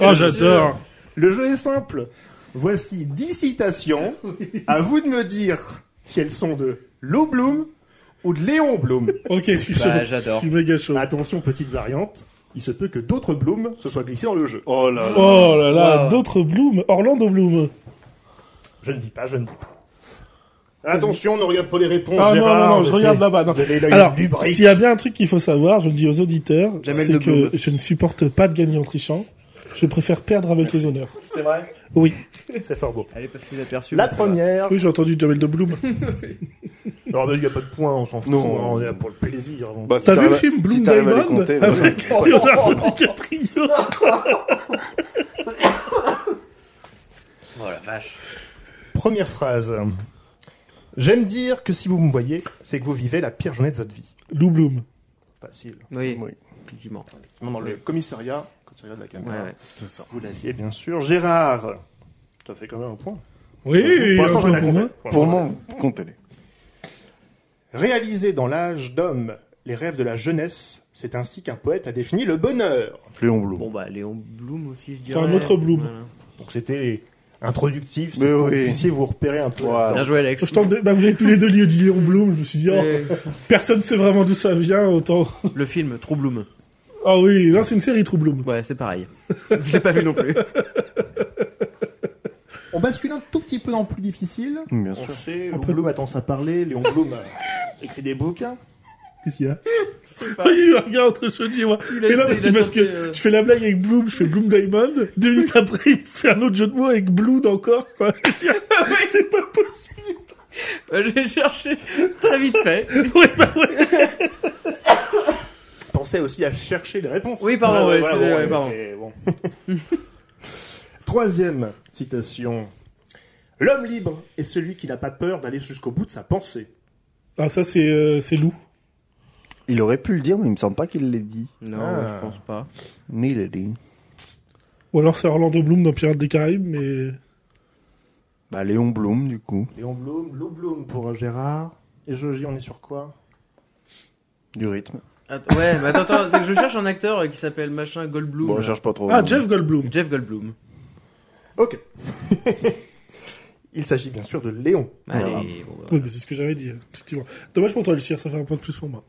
[SPEAKER 2] Oh, j'adore
[SPEAKER 5] Le jeu est simple. Voici 10 citations. À vous de me dire si elles sont de Lou Bloom ou de Léon Bloom.
[SPEAKER 2] Ok, je suis chaud.
[SPEAKER 7] Bah, j'adore.
[SPEAKER 2] Je suis méga chaud.
[SPEAKER 5] Attention, petite variante. Il se peut que d'autres Bloom se soient glissés dans le jeu.
[SPEAKER 4] Oh là là.
[SPEAKER 2] Oh là là,
[SPEAKER 7] Wow.
[SPEAKER 2] d'autres Bloom, Orlando Bloom.
[SPEAKER 5] Je ne dis pas, je ne dis pas. Attention, ne regarde pas les réponses.
[SPEAKER 2] Ah non,
[SPEAKER 5] Gérard,
[SPEAKER 2] non, non, je
[SPEAKER 5] sais.
[SPEAKER 2] regarde là-bas. non.
[SPEAKER 5] Vous avez l'œil
[SPEAKER 2] Alors,
[SPEAKER 5] lubrique.
[SPEAKER 2] s'il y a bien un truc qu'il faut savoir, je le dis aux auditeurs,
[SPEAKER 7] Jamel
[SPEAKER 2] c'est
[SPEAKER 7] Debbouze.
[SPEAKER 2] que je ne supporte pas de gagner en trichant. Je préfère perdre avec les honneurs.
[SPEAKER 5] C'est vrai
[SPEAKER 2] Oui.
[SPEAKER 5] C'est fort beau.
[SPEAKER 7] Elle est passée inaperçue.
[SPEAKER 5] La
[SPEAKER 7] mais ça va.
[SPEAKER 5] première.
[SPEAKER 2] Oui, j'ai entendu Jamel de Bloom.
[SPEAKER 5] Alors, il n'y a pas de point, on s'en fout.
[SPEAKER 4] Non.
[SPEAKER 5] hein, on est là pour le plaisir. on-
[SPEAKER 4] Bah, si
[SPEAKER 2] T'as vu
[SPEAKER 4] t'arrives
[SPEAKER 2] le
[SPEAKER 4] à-
[SPEAKER 2] film Bloom
[SPEAKER 4] si t'arrives à les
[SPEAKER 2] Diamond Ah,
[SPEAKER 4] compter, ouais.
[SPEAKER 2] avec Leonardo DiCaprio
[SPEAKER 7] Oh la vache.
[SPEAKER 5] Première phrase. J'aime dire que si vous me voyez, c'est que vous vivez la pire journée de votre vie.
[SPEAKER 2] Lou Bloom.
[SPEAKER 5] Facile.
[SPEAKER 7] Oui,
[SPEAKER 4] Oui.
[SPEAKER 7] effectivement.
[SPEAKER 5] Dans le commissariat, commissariat de la
[SPEAKER 7] Ouais,
[SPEAKER 5] caméra.
[SPEAKER 7] ouais.
[SPEAKER 4] C'est ça.
[SPEAKER 5] Vous l'aviez, bien sûr. Gérard. Ça fait quand même un point.
[SPEAKER 2] Oui,
[SPEAKER 5] pour l'instant, je
[SPEAKER 2] un
[SPEAKER 5] vais
[SPEAKER 2] peu
[SPEAKER 5] la
[SPEAKER 2] pour moi.
[SPEAKER 5] compter.
[SPEAKER 4] Pour moi, comptez-les.
[SPEAKER 5] Réalisé dans l'âge d'homme, les rêves de la jeunesse, c'est ainsi qu'un poète a défini le bonheur.
[SPEAKER 4] Léon Blum.
[SPEAKER 7] Bon bah Léon Bloom aussi, je
[SPEAKER 2] C'est
[SPEAKER 7] dirais.
[SPEAKER 2] un autre Bloom.
[SPEAKER 7] Voilà.
[SPEAKER 5] Donc c'était introductif, c'est
[SPEAKER 4] Mais
[SPEAKER 5] pour que
[SPEAKER 4] oui.
[SPEAKER 5] vous puissiez vous repérer un peu.
[SPEAKER 4] Voilà.
[SPEAKER 7] Bien joué Alex.
[SPEAKER 2] Je tente de- bah, vous avez tous les deux lieux du Léon Bloom, je me suis dit, oh,
[SPEAKER 7] Et
[SPEAKER 2] personne ne sait vraiment d'où ça vient, autant.
[SPEAKER 7] Le film True Bloom.
[SPEAKER 2] Ah oui, non, c'est une série True Bloom.
[SPEAKER 7] Ouais, c'est pareil. Je l'ai pas vu non plus.
[SPEAKER 5] On bascule un tout petit peu dans le plus difficile.
[SPEAKER 4] Bien
[SPEAKER 5] On
[SPEAKER 4] sûr.
[SPEAKER 5] sait, Léon Blum a tendance à parler, Léon Blum a écrit des bouquins.
[SPEAKER 2] Qu'est-ce qu'il y a
[SPEAKER 7] C'est
[SPEAKER 2] Ah, Il y a un gars entre Shoji et moi.
[SPEAKER 7] Il a
[SPEAKER 2] Mais non,
[SPEAKER 7] essayé
[SPEAKER 2] c'est parce
[SPEAKER 7] d'attenter,
[SPEAKER 2] que
[SPEAKER 7] euh,
[SPEAKER 2] je fais la blague avec Bloom, je fais Bloom Diamond. Deux minutes après, il me fait un autre jeu de mots avec Blood encore. quoi. Je dis, ah, c'est pas possible.
[SPEAKER 7] J'ai Bah, cherché très vite fait.
[SPEAKER 2] bah.
[SPEAKER 5] Pensez aussi à chercher les réponses.
[SPEAKER 7] Oui, pardon, ouais,
[SPEAKER 5] voilà,
[SPEAKER 7] excusez, ouais,
[SPEAKER 5] mais
[SPEAKER 7] pardon.
[SPEAKER 5] c'est bon. Troisième citation. L'homme libre est celui qui n'a pas peur d'aller jusqu'au bout de sa pensée.
[SPEAKER 2] Ah, ça, c'est euh, c'est Lou.
[SPEAKER 4] Il aurait pu le dire, mais il me semble pas qu'il l'ait dit.
[SPEAKER 7] Non,
[SPEAKER 5] Ah.
[SPEAKER 7] je pense pas.
[SPEAKER 4] Mais il l'a dit.
[SPEAKER 2] Ou alors c'est Orlando Bloom dans Pirates des Caraïbes, mais.
[SPEAKER 4] Bah, Léon Blum, du coup.
[SPEAKER 5] Léon Blum, Lou Blum pour Gérard. Et Joji, on est sur quoi
[SPEAKER 4] Du rythme.
[SPEAKER 7] Attends, ouais, mais attends, attends, c'est que je cherche un acteur euh, qui s'appelle machin Goldblum.
[SPEAKER 4] Bon, je cherche pas trop.
[SPEAKER 2] Ah, Jeff Goldblum.
[SPEAKER 7] Jeff Goldblum.
[SPEAKER 5] Ok. Il s'agit bien sûr de Léon.
[SPEAKER 7] Allez, bon, bah.
[SPEAKER 2] Oui, mais c'est ce que j'avais dit, effectivement. Dommage pour toi, le cire, ça fait un point de plus pour moi.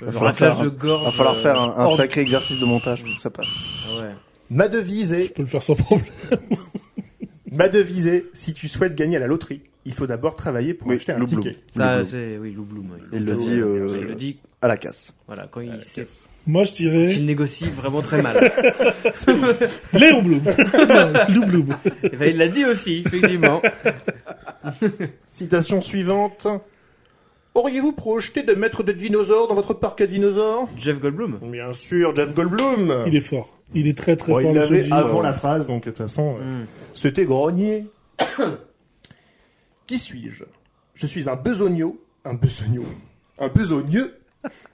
[SPEAKER 7] le
[SPEAKER 4] falloir
[SPEAKER 7] raclage
[SPEAKER 4] faire un-
[SPEAKER 7] de gorge.
[SPEAKER 4] Va falloir
[SPEAKER 7] euh,
[SPEAKER 4] faire un, un
[SPEAKER 7] hors-
[SPEAKER 4] sacré exercice de montage pour que ça passe.
[SPEAKER 7] Ah ouais.
[SPEAKER 5] Ma devise
[SPEAKER 2] Je
[SPEAKER 5] est
[SPEAKER 2] peux le faire sans problème.
[SPEAKER 5] Ma devise est si tu souhaites gagner à la loterie, il faut d'abord travailler pour
[SPEAKER 4] Oui,
[SPEAKER 5] acheter un
[SPEAKER 4] Loup Blou.
[SPEAKER 5] ticket.
[SPEAKER 7] Ça,
[SPEAKER 4] Blou.
[SPEAKER 7] c'est. Oui, Lou Bloom. oui.
[SPEAKER 4] Il le
[SPEAKER 7] Tout à
[SPEAKER 4] dit,
[SPEAKER 7] fait.
[SPEAKER 4] euh,
[SPEAKER 7] Il le dit,
[SPEAKER 4] À la casse.
[SPEAKER 7] voilà, quand il sait.
[SPEAKER 2] Moi, je dirais
[SPEAKER 7] Il négocie vraiment très mal.
[SPEAKER 2] Léon Blum. Lou Blum.
[SPEAKER 7] Et ben, il l'a dit aussi, effectivement.
[SPEAKER 5] Citation suivante. Auriez-vous projeté de mettre des dinosaures dans votre parc à dinosaures
[SPEAKER 7] Jeff Goldblum.
[SPEAKER 5] Bien sûr, Jeff Goldblum.
[SPEAKER 2] Il est fort. Il est très très
[SPEAKER 5] Bon,
[SPEAKER 2] fort.
[SPEAKER 5] il
[SPEAKER 2] le
[SPEAKER 5] l'avait
[SPEAKER 2] Shoji.
[SPEAKER 5] avant la phrase, donc de toute façon, euh,
[SPEAKER 7] Hmm.
[SPEAKER 5] c'était grogné. Qui suis-je Je suis un besogneux, un besogneux, un besogneux.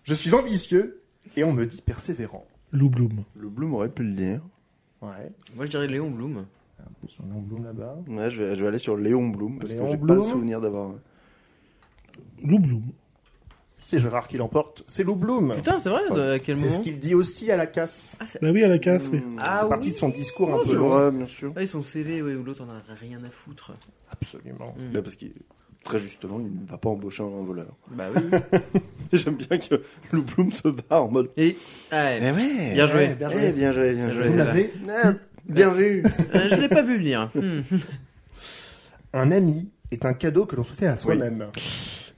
[SPEAKER 5] Je suis ambitieux et on me dit persévérant.
[SPEAKER 2] Lou Blum.
[SPEAKER 4] Le Bloom aurait pu le dire.
[SPEAKER 5] Ouais,
[SPEAKER 7] Moi, je dirais Léon Bloom.
[SPEAKER 5] son nom Blum là-bas.
[SPEAKER 4] Ouais, je vais, je vais aller sur Léon Bloom parce
[SPEAKER 5] Léon
[SPEAKER 4] que j'ai pas
[SPEAKER 5] Blum.
[SPEAKER 4] le souvenir d'avoir.
[SPEAKER 2] Lou Blum.
[SPEAKER 5] C'est Gérard qui l'emporte, c'est Lou Blum.
[SPEAKER 7] Putain, c'est vrai, de- à quel
[SPEAKER 5] C'est ce
[SPEAKER 7] moment
[SPEAKER 5] qu'il dit aussi à la casse.
[SPEAKER 7] Ah, c'est-
[SPEAKER 2] Bah oui, à la casse, oui.
[SPEAKER 4] Mmh.
[SPEAKER 7] Ah
[SPEAKER 5] C'est
[SPEAKER 7] oui.
[SPEAKER 5] partie de son discours un
[SPEAKER 7] Non,
[SPEAKER 5] peu
[SPEAKER 7] c'est
[SPEAKER 5] long.
[SPEAKER 4] Ouais, bien sûr.
[SPEAKER 7] Ah, et son CV, ouais, ou l'autre, on a rien à foutre.
[SPEAKER 5] Absolument.
[SPEAKER 7] Hmm.
[SPEAKER 4] Bah, parce qu'il très justement, il ne va pas embaucher un voleur.
[SPEAKER 7] Bah oui.
[SPEAKER 4] J'aime bien que Lou Bloom se bat en mode.
[SPEAKER 7] Et. ouais.
[SPEAKER 4] Eh ouais.
[SPEAKER 7] Bien joué.
[SPEAKER 5] Ouais, bien
[SPEAKER 4] Eh, bien joué, bien
[SPEAKER 7] Bien
[SPEAKER 4] joué.
[SPEAKER 7] joué, celle-là.
[SPEAKER 4] Ah, bien vu.
[SPEAKER 7] Euh, je l'ai pas vu venir. Hmm.
[SPEAKER 5] Un ami est un cadeau que l'on se fait à soi-même.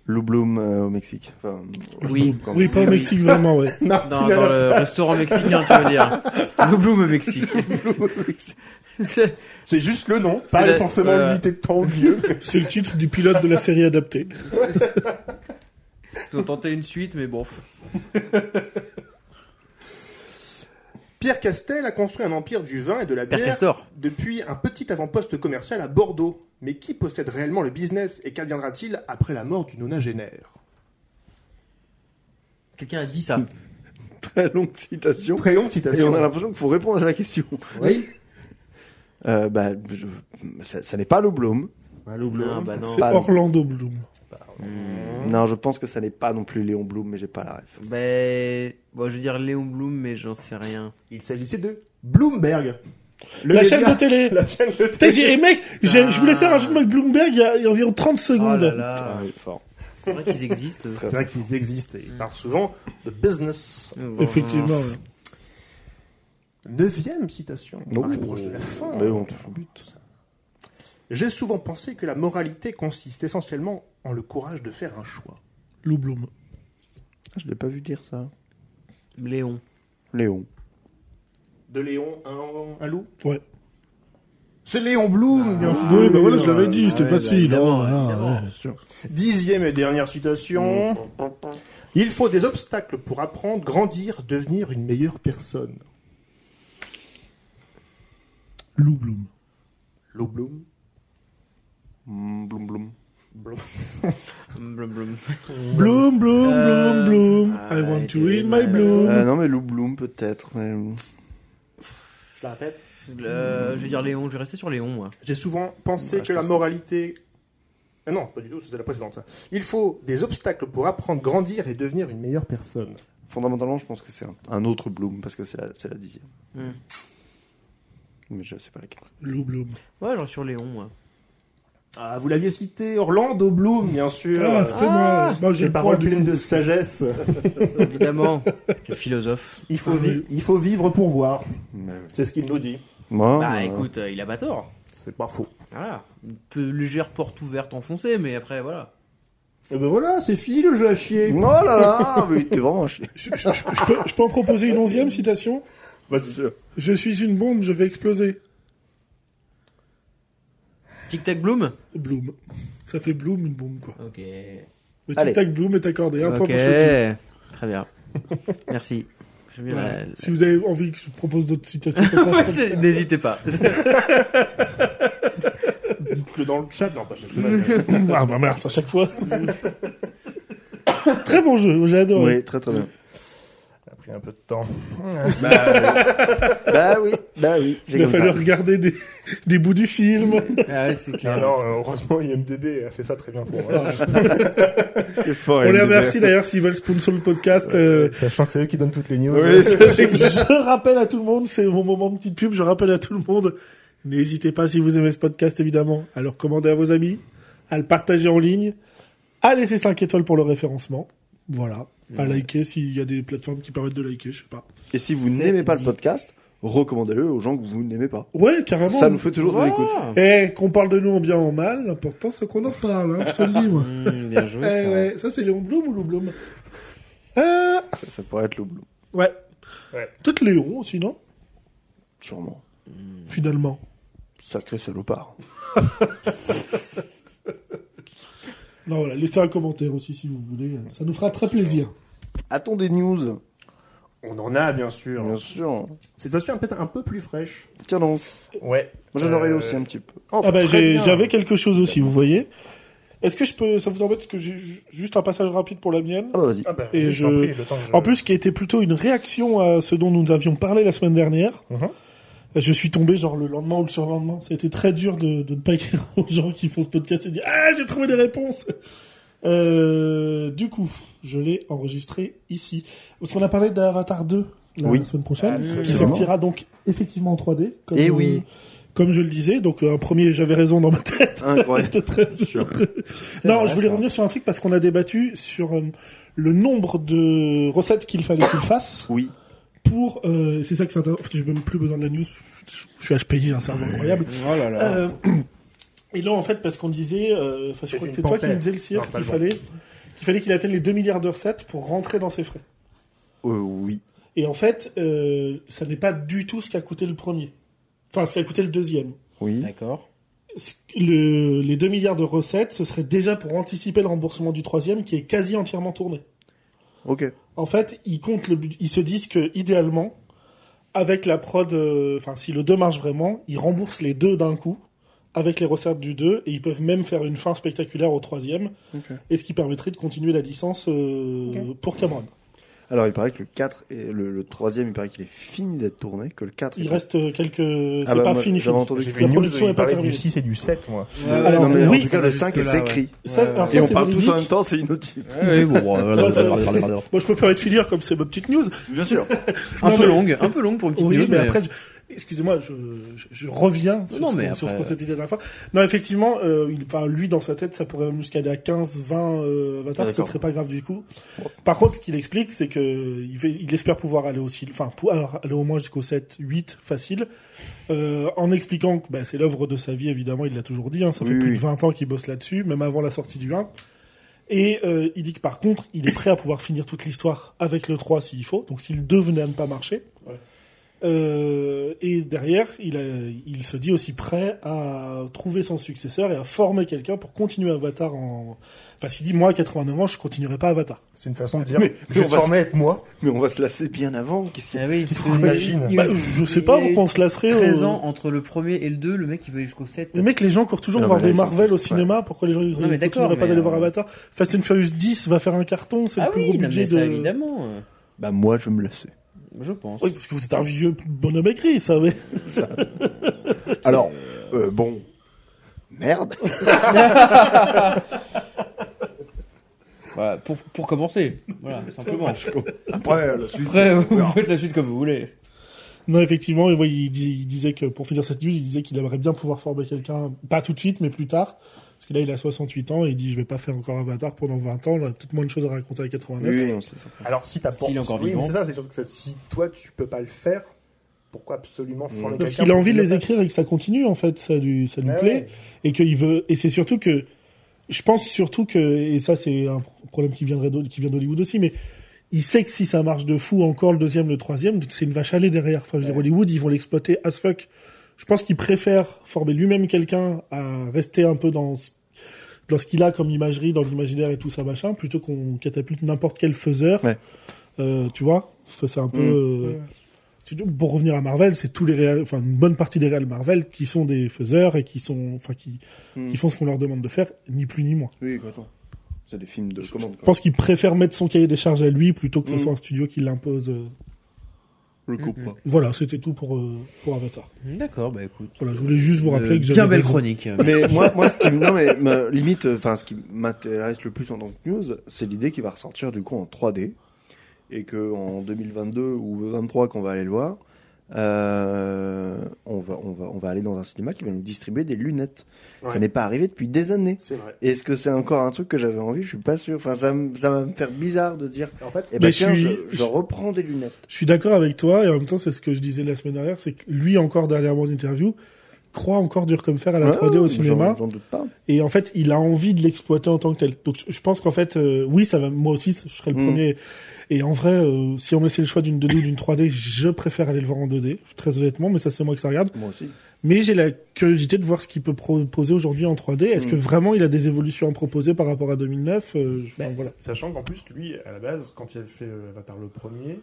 [SPEAKER 4] Lou Bloom euh, au Mexique. Enfin, au
[SPEAKER 7] Oui.
[SPEAKER 4] Mexique, quand
[SPEAKER 2] Oui,
[SPEAKER 4] même.
[SPEAKER 2] pas au Mexique, vraiment, ouais.
[SPEAKER 7] Dans,
[SPEAKER 5] Martine à
[SPEAKER 7] dans
[SPEAKER 5] la
[SPEAKER 7] le
[SPEAKER 5] place.
[SPEAKER 7] restaurant mexicain, tu veux dire. Le Bloom au Mexique. C'est-
[SPEAKER 5] C'est juste le nom,
[SPEAKER 7] C'est
[SPEAKER 5] pas
[SPEAKER 7] la-
[SPEAKER 5] forcément
[SPEAKER 7] euh,
[SPEAKER 5] l'unité de temps ou de lieu.
[SPEAKER 2] C'est le titre du pilote de la série adaptée.
[SPEAKER 7] Ils ont tenté une suite, mais bon. pff.
[SPEAKER 5] Pierre Castel a construit un empire du vin et de la
[SPEAKER 7] Père
[SPEAKER 5] bière
[SPEAKER 7] Castor.
[SPEAKER 5] depuis un petit avant-poste commercial à Bordeaux. Mais qui possède réellement le business et qu'adviendra-t-il après la mort du nonagénaire
[SPEAKER 7] Quelqu'un a dit ça.
[SPEAKER 4] Très longue citation.
[SPEAKER 5] Très longue
[SPEAKER 4] Et
[SPEAKER 5] citation.
[SPEAKER 4] on a l'impression qu'il faut répondre à la question.
[SPEAKER 7] Oui.
[SPEAKER 4] Euh, bah, je- ça, ça n'est pas Lou Bloom.
[SPEAKER 7] Non, bah non.
[SPEAKER 2] C'est
[SPEAKER 4] Pas
[SPEAKER 2] Orlando Bloom.
[SPEAKER 4] Non, je pense que ça n'est pas non plus Léon Bloom, mais j'ai pas la ref.
[SPEAKER 7] Ben, bon, je veux dire Léon Blum, mais j'en sais rien.
[SPEAKER 5] Il s'agissait de Bloomberg. Le
[SPEAKER 2] la
[SPEAKER 5] média-
[SPEAKER 2] chaîne de télé.
[SPEAKER 5] La chaîne de
[SPEAKER 2] Putain,
[SPEAKER 5] télé. Ah.
[SPEAKER 2] j'ai- eh, mec, j'ai- je voulais faire un jeu de mots avec Bloomberg il y a, il y a environ 30
[SPEAKER 7] Oh
[SPEAKER 2] secondes.
[SPEAKER 7] là là,
[SPEAKER 4] Ah, fort.
[SPEAKER 7] c'est vrai qu'ils existent. eux.
[SPEAKER 5] C'est vrai qu'ils existent et ils parlent souvent de business.
[SPEAKER 7] Bon,
[SPEAKER 2] Effectivement.
[SPEAKER 7] euh,
[SPEAKER 2] ouais.
[SPEAKER 5] Neuvième citation.
[SPEAKER 4] Non.
[SPEAKER 5] On arrive proche de la fin.
[SPEAKER 4] Oh. Mais on touche au but.
[SPEAKER 5] J'ai souvent pensé que la moralité consiste essentiellement en le courage de faire un choix.
[SPEAKER 2] Lou Bloom.
[SPEAKER 4] Ah, Je l'ai pas vu dire ça.
[SPEAKER 7] Léon.
[SPEAKER 4] Léon.
[SPEAKER 5] De Léon, un, un loup
[SPEAKER 2] Ouais.
[SPEAKER 5] C'est Léon Blum, bien sûr. euh,
[SPEAKER 2] Oui, bah voilà, je l'avais dit, c'était
[SPEAKER 7] Ouais, bah,
[SPEAKER 2] facile.
[SPEAKER 7] évidemment,
[SPEAKER 2] hein,
[SPEAKER 7] évidemment.
[SPEAKER 2] ouais.
[SPEAKER 5] Dixième et dernière citation. Il faut des obstacles pour apprendre, grandir, devenir une meilleure personne.
[SPEAKER 2] Lou Bloom.
[SPEAKER 5] Lou Blum.
[SPEAKER 4] Mm, Bloom Bloom.
[SPEAKER 5] Blum.
[SPEAKER 7] Blum, blum.
[SPEAKER 2] Bloom, Bloom,
[SPEAKER 7] Euh,
[SPEAKER 2] Bloom, Bloom. I
[SPEAKER 7] I
[SPEAKER 2] want to
[SPEAKER 7] did
[SPEAKER 2] eat my
[SPEAKER 7] my-
[SPEAKER 2] Bloom.
[SPEAKER 4] Euh, non, mais Lou Bloom peut-être. mais-
[SPEAKER 5] Je la répète.
[SPEAKER 7] Euh, je vais dire Léon, je vais rester sur Léon, moi.
[SPEAKER 5] J'ai souvent pensé
[SPEAKER 4] Ouais, je
[SPEAKER 5] que la
[SPEAKER 4] pense que-
[SPEAKER 5] moralité... Ah non, pas du tout, c'était la précédente. ça. Il faut des obstacles pour apprendre, grandir et devenir une meilleure personne.
[SPEAKER 4] Fondamentalement, je pense que c'est un, un autre Bloom parce que c'est la, c'est la dixième.
[SPEAKER 7] Mm.
[SPEAKER 4] Mais je sais pas laquelle.
[SPEAKER 2] Lou Bloom.
[SPEAKER 7] Ouais, genre sur Léon, moi.
[SPEAKER 5] Ah, vous l'aviez cité, Orlando Bloom, bien sûr.
[SPEAKER 2] Ah, c'était
[SPEAKER 7] Ah,
[SPEAKER 2] moi. Moi, j'ai
[SPEAKER 5] Ces
[SPEAKER 2] le point
[SPEAKER 5] paroles
[SPEAKER 2] du
[SPEAKER 5] pleines de sagesse.
[SPEAKER 7] Évidemment. Le philosophe.
[SPEAKER 5] Il faut,
[SPEAKER 2] Ah oui.
[SPEAKER 5] vi- il faut vivre pour voir.
[SPEAKER 4] Mais oui.
[SPEAKER 5] C'est ce qu'il nous dit.
[SPEAKER 4] Moi,
[SPEAKER 7] Bah
[SPEAKER 4] euh,
[SPEAKER 7] écoute, euh, il a pas tort.
[SPEAKER 5] C'est pas faux.
[SPEAKER 7] Voilà. Une peu légère porte ouverte enfoncée, mais après, voilà.
[SPEAKER 5] Et ben voilà, c'est fini le jeu à
[SPEAKER 4] Oh
[SPEAKER 5] chier.
[SPEAKER 4] là là, mais t'es vraiment un chien.
[SPEAKER 2] Je, je- je- je peux, je peux en proposer une onzième citation
[SPEAKER 4] Vas-y.
[SPEAKER 2] Je suis une bombe, je vais exploser.
[SPEAKER 7] Tic Tac Bloom
[SPEAKER 2] Bloom. Ça fait Bloom, une bombe, quoi.
[SPEAKER 7] Ok.
[SPEAKER 2] Le
[SPEAKER 4] Allez.
[SPEAKER 2] tic-tac Bloom est accordé. Un point
[SPEAKER 7] Ok.
[SPEAKER 2] pour Shoji.
[SPEAKER 7] Très bien. Merci. J'aime bien la- la-
[SPEAKER 2] Si vous avez envie que je vous propose d'autres citations,
[SPEAKER 7] Ouais, c'est- N'hésitez pas.
[SPEAKER 5] Dites-le dans le chat. Non, pas chez
[SPEAKER 2] ah bah merde, à chaque fois. Très bon jeu, j'ai adoré.
[SPEAKER 4] Oui, très très bien.
[SPEAKER 5] Ça a pris un peu de temps.
[SPEAKER 4] bah oui, bah oui. c'est
[SPEAKER 2] Il a
[SPEAKER 4] comme
[SPEAKER 2] fallu
[SPEAKER 4] ça.
[SPEAKER 2] regarder des, des bouts du film.
[SPEAKER 7] Ah ouais, c'est clair.
[SPEAKER 5] Alors, heureusement, IMDB a fait ça très bien pour moi.
[SPEAKER 4] C'est fort,
[SPEAKER 2] On les
[SPEAKER 4] MDB.
[SPEAKER 2] remercie d'ailleurs s'ils veulent sponsor le podcast. euh,
[SPEAKER 5] Sachant que c'est eux qui donnent toutes les news.
[SPEAKER 4] Oui,
[SPEAKER 2] je rappelle à tout le monde, c'est mon moment de petite pub, je rappelle à tout le monde, n'hésitez pas si vous aimez ce podcast évidemment, à le recommander à vos amis, à le partager en ligne, à laisser 5 étoiles pour le référencement. Voilà. À liker s'il y a des plateformes qui permettent de liker, je sais pas.
[SPEAKER 4] Et si vous
[SPEAKER 7] C'est
[SPEAKER 4] n'aimez pas le
[SPEAKER 7] dit.
[SPEAKER 4] podcast, recommandez-le aux gens que vous n'aimez pas.
[SPEAKER 2] Ouais, carrément.
[SPEAKER 4] Ça nous fait toujours des écoutes.
[SPEAKER 2] Eh, qu'on parle de nous en bien ou en mal, l'important c'est qu'on en parle, hein, je te le dis, moi.
[SPEAKER 7] Mmh, bien joué,
[SPEAKER 2] Eh
[SPEAKER 7] ça.
[SPEAKER 2] ouais, ça c'est Léon Blum ou Lou Blum
[SPEAKER 4] Ça, ça pourrait être le boulot,
[SPEAKER 2] Ouais. Peut-être Léon aussi, non
[SPEAKER 4] sûrement.
[SPEAKER 2] Finalement.
[SPEAKER 4] Sacré salopard.
[SPEAKER 2] Non, voilà, laissez un commentaire aussi si vous voulez, ça nous fera très plaisir.
[SPEAKER 4] A-t-on des news
[SPEAKER 5] On en a, bien sûr.
[SPEAKER 4] Bien sûr.
[SPEAKER 5] Cette fois-ci, peut-être un peu plus fraîche.
[SPEAKER 4] Tiens donc.
[SPEAKER 5] Ouais.
[SPEAKER 4] Moi j'en aurais
[SPEAKER 5] Euh,
[SPEAKER 4] aussi un petit peu. Oh,
[SPEAKER 2] Ah bah
[SPEAKER 5] très
[SPEAKER 2] j'ai-
[SPEAKER 5] bien.
[SPEAKER 2] j'avais quelque chose aussi, vous voyez. Est-ce que je peux, ça vous embête parce que j'ai ju- juste un passage rapide pour la mienne.
[SPEAKER 4] Ah bah vas-y.
[SPEAKER 5] Ah bah,
[SPEAKER 2] Et
[SPEAKER 5] je t'en
[SPEAKER 2] je-
[SPEAKER 5] prie, le temps que je-
[SPEAKER 2] En plus, qui était plutôt une réaction à ce dont nous avions parlé la semaine dernière.
[SPEAKER 5] Mhm.
[SPEAKER 2] Je suis tombé genre le lendemain ou le surlendemain. Ça a été très dur de, de ne pas écrire aux gens qui font ce podcast et dire Ah, j'ai trouvé des réponses Euh, Du coup, je l'ai enregistré ici. Parce qu'on a parlé d'Avatar 2 la
[SPEAKER 4] Oui.
[SPEAKER 2] semaine prochaine,
[SPEAKER 5] Absolument.
[SPEAKER 2] qui sortira donc effectivement en 3D. Comme,
[SPEAKER 4] Eh oui.
[SPEAKER 2] comme je le disais, donc euh, un premier, j'avais raison dans ma tête.
[SPEAKER 4] Incroyable.
[SPEAKER 2] C'était très
[SPEAKER 4] Sûr.
[SPEAKER 2] Non,
[SPEAKER 7] vrai,
[SPEAKER 2] je voulais
[SPEAKER 7] ça.
[SPEAKER 2] revenir sur un truc parce qu'on a débattu sur euh, le nombre de recettes qu'il fallait qu'il fasse
[SPEAKER 4] Oui.
[SPEAKER 2] pour. euh, c'est ça que c'est intéressant. Enfin, j'ai même plus besoin de la news. Je suis HPI, j'ai un cerveau incroyable.
[SPEAKER 7] Oh là là.
[SPEAKER 2] Euh, et là, en fait, parce qu'on disait, euh, enfin, je
[SPEAKER 5] C'est
[SPEAKER 2] crois que
[SPEAKER 5] une
[SPEAKER 2] c'est toi qui
[SPEAKER 5] panthère.
[SPEAKER 2] me disais le
[SPEAKER 5] Non,
[SPEAKER 2] cirque
[SPEAKER 5] pas
[SPEAKER 2] qu'il
[SPEAKER 5] le
[SPEAKER 2] fallait qu'il fallait qu'il atteigne les 2 milliards de recettes pour rentrer dans ses frais.
[SPEAKER 4] Euh, oui.
[SPEAKER 2] Et en fait, euh, ça n'est pas du tout ce qu'a coûté le premier. Enfin, ce qu'a coûté le deuxième.
[SPEAKER 4] Oui.
[SPEAKER 7] D'accord.
[SPEAKER 2] Ce- le- les 2 milliards de recettes, ce serait déjà pour anticiper le remboursement du troisième qui est quasi entièrement tourné.
[SPEAKER 4] Ok.
[SPEAKER 2] En fait, ils comptent le bud- ils se disent que idéalement, avec la prod, euh, enfin si le 2 marche vraiment, ils remboursent les deux d'un coup avec les recettes du 2 et ils peuvent même faire une fin spectaculaire au troisième,
[SPEAKER 4] Ok.
[SPEAKER 2] et ce qui permettrait de continuer la licence euh, pour Cameron.
[SPEAKER 4] Alors il paraît que le 4 et le, le 3 il paraît qu'il est fini d'être tourné, que le 4
[SPEAKER 2] Il
[SPEAKER 4] est-
[SPEAKER 2] reste euh, quelques, c'est
[SPEAKER 4] bah,
[SPEAKER 2] pas
[SPEAKER 4] moi,
[SPEAKER 2] fini.
[SPEAKER 4] J'avais
[SPEAKER 2] fini.
[SPEAKER 4] entendu
[SPEAKER 5] J'ai
[SPEAKER 4] que Euh,
[SPEAKER 5] vu une
[SPEAKER 2] La
[SPEAKER 5] news,
[SPEAKER 2] production
[SPEAKER 5] il
[SPEAKER 2] est pas
[SPEAKER 5] parlait du
[SPEAKER 2] terminée.
[SPEAKER 5] 6 et du 7, moi.
[SPEAKER 2] Alors,
[SPEAKER 4] non, mais en
[SPEAKER 2] oui,
[SPEAKER 4] tout cas, le 5 est
[SPEAKER 7] jusque-là,
[SPEAKER 4] écrit.
[SPEAKER 2] Ça,
[SPEAKER 7] Ouais,
[SPEAKER 2] alors
[SPEAKER 7] ouais.
[SPEAKER 4] Et
[SPEAKER 2] ça,
[SPEAKER 4] on
[SPEAKER 2] c'est
[SPEAKER 4] parle tous en
[SPEAKER 2] véridique.
[SPEAKER 4] même temps, c'est inaudible.
[SPEAKER 2] Ouais, ça- Moi, je peux parler de filière comme c'est ma petite news.
[SPEAKER 4] Bien sûr.
[SPEAKER 7] Un
[SPEAKER 2] Non,
[SPEAKER 7] peu
[SPEAKER 2] mais-
[SPEAKER 7] longue, un peu longue pour une petite
[SPEAKER 2] Oui,
[SPEAKER 7] news,
[SPEAKER 2] mais,
[SPEAKER 7] mais-
[SPEAKER 2] après, je- excusez-moi, je, je, je reviens sur,
[SPEAKER 7] Non,
[SPEAKER 2] ce,
[SPEAKER 7] mais
[SPEAKER 2] qu'on- sur ce
[SPEAKER 7] après-
[SPEAKER 2] qu'on s'était dit la dernière fois. Non, effectivement, euh, il, enfin, lui, dans sa tête, ça pourrait même jusqu'à aller à 15, 20 euh, avatars,
[SPEAKER 4] Ah,
[SPEAKER 2] ce
[SPEAKER 4] d'accord.
[SPEAKER 2] serait pas grave du coup. Par contre, ce qu'il explique, c'est que il, fait- il espère pouvoir aller aussi, enfin, pouvoir aller au moins jusqu'au 7, 8, facile, euh, en expliquant que bah, c'est l'œuvre de sa vie, évidemment, il l'a toujours dit, hein, ça fait
[SPEAKER 4] Oui,
[SPEAKER 2] plus
[SPEAKER 4] oui.
[SPEAKER 2] de 20 ans qu'il bosse là-dessus, même avant la sortie du 1. Et euh, il dit que par contre, il est prêt à pouvoir finir toute l'histoire avec le 3 s'il faut. Donc si le 2 venait à ne pas marcher. Euh, et derrière, il, a- il se dit aussi prêt à trouver son successeur et à former quelqu'un pour continuer Avatar en... Parce qu'il dit, moi, à 89 ans, je continuerai pas Avatar.
[SPEAKER 5] C'est une façon de dire,
[SPEAKER 4] Mais-
[SPEAKER 5] je vais
[SPEAKER 4] mais on
[SPEAKER 5] te
[SPEAKER 4] va se-
[SPEAKER 5] former avec moi.
[SPEAKER 4] Mais on va se lasser bien avant. Qu'est-ce qu'il y a
[SPEAKER 7] Ah oui,
[SPEAKER 5] Qu'est-ce
[SPEAKER 7] parce
[SPEAKER 5] qu'on
[SPEAKER 7] que-
[SPEAKER 5] imagine
[SPEAKER 7] il y a
[SPEAKER 2] Bah,
[SPEAKER 7] eu-
[SPEAKER 2] je sais
[SPEAKER 7] il
[SPEAKER 2] pas
[SPEAKER 7] y a eu
[SPEAKER 2] pourquoi on se lasserait.
[SPEAKER 7] 13
[SPEAKER 2] euh,
[SPEAKER 7] ans entre le premier et le 2, le mec il veut aller jusqu'au 7.
[SPEAKER 2] Les mecs, les gens courent toujours
[SPEAKER 4] Non,
[SPEAKER 2] voir
[SPEAKER 4] mais là,
[SPEAKER 2] des
[SPEAKER 4] ils sont
[SPEAKER 2] Marvel
[SPEAKER 4] tous-
[SPEAKER 2] au cinéma. Pourquoi les gens ils
[SPEAKER 7] Non, mais d'accord,
[SPEAKER 2] continueraient pas
[SPEAKER 7] mais,
[SPEAKER 2] d'aller voir
[SPEAKER 7] euh,
[SPEAKER 2] Avatar Fast and Furious 10 va faire un carton. C'est
[SPEAKER 7] Ah
[SPEAKER 2] le plus
[SPEAKER 7] oui,
[SPEAKER 2] gros
[SPEAKER 7] non,
[SPEAKER 2] budget
[SPEAKER 7] mais ça
[SPEAKER 2] de...
[SPEAKER 7] évidemment, euh,
[SPEAKER 4] Bah moi, je vais me lasser.
[SPEAKER 7] je pense.
[SPEAKER 2] Oui, parce que vous êtes un vieux bonhomme écrit, ça. Mais...
[SPEAKER 4] Alors, euh, bon. Merde.
[SPEAKER 7] Voilà, Bah, pour, pour commencer, voilà, simplement.
[SPEAKER 4] Après, la suite.
[SPEAKER 7] Après, vous faites la suite comme vous voulez.
[SPEAKER 2] Non, effectivement, et ouais, il, dis- il disait que pour finir cette news, il disait qu'il aimerait bien pouvoir former quelqu'un, pas tout de suite, mais plus tard. Parce que là, il a 68 ans et il dit Je vais pas faire encore Avatar pendant 20 ans, j'aurai peut-être moins de choses à raconter à 89.
[SPEAKER 4] Oui, oui, non, c'est ça.
[SPEAKER 5] Alors si t'as
[SPEAKER 7] S'il est encore
[SPEAKER 5] Oui, mais
[SPEAKER 7] vivant.
[SPEAKER 5] c'est ça, c'est surtout que si toi tu peux pas le faire, pourquoi absolument former quelqu'un
[SPEAKER 2] Parce qu'il a
[SPEAKER 5] pour
[SPEAKER 2] envie de
[SPEAKER 5] qu'il
[SPEAKER 2] les
[SPEAKER 5] le
[SPEAKER 2] écrire et que ça continue, en fait, ça lui,
[SPEAKER 4] Ah
[SPEAKER 2] ça lui
[SPEAKER 5] Ouais,
[SPEAKER 2] plaît.
[SPEAKER 5] ouais.
[SPEAKER 2] Et qu'il veut. Et c'est surtout que. Je pense surtout que. Et ça, c'est un pro- problème qui, viendrait d'Hol- qui vient d'Hollywood aussi, mais il sait que si ça marche de fou encore le deuxième, le troisième, c'est une vache à lait derrière. Enfin, je veux dire, Hollywood, ils vont l'exploiter as fuck. Je pense qu'il préfère former lui-même quelqu'un à rester un peu dans ce, dans ce qu'il a comme imagerie, dans l'imaginaire et tout ça, machin, plutôt qu'on catapulte n'importe quel faiseur.
[SPEAKER 4] Ouais.
[SPEAKER 2] Euh, tu vois Ça, C'est un peu.
[SPEAKER 4] Mm.
[SPEAKER 2] euh, tu- Pour revenir à Marvel, c'est tous les réels, enfin une bonne partie des réels Marvel qui sont des faiseurs et qui sont, enfin qui,
[SPEAKER 4] Mm.
[SPEAKER 2] qui font ce qu'on leur demande de faire, ni plus ni moins.
[SPEAKER 4] Oui, complètement. C'est des films de commande.
[SPEAKER 2] Je
[SPEAKER 4] quoi.
[SPEAKER 2] pense qu'il préfère mettre son cahier des charges à lui plutôt que ce
[SPEAKER 4] Mm.
[SPEAKER 2] soit un studio qui l'impose. euh.
[SPEAKER 4] Le
[SPEAKER 2] Mm,
[SPEAKER 4] coupe pas.
[SPEAKER 2] Voilà, c'était tout pour euh, pour Avatar.
[SPEAKER 7] D'accord, bah écoute.
[SPEAKER 2] Voilà, je voulais juste vous rappeler
[SPEAKER 7] Euh,
[SPEAKER 2] que j'avais
[SPEAKER 7] bien belle
[SPEAKER 2] raison.
[SPEAKER 7] chronique.
[SPEAKER 4] Mais moi, moi, ce qui, me- non, mais ma- limite, euh, enfin, ce qui m'intéresse le plus en tant que news, c'est l'idée qu'il va ressortir du coup en 3D et que en 2022 ou 2023, qu'on va aller le voir, euh, on, va, on, va, on va aller dans un cinéma qui va nous distribuer des lunettes. Ça
[SPEAKER 2] Ouais.
[SPEAKER 4] n'est pas arrivé depuis des années.
[SPEAKER 2] C'est vrai.
[SPEAKER 4] Est-ce que c'est encore un truc que j'avais envie Je suis pas sûr. Enfin, ça, me- ça va me faire bizarre de dire.
[SPEAKER 5] En fait,
[SPEAKER 4] Eh ben
[SPEAKER 2] Mais
[SPEAKER 4] tiens, je,
[SPEAKER 2] je suis-
[SPEAKER 4] je reprends des lunettes.
[SPEAKER 2] Je suis d'accord avec toi et en même temps, c'est ce que je disais la semaine dernière, c'est que lui encore dernièrement en interview croit encore dur comme fer à la 3D au
[SPEAKER 4] Ouais,
[SPEAKER 2] cinéma
[SPEAKER 4] Hein? j'en- J'en doute pas.
[SPEAKER 2] et en fait, il a envie de l'exploiter en tant que tel. Donc je- je pense qu'en fait, euh, oui, ça va. Moi aussi, je serai le
[SPEAKER 4] Mm.
[SPEAKER 2] premier. Et en vrai, euh, si on me laissait le choix d'une 2D ou d'une 3D, je préfère aller le voir en 2D, très honnêtement. Mais ça, c'est moi qui ça regarde.
[SPEAKER 4] Moi aussi.
[SPEAKER 2] Mais j'ai la curiosité de voir ce qu'il peut proposer aujourd'hui en 3D. Est-ce
[SPEAKER 4] Mm.
[SPEAKER 2] que vraiment il a des évolutions à proposer par rapport à 2009 Euh, je- enfin,
[SPEAKER 5] Ben,
[SPEAKER 2] voilà.
[SPEAKER 5] sa- Sachant qu'en plus, lui, à la base, quand il avait fait euh, Avatar le premier,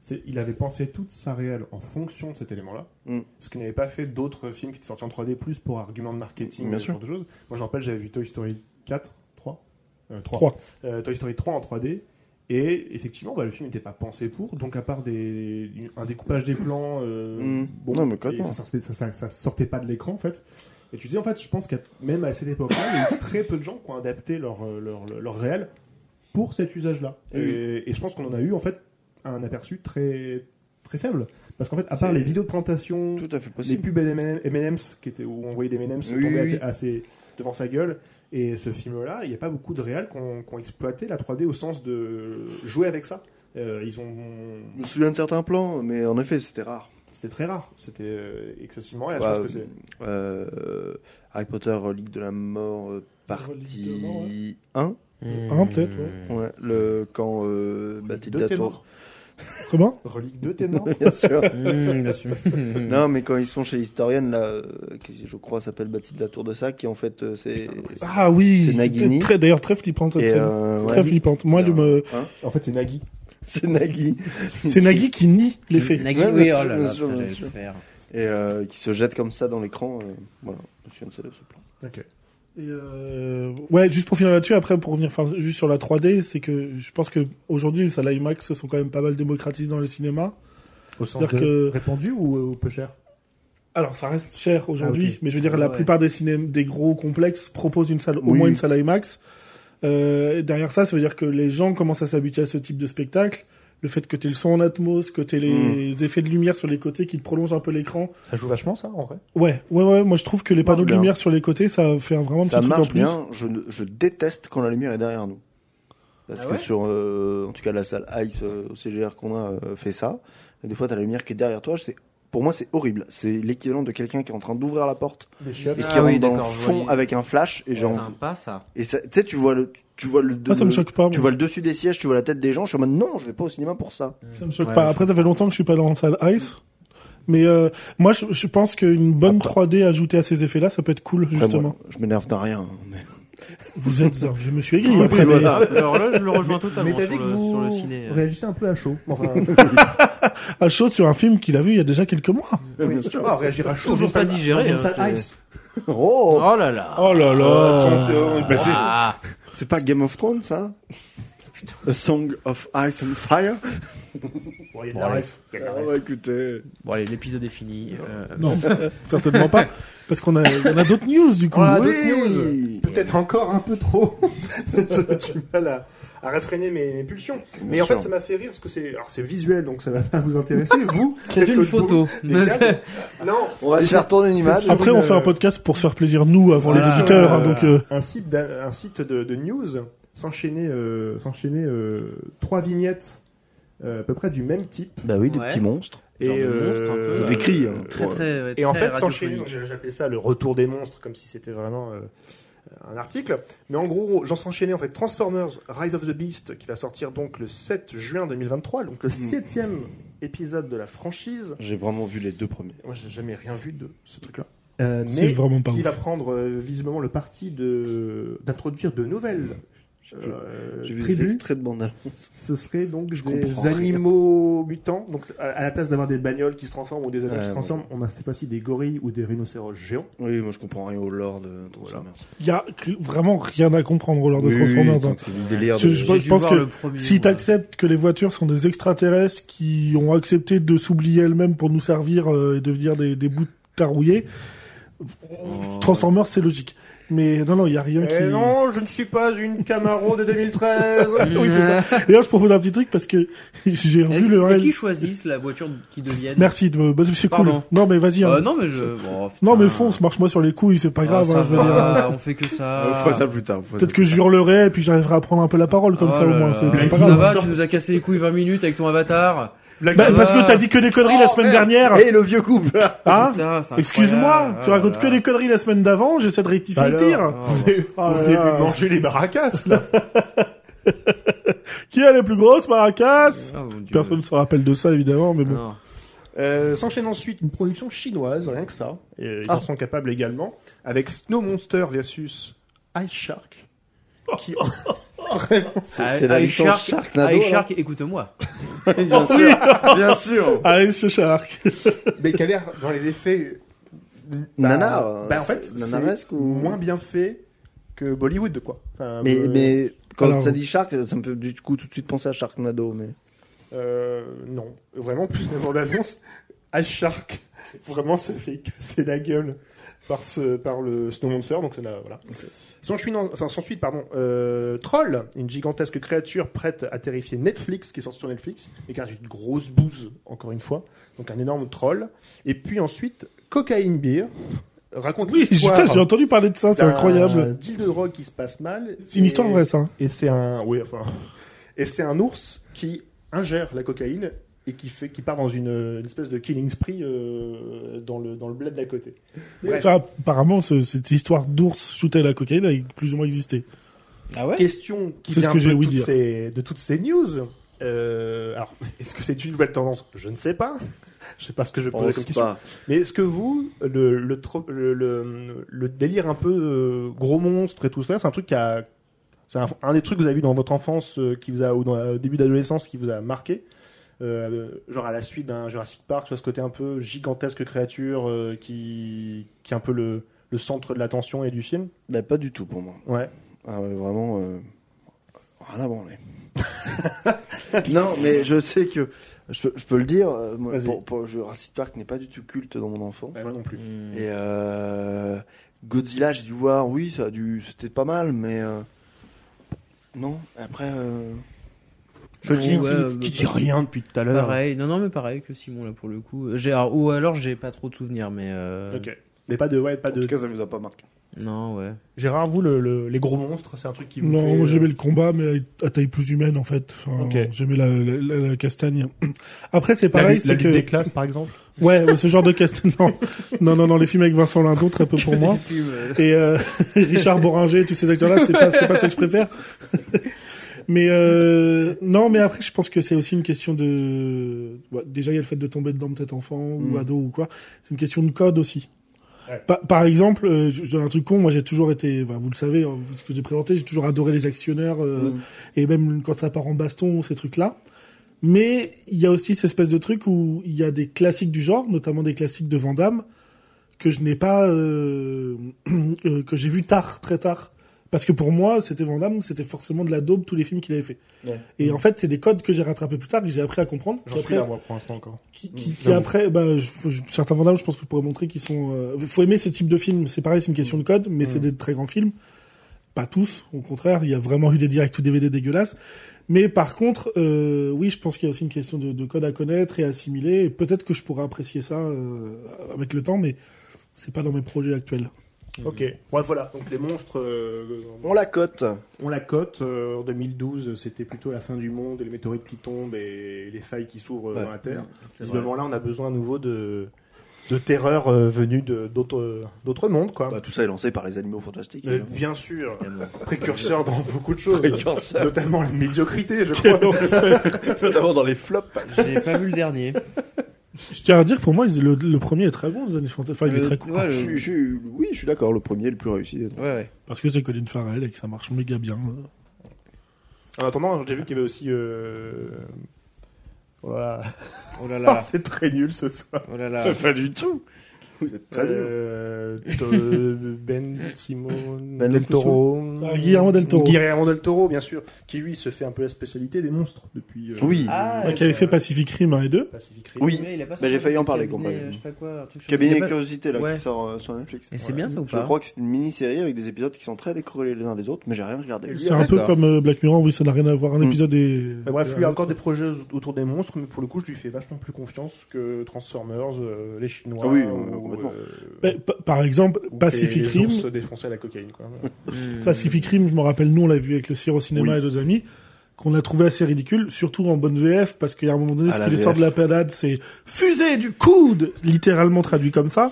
[SPEAKER 5] c'est- il avait pensé toute sa réelle en fonction de cet élément-là.
[SPEAKER 4] Mm.
[SPEAKER 5] Parce qu'il n'avait pas fait d'autres films qui étaient sortis en 3D, plus pour argument de marketing,
[SPEAKER 4] Bien
[SPEAKER 5] ce genre de choses. Moi, je me rappelle, j'avais vu Toy Story 4, 3, Euh, 3.
[SPEAKER 2] Trois.
[SPEAKER 5] Euh, Toy Story 3 en 3D. Et effectivement, bah, le film n'était pas pensé pour, donc à part des, un découpage des plans, euh,
[SPEAKER 4] Mm.
[SPEAKER 5] bon,
[SPEAKER 4] Non, mais
[SPEAKER 5] et
[SPEAKER 4] complètement.
[SPEAKER 5] ça, sortait, ça- ça- ça sortait pas de l'écran en fait. Et tu dis en fait, je pense qu'à même à cette époque-là, il y a eu très peu de gens qui ont adapté leur, euh, leur, leur réel pour cet usage-là.
[SPEAKER 4] Oui.
[SPEAKER 5] Et, et je pense qu'on en a eu en fait un aperçu très très faible, parce qu'en fait, à part les vidéos de présentation,
[SPEAKER 4] Tout à fait
[SPEAKER 5] les
[SPEAKER 4] possible.
[SPEAKER 5] pubs M&M's qui étaient où on voyait des M&M's
[SPEAKER 4] Oui,
[SPEAKER 5] tomber à-
[SPEAKER 4] oui.
[SPEAKER 5] à ses- devant sa gueule. Et ce film-là, il n'y a pas beaucoup de réals qui ont qui ont exploité la 3D au sens de jouer avec ça. Euh, ils ont,
[SPEAKER 4] Je me souviens de certains plans, mais en effet, c'était rare.
[SPEAKER 5] c'était très rare, c'était euh, excessivement rare.
[SPEAKER 4] Bah,
[SPEAKER 5] je pense que c'est
[SPEAKER 4] euh, Harry Potter, relique de la mort, euh,
[SPEAKER 2] Relique de la mort,
[SPEAKER 4] partie 1.
[SPEAKER 2] Ah, peut-être, ouais.
[SPEAKER 4] Ouais, le, quand euh, Bathilda
[SPEAKER 5] Ténor.
[SPEAKER 4] Tour-
[SPEAKER 2] Comment
[SPEAKER 5] relique de tes mains.
[SPEAKER 4] Bien sûr.
[SPEAKER 7] Mm. Hmm,
[SPEAKER 1] Mmh, bien sûr.
[SPEAKER 4] Non, mais quand ils sont chez l'historienne, là, euh, qui je crois s'appelle Bathilde la Tour de Sac, qui en fait, euh, c'est.
[SPEAKER 2] Ah oui,
[SPEAKER 4] C'est Nagini.
[SPEAKER 2] très d'ailleurs très flippante cette
[SPEAKER 4] Et,
[SPEAKER 2] scène.
[SPEAKER 4] euh,
[SPEAKER 2] C'est
[SPEAKER 4] ouais.
[SPEAKER 2] Très flippante. Moi,
[SPEAKER 4] Hein
[SPEAKER 2] le me-
[SPEAKER 5] En fait, c'est Nagui.
[SPEAKER 4] C'est Nagui.
[SPEAKER 2] c'est Nagui qui nie les faits.
[SPEAKER 1] Nagui,
[SPEAKER 4] Ouais,
[SPEAKER 1] oui,
[SPEAKER 4] bien
[SPEAKER 1] oh
[SPEAKER 4] sûr,
[SPEAKER 1] là
[SPEAKER 4] bien
[SPEAKER 1] là,
[SPEAKER 4] sûr,
[SPEAKER 1] putain,
[SPEAKER 4] bien
[SPEAKER 1] j'allais
[SPEAKER 4] sûr.
[SPEAKER 1] le faire.
[SPEAKER 4] Et euh, qui se jette comme ça dans l'écran. euh, voilà, je me souviens de ce ce plan.
[SPEAKER 2] Et, euh, ouais, juste pour finir là-dessus, après pour revenir enfin, juste sur la 3D, c'est que je pense que aujourd'hui, ça l'IMAX se sont quand même pas mal démocratisés dans le cinéma.
[SPEAKER 5] Au
[SPEAKER 2] sens C'est-à-dire
[SPEAKER 8] euh,
[SPEAKER 2] de que-
[SPEAKER 5] répandu ou, peu cher
[SPEAKER 2] Alors ça reste cher aujourd'hui,
[SPEAKER 5] Ah, ok.
[SPEAKER 2] mais je veux dire la
[SPEAKER 4] Ouais.
[SPEAKER 2] plupart des cinémas, des gros complexes proposent une salle, au
[SPEAKER 4] Oui.
[SPEAKER 2] moins une salle IMAX. Euh, et derrière ça, ça veut dire que les gens commencent à s'habituer à ce type de spectacle. Le fait que tu le son en atmos, que tu les
[SPEAKER 4] Hmm.
[SPEAKER 2] effets de lumière sur les côtés qui te prolongent un peu l'écran.
[SPEAKER 5] Ça joue vachement ça en vrai.
[SPEAKER 2] Ouais, ouais, ouais. Moi, je trouve que les
[SPEAKER 4] Marche
[SPEAKER 2] panneaux de
[SPEAKER 4] bien.
[SPEAKER 2] lumière sur les côtés, ça fait un- vraiment un
[SPEAKER 4] Ça
[SPEAKER 2] petit truc en
[SPEAKER 4] marche
[SPEAKER 2] plus.
[SPEAKER 4] bien. Je, ne- je déteste quand la lumière est derrière nous. Parce
[SPEAKER 7] Ah
[SPEAKER 4] que
[SPEAKER 7] ouais
[SPEAKER 4] sur, euh, en tout cas, la salle Ice euh, au CGR qu'on a euh, fait ça. Et des fois, t'as la lumière qui est derrière toi. c'est- Pour moi, c'est horrible. C'est l'équivalent de quelqu'un qui est en train d'ouvrir la porte
[SPEAKER 5] Des chiottes.
[SPEAKER 4] et
[SPEAKER 7] Ah
[SPEAKER 4] qui rentre
[SPEAKER 7] oui,
[SPEAKER 4] dans le
[SPEAKER 7] d'accord, je vois
[SPEAKER 4] fond
[SPEAKER 7] l'idée.
[SPEAKER 4] avec un flash. Et genre,
[SPEAKER 7] Sympa ça.
[SPEAKER 4] et ça- tu sais, tu vois le, tu vois le,
[SPEAKER 2] Ah, ça me
[SPEAKER 4] le-
[SPEAKER 2] choque pas.
[SPEAKER 4] Tu
[SPEAKER 2] moi.
[SPEAKER 4] vois le dessus des sièges, tu vois la tête des gens. Je suis en mode non, je vais pas au cinéma pour ça.
[SPEAKER 2] Ça me choque
[SPEAKER 1] Ouais,
[SPEAKER 2] pas.
[SPEAKER 1] je-
[SPEAKER 2] Après, ça fait longtemps que je suis pas allé en salle Ice. Mais euh, moi, je, je pense qu'une bonne 3D ajoutée à ces effets-là, ça peut être cool,
[SPEAKER 4] Après,
[SPEAKER 2] justement.
[SPEAKER 4] moi, je m'énerve d'un rien. hein, mais-
[SPEAKER 2] Vous êtes... un- Je me suis aigri.
[SPEAKER 4] Oui,
[SPEAKER 2] après, Ah, mais-
[SPEAKER 4] voilà.
[SPEAKER 7] Alors là, je le rejoins totalement
[SPEAKER 5] t'as
[SPEAKER 7] sur le, sur le ciné. euh. hein.
[SPEAKER 5] réagissez un peu à chaud. Enfin,
[SPEAKER 2] à chaud sur un film qu'il a vu il y a déjà quelques mois.
[SPEAKER 4] Bien
[SPEAKER 5] tu
[SPEAKER 4] sûr.
[SPEAKER 5] vois, réagir à chaud.
[SPEAKER 7] Toujours
[SPEAKER 5] dans une salle-
[SPEAKER 7] pas digéré,
[SPEAKER 5] dans une
[SPEAKER 7] hein,
[SPEAKER 5] salle
[SPEAKER 7] c'est-
[SPEAKER 5] ice.
[SPEAKER 4] Oh,
[SPEAKER 7] Oh là là.
[SPEAKER 2] Oh là là
[SPEAKER 4] Bah, c'est-
[SPEAKER 7] Ah,
[SPEAKER 4] c'est pas Game of Thrones ça A Song of Ice and Fire
[SPEAKER 5] Bon, Oh, il y a de la
[SPEAKER 7] Ouais.
[SPEAKER 5] ref. Il y a de la
[SPEAKER 4] Ah
[SPEAKER 5] ref.
[SPEAKER 4] bah écoutez.
[SPEAKER 7] Bon allez, l'épisode est fini. Euh,
[SPEAKER 2] Non, certainement pas. Parce qu'on a, on a d'autres news, du coup.
[SPEAKER 5] Ah,
[SPEAKER 4] Oui.
[SPEAKER 5] d'autres Peut-être encore un peu trop. J'ai du mal à, à réfréner mes, mes pulsions. Mais en
[SPEAKER 4] sûr.
[SPEAKER 5] fait, ça m'a fait rire parce que c'est alors c'est visuel, donc ça va pas vous intéresser. Vous,
[SPEAKER 7] C'est
[SPEAKER 5] peut-être
[SPEAKER 7] une
[SPEAKER 5] que vous-
[SPEAKER 7] photo.
[SPEAKER 5] des câbles. Non,
[SPEAKER 4] On va se faire tourner une
[SPEAKER 5] c'est
[SPEAKER 4] image.
[SPEAKER 5] sûr.
[SPEAKER 2] Après, on
[SPEAKER 5] une,
[SPEAKER 2] fait un
[SPEAKER 5] euh,
[SPEAKER 2] podcast pour se faire plaisir, nous, avant les
[SPEAKER 5] C'est sur,
[SPEAKER 2] auditeurs. hein,
[SPEAKER 5] euh,
[SPEAKER 2] donc, euh,
[SPEAKER 5] un site, d'a- un site de, de news s'enchaîner euh, s'enchaîner euh, trois vignettes euh, à peu près du même type
[SPEAKER 4] Bah oui, des
[SPEAKER 7] Ouais.
[SPEAKER 4] petits monstres.
[SPEAKER 5] et
[SPEAKER 7] Genre de monstre un peu,
[SPEAKER 4] Je
[SPEAKER 7] Euh,
[SPEAKER 4] décris. hein.
[SPEAKER 7] Très très. ouais,
[SPEAKER 5] et en
[SPEAKER 7] très
[SPEAKER 5] fait s'enchaîner
[SPEAKER 7] radiophonique.
[SPEAKER 5] donc j'appelais ça le retour des monstres comme si c'était vraiment euh, un article mais en gros j'en s'enchaînais en fait Transformers Rise of the Beast qui va sortir donc le 7 juin 2023
[SPEAKER 4] Hmm.
[SPEAKER 5] donc le septième épisode de la franchise
[SPEAKER 4] J'ai vraiment vu les deux premiers.
[SPEAKER 5] moi j'ai jamais rien vu de ce truc là
[SPEAKER 4] Euh,
[SPEAKER 2] c'est vraiment pas
[SPEAKER 5] qui va
[SPEAKER 2] ouf.
[SPEAKER 5] prendre euh, visiblement le parti de d'introduire de nouvelles euh,
[SPEAKER 4] J'ai vu des
[SPEAKER 5] tribus.
[SPEAKER 4] extraits de bande
[SPEAKER 5] Ce serait donc
[SPEAKER 4] Je comprends
[SPEAKER 5] des
[SPEAKER 4] rien.
[SPEAKER 5] animaux mutants. Donc à, à la place d'avoir des bagnoles qui se transforment ou des avions
[SPEAKER 4] Ouais,
[SPEAKER 5] qui se
[SPEAKER 4] ouais.
[SPEAKER 5] transforment, on a cette fois-ci des gorilles ou des rhinocéros géants.
[SPEAKER 4] Oui, moi je comprends rien au lore de Transformers.
[SPEAKER 2] Il y a cl- vraiment rien à comprendre au lors de
[SPEAKER 4] Oui, oui,
[SPEAKER 2] Transformers. hein.
[SPEAKER 4] donc c'est le délire
[SPEAKER 2] Je-
[SPEAKER 4] de-
[SPEAKER 2] je-
[SPEAKER 7] J'ai dû
[SPEAKER 2] pense
[SPEAKER 7] voir
[SPEAKER 2] que
[SPEAKER 7] le premier,
[SPEAKER 2] Si
[SPEAKER 7] moi.
[SPEAKER 2] t'acceptes que les voitures sont des extraterrestres qui ont accepté de s'oublier elles-mêmes pour nous servir euh, et devenir des, des bouts de tarouillés,
[SPEAKER 4] Oh.
[SPEAKER 2] Transformers, c'est logique. Mais non, non, il n'y a rien qui.
[SPEAKER 5] Eh non, je ne suis pas une Camaro de 2013.
[SPEAKER 2] Oui, c'est ça. Et là, je propose un petit truc parce que j'ai revu le
[SPEAKER 7] Mmh. Est-ce
[SPEAKER 2] réel.
[SPEAKER 7] qu'ils choisissent la voiture qui devienne
[SPEAKER 2] Merci de me. bah, c'est cool.
[SPEAKER 7] Pardon.
[SPEAKER 2] Non, mais vas-y. hein.
[SPEAKER 7] Euh, Non mais je. bon,
[SPEAKER 2] Non, mais
[SPEAKER 7] putain.
[SPEAKER 2] fonce, marche-moi sur les couilles, c'est pas
[SPEAKER 7] Ah,
[SPEAKER 2] grave.
[SPEAKER 7] ça
[SPEAKER 2] hein, je veux dire.
[SPEAKER 7] va, on fait que
[SPEAKER 4] On
[SPEAKER 7] ça.
[SPEAKER 4] fera ça plus tard. on fera
[SPEAKER 2] Peut-être
[SPEAKER 4] ça
[SPEAKER 2] que
[SPEAKER 4] plus
[SPEAKER 2] je hurlerai et puis j'arriverai à prendre un peu la parole comme
[SPEAKER 7] Oh
[SPEAKER 2] ça au
[SPEAKER 7] là
[SPEAKER 2] moins.
[SPEAKER 7] là.
[SPEAKER 2] C'est
[SPEAKER 5] Blague
[SPEAKER 2] pas
[SPEAKER 7] Ça
[SPEAKER 2] grave.
[SPEAKER 7] va, tu nous as cassé les couilles 20 minutes avec ton avatar.
[SPEAKER 2] Bah,
[SPEAKER 7] Ça
[SPEAKER 2] parce
[SPEAKER 7] va. Oh, Eh,
[SPEAKER 2] que t'as dit que des conneries la semaine dernière.
[SPEAKER 4] tard. Et le vieux couple
[SPEAKER 2] Hein
[SPEAKER 7] Putain, c'est incroyable.
[SPEAKER 2] Excuse-moi, tu
[SPEAKER 7] Oh là
[SPEAKER 2] racontes que
[SPEAKER 7] là.
[SPEAKER 2] des conneries la semaine d'avant, j'essaie de rectifier
[SPEAKER 5] Alors,
[SPEAKER 2] le tir.
[SPEAKER 7] Oh,
[SPEAKER 2] Ah
[SPEAKER 5] Vous
[SPEAKER 2] là
[SPEAKER 5] venez
[SPEAKER 2] là.
[SPEAKER 5] de manger les barracas, là.
[SPEAKER 2] Qui a les plus grosses maracas
[SPEAKER 7] oh, mon Dieu.
[SPEAKER 2] Personne ne se rappelle de ça évidemment, mais bon.
[SPEAKER 7] Non.
[SPEAKER 5] Euh, S'enchaîne ensuite une production chinoise, rien que ça.
[SPEAKER 7] Ah,
[SPEAKER 5] Ah. Et
[SPEAKER 2] Ah.
[SPEAKER 5] ils en sont capables également. Avec Snow Monster versus Ice Shark. Qui...
[SPEAKER 7] Ah,
[SPEAKER 4] c'est la
[SPEAKER 7] Ice
[SPEAKER 4] licence
[SPEAKER 7] Shark,
[SPEAKER 4] Sharknado,
[SPEAKER 7] Ice
[SPEAKER 4] là.
[SPEAKER 7] Shark, écoute-moi.
[SPEAKER 4] Bien sûr. Bien sûr.
[SPEAKER 2] Allez, ce shark.
[SPEAKER 5] mais qui a l'air dans les effets bah,
[SPEAKER 4] Nanar,
[SPEAKER 5] bah, en fait
[SPEAKER 4] c'est nanaresque
[SPEAKER 5] c'est
[SPEAKER 4] ou-
[SPEAKER 5] moins bien fait que Bollywood quoi Enfin,
[SPEAKER 4] Mais,
[SPEAKER 5] euh,
[SPEAKER 4] mais quand
[SPEAKER 2] Alors-
[SPEAKER 4] ça dit Shark, ça me fait du coup tout de suite penser à Sharknado. Mais...
[SPEAKER 5] euh, non vraiment plus la bande annonce à Shark vraiment se fait casser la gueule par ce par le Snow Monster donc ça n'a voilà s'ensuit enfin s'ensuit pardon euh, Troll une gigantesque créature prête à terrifier Netflix qui est sortie sur Netflix et qui a une grosse bouse encore une fois donc un énorme troll et puis ensuite Cocaine Beer raconte l'histoire
[SPEAKER 2] Putain, j'ai entendu parler de ça, c'est
[SPEAKER 7] Ah,
[SPEAKER 5] d'un
[SPEAKER 2] incroyable.
[SPEAKER 5] deal de drogue qui se passe mal.
[SPEAKER 2] C'est une
[SPEAKER 5] Et-
[SPEAKER 2] histoire vraie, ça. hein.
[SPEAKER 5] Et c'est un, oui, enfin, et c'est un ours qui ingère la cocaïne et qui fait, qui part dans une, une espèce de killing spree euh, dans le dans le bled d'à côté. Bref,
[SPEAKER 2] Enfin, apparemment, ce- cette histoire d'ours shooté à la cocaïne a plus ou moins existé.
[SPEAKER 7] Ah ouais
[SPEAKER 5] question qui
[SPEAKER 2] C'est ce
[SPEAKER 5] vient
[SPEAKER 2] que
[SPEAKER 5] un peu
[SPEAKER 2] j'ai
[SPEAKER 5] de,
[SPEAKER 2] ouï
[SPEAKER 5] toutes
[SPEAKER 2] dire.
[SPEAKER 5] ces, de toutes ces news. Euh, alors, est-ce que c'est une nouvelle tendance Je ne sais pas. Je sais pas ce que je vais poser
[SPEAKER 4] Pense
[SPEAKER 5] comme question.
[SPEAKER 4] pas.
[SPEAKER 5] Mais est-ce que vous, le, le, tro- le, le- le délire un peu euh, gros monstre et tout ça, c'est un truc qui a. C'est un, un des trucs que vous avez vu dans votre enfance euh, qui vous a, ou dans, au début d'adolescence qui vous a marqué Euh, Genre à la suite d'un Jurassic Park, tu vois ce côté un peu gigantesque créature euh, qui, qui est un peu le, le centre de l'attention et du film
[SPEAKER 4] Bah, pas du tout pour moi.
[SPEAKER 5] Ouais.
[SPEAKER 4] Ah ouais, vraiment. Euh... Voilà, bon, non, mais je sais que. Je, peux- je peux le dire, euh, moi,
[SPEAKER 5] Vas-y.
[SPEAKER 4] pour, pour, Jurassic Park n'est pas du tout culte dans mon enfance.
[SPEAKER 5] Bah, moi non plus.
[SPEAKER 4] Et euh, Godzilla, j'ai dû voir, oui, ça a dû, c'était pas mal, mais euh, non. Après, euh,
[SPEAKER 5] Je dis,
[SPEAKER 7] Ouais,
[SPEAKER 5] qui,
[SPEAKER 7] euh,
[SPEAKER 5] qui dit rien depuis tout à l'heure.
[SPEAKER 7] Pareil, non, non, mais pareil que Simon là pour le coup. J'ai- alors- ou alors j'ai pas trop de souvenirs, mais euh,
[SPEAKER 5] Ok. Mais pas de. Ouais, pas
[SPEAKER 4] en tout
[SPEAKER 5] de...
[SPEAKER 4] cas, ça vous a pas marqué.
[SPEAKER 7] non, ouais.
[SPEAKER 5] Gérard, vous, le, le- les gros monstres, c'est un truc qui vous.
[SPEAKER 2] Non,
[SPEAKER 5] fait,
[SPEAKER 2] moi
[SPEAKER 5] euh,
[SPEAKER 2] j'aimais le combat, mais à taille plus humaine, en fait. Enfin,
[SPEAKER 5] Ok.
[SPEAKER 2] J'aimais la, la- la- la castagne. Après, c'est
[SPEAKER 5] la
[SPEAKER 2] pareil,
[SPEAKER 5] lutte- la lutte
[SPEAKER 2] c'est que...
[SPEAKER 5] des classes, par exemple
[SPEAKER 2] Ouais, ouais, ce genre de castagne. Non. non, non, non, les films avec Vincent Lindon, très peu pour moi. et euh, Richard Boringer, tous ces acteurs-là, c'est pas, c'est pas ça que je préfère. mais euh, non, mais après, je pense que c'est aussi une question de. ouais, déjà, il y a le fait de tomber dedans peut-être enfant ou
[SPEAKER 4] Mm.
[SPEAKER 2] ado ou quoi. C'est une question de code aussi.
[SPEAKER 5] Ouais.
[SPEAKER 2] Pa- par exemple, euh, je, je donne un truc con. Moi, j'ai toujours été, enfin, vous le savez, hein, ce que j'ai présenté, j'ai toujours adoré les actionneurs euh,
[SPEAKER 4] Mm.
[SPEAKER 2] et même quand ça part en baston, ces trucs-là. Mais il y a aussi cette espèce de truc où il y a des classiques du genre, notamment des classiques de Van Damme, que je n'ai pas euh, euh, que j'ai vu tard très tard parce que pour moi c'était Van Damme c'était forcément de la daube tous les films qu'il avait fait
[SPEAKER 4] Ouais.
[SPEAKER 2] et en fait c'est des codes que j'ai rattrapés plus tard que j'ai appris à comprendre
[SPEAKER 5] J'en
[SPEAKER 2] qui
[SPEAKER 5] suis
[SPEAKER 2] après-
[SPEAKER 5] là, moi, pour l'instant encore.
[SPEAKER 2] qui, qui- qui
[SPEAKER 5] j'avoue.
[SPEAKER 2] après bah, je- je- certains Van Damme je pense que je pourrais montrer qu'ils sont euh, faut aimer ce type de film c'est pareil c'est une question de code mais c'est des très grands films pas tous au contraire il y a vraiment eu des directs ou DVD dégueulasses mais par contre euh, oui je pense qu'il y a aussi une question de, de code à connaître et assimiler Et peut-être que je pourrais apprécier ça euh, avec le temps mais c'est pas dans mes projets actuels
[SPEAKER 5] Ok, ouais, voilà. Donc les monstres, euh,
[SPEAKER 4] On la cote.
[SPEAKER 5] on la cote. euh, en 2012, c'était plutôt la fin du monde, et les météorites qui tombent et les failles qui s'ouvrent euh,
[SPEAKER 4] Ouais.
[SPEAKER 5] dans la Terre.
[SPEAKER 7] C'est
[SPEAKER 5] À ce
[SPEAKER 7] vrai.
[SPEAKER 5] moment-là, on a besoin à nouveau de, de terreur euh, venue de- d'autres d'autres mondes, quoi.
[SPEAKER 4] Bah, tout ça est lancé par les animaux fantastiques.
[SPEAKER 5] Euh,
[SPEAKER 4] évidemment.
[SPEAKER 5] bien sûr,
[SPEAKER 4] Évidemment.
[SPEAKER 5] précurseur dans beaucoup de choses,
[SPEAKER 4] Précurseur.
[SPEAKER 5] notamment la médiocrité, je crois.
[SPEAKER 4] Notamment dans les flops.
[SPEAKER 7] J'ai pas vu le dernier.
[SPEAKER 2] Je tiens à dire, pour moi, le, le premier est très bon, les années fantastiques. Enfin, il est
[SPEAKER 7] Le-
[SPEAKER 2] très cool.
[SPEAKER 7] ouais,
[SPEAKER 4] Ah, Je,
[SPEAKER 7] le-
[SPEAKER 4] suis- je suis- oui, je suis d'accord, le premier est le plus réussi.
[SPEAKER 7] ouais, ouais.
[SPEAKER 2] Parce que c'est Colin Farrell et que ça marche méga bien.
[SPEAKER 5] En attendant, j'ai vu qu'il y avait aussi. euh, Voilà.
[SPEAKER 7] Oh là là,
[SPEAKER 5] c'est très nul ce soir.
[SPEAKER 2] Ah,
[SPEAKER 7] oh là là.
[SPEAKER 4] Pas Ah, du tout. Vous êtes très dur.
[SPEAKER 5] Euh, de- Ben Simon
[SPEAKER 1] Ben
[SPEAKER 5] Del Toro.
[SPEAKER 2] Ah, Guillermo del Toro.
[SPEAKER 5] Guillermo del Toro, bien sûr. Qui lui se fait un peu la spécialité des monstres depuis. euh,
[SPEAKER 4] Oui.
[SPEAKER 7] Ah,
[SPEAKER 2] Ouais, qui avait fait Pacific Rim 1 et 2.
[SPEAKER 5] Pacific Rim.
[SPEAKER 4] Oui.
[SPEAKER 7] il a pas
[SPEAKER 4] Bah, j'ai failli en parler,
[SPEAKER 7] cabinet,
[SPEAKER 4] comparé.
[SPEAKER 7] euh, Je sais pas quoi, un truc sur-
[SPEAKER 4] Cabinet
[SPEAKER 7] il a pas-
[SPEAKER 4] Curiosité, là,
[SPEAKER 7] Ouais. Ah.
[SPEAKER 4] qui sort euh, sur Netflix.
[SPEAKER 7] Et c'est bien ça ou
[SPEAKER 4] Je
[SPEAKER 7] pas
[SPEAKER 4] crois que c'est une mini-série avec des épisodes qui sont très décorrélés les uns des autres, mais j'ai rien regardé.
[SPEAKER 2] C'est un peu comme euh, Black Mirror, oui, ça n'a rien à voir. Un
[SPEAKER 4] Mm.
[SPEAKER 2] épisode est. euh,
[SPEAKER 5] Mais bref, lui il y a encore des projets au- autour des monstres, mais pour le coup, je lui fais vachement plus confiance que Transformers, euh, les Chinois.
[SPEAKER 4] Ah oui, euh,
[SPEAKER 5] ou,
[SPEAKER 4] complètement.
[SPEAKER 5] euh,
[SPEAKER 2] Bah, pa- Par exemple,
[SPEAKER 5] ou
[SPEAKER 2] Pacific
[SPEAKER 5] les
[SPEAKER 2] Rim.
[SPEAKER 5] ours défoncés à la cocaïne, quoi.
[SPEAKER 2] Pacific Rim, je me rappelle, nous, on l'a vu avec le CIR au cinéma
[SPEAKER 4] Oui.
[SPEAKER 2] et d'autres amis, qu'on a trouvé assez ridicule, surtout en bonne VF, parce qu'il y a un moment donné,
[SPEAKER 4] À
[SPEAKER 2] ce
[SPEAKER 4] la
[SPEAKER 2] qui les
[SPEAKER 4] VF.
[SPEAKER 2] sort de la panade, c'est fusée du coude, littéralement traduit comme ça.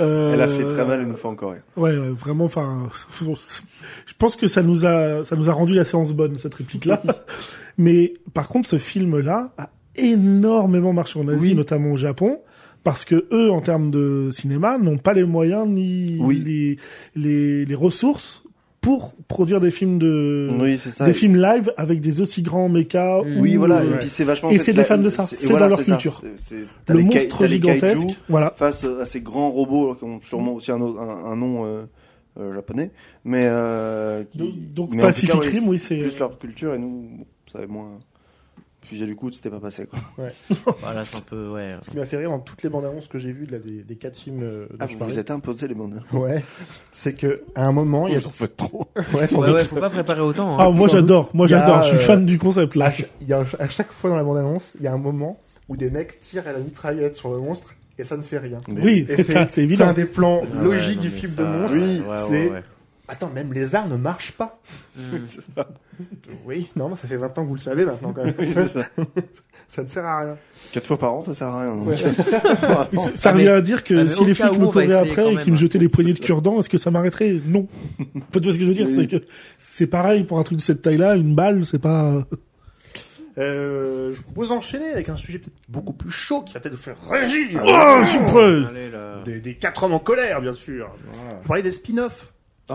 [SPEAKER 2] Euh,
[SPEAKER 4] Elle a fait très mal une fois encore.
[SPEAKER 2] Ouais, ouais, vraiment, enfin, je pense que ça nous a, ça nous a rendu la séance bonne, cette réplique-là. Mais par contre, ce film-là a énormément marché en Asie,
[SPEAKER 4] Oui.
[SPEAKER 2] notamment au Japon, parce que eux, en termes de cinéma, n'ont pas les moyens ni
[SPEAKER 4] Oui.
[SPEAKER 2] les, les, les ressources pour produire des films de,
[SPEAKER 4] Oui, c'est ça.
[SPEAKER 2] euh, des films live avec des aussi grands mécas.
[SPEAKER 7] Mm.
[SPEAKER 2] ou,
[SPEAKER 4] Oui, voilà.
[SPEAKER 2] euh,
[SPEAKER 4] Et puis c'est vachement.
[SPEAKER 2] Et
[SPEAKER 4] en fait,
[SPEAKER 2] c'est des
[SPEAKER 4] la-
[SPEAKER 2] fans de ça, c'est dans leur
[SPEAKER 4] ça.
[SPEAKER 2] culture.
[SPEAKER 4] C'est- c'est- t'as
[SPEAKER 2] le
[SPEAKER 4] les kai-
[SPEAKER 2] monstre
[SPEAKER 4] t'as les kaiju
[SPEAKER 2] gigantesque. Voilà.
[SPEAKER 4] face à ces grands robots qui ont sûrement aussi un, autre- un- un nom euh, euh, japonais, mais euh, qui-
[SPEAKER 2] Donc- donc
[SPEAKER 4] mais en tout
[SPEAKER 2] Pacific
[SPEAKER 4] cas,
[SPEAKER 2] Rim, oui, c'est-
[SPEAKER 4] juste leur culture et nous, bon, ça avait moins. Fusée du coude, c'était pas passé
[SPEAKER 2] Ah,
[SPEAKER 4] quoi.
[SPEAKER 7] Ah,
[SPEAKER 1] Voilà, c'est un peu. Ouais.
[SPEAKER 5] Ce qui m'a fait rire dans toutes les bandes annonces que j'ai vues de la- des, des quatre films euh, dont
[SPEAKER 4] Ah,
[SPEAKER 5] je
[SPEAKER 4] vous
[SPEAKER 5] parlais,
[SPEAKER 4] vous êtes imposé les bandes.
[SPEAKER 5] ouais, c'est que à un moment, il y a
[SPEAKER 4] en faites trop.
[SPEAKER 5] Ouais, sans
[SPEAKER 7] Bah Ouais,
[SPEAKER 5] doute.
[SPEAKER 7] ouais, faut pas préparer autant. hein.
[SPEAKER 2] Ah, moi
[SPEAKER 5] sans doute.
[SPEAKER 2] j'adore, moi
[SPEAKER 5] Il y a,
[SPEAKER 2] j'adore, je suis
[SPEAKER 5] euh,
[SPEAKER 2] fan du concept
[SPEAKER 5] À,
[SPEAKER 2] là.
[SPEAKER 5] ch- il y a- à chaque fois dans la bande-annonce, il y a un moment où des mecs tirent à la mitraillette sur le monstre et ça ne fait rien.
[SPEAKER 2] Oui,
[SPEAKER 5] Et
[SPEAKER 2] ça c'est
[SPEAKER 5] C'est un
[SPEAKER 2] évident.
[SPEAKER 5] des plans
[SPEAKER 1] Ah ouais,
[SPEAKER 5] logiques
[SPEAKER 1] non,
[SPEAKER 5] du
[SPEAKER 1] mais
[SPEAKER 5] film
[SPEAKER 1] ça,
[SPEAKER 5] de monstre.
[SPEAKER 1] ouais,
[SPEAKER 4] Oui,
[SPEAKER 1] ouais, ouais,
[SPEAKER 5] c'est-
[SPEAKER 1] ouais.
[SPEAKER 5] Attends, même les arts ne marchent pas.
[SPEAKER 7] Mm.
[SPEAKER 5] Oui, non, mais ça fait 20 ans que vous le savez maintenant quand même.
[SPEAKER 4] ça.
[SPEAKER 5] ça ne sert à rien.
[SPEAKER 4] Quatre fois par an, ça sert à rien. hein. donc.
[SPEAKER 5] Ouais.
[SPEAKER 2] Ça- Ça
[SPEAKER 7] Ah, mais-
[SPEAKER 2] revient à dire
[SPEAKER 7] ah,
[SPEAKER 2] que
[SPEAKER 7] mais
[SPEAKER 2] si
[SPEAKER 7] au
[SPEAKER 2] les
[SPEAKER 7] cas
[SPEAKER 2] flics
[SPEAKER 7] où,
[SPEAKER 2] me
[SPEAKER 7] on va
[SPEAKER 2] couraient
[SPEAKER 7] essayer
[SPEAKER 2] après et
[SPEAKER 7] quand
[SPEAKER 2] qu'ils me
[SPEAKER 7] même.
[SPEAKER 2] jetaient les poignées de
[SPEAKER 4] ça.
[SPEAKER 2] cure-dent, est-ce que ça m'arrêterait Non. Enfin, tu vois ce que je veux dire
[SPEAKER 4] Oui.
[SPEAKER 2] C'est que c'est pareil pour un truc de cette taille-là, une balle, c'est pas.
[SPEAKER 5] Euh, je vous propose d'enchaîner avec un sujet peut-être beaucoup plus chaud qui va peut-être vous faire régir.
[SPEAKER 2] Oh, je suis prêt
[SPEAKER 1] Allez, là.
[SPEAKER 5] des, des quatre hommes en colère, bien sûr. Je parlais des spin-offs.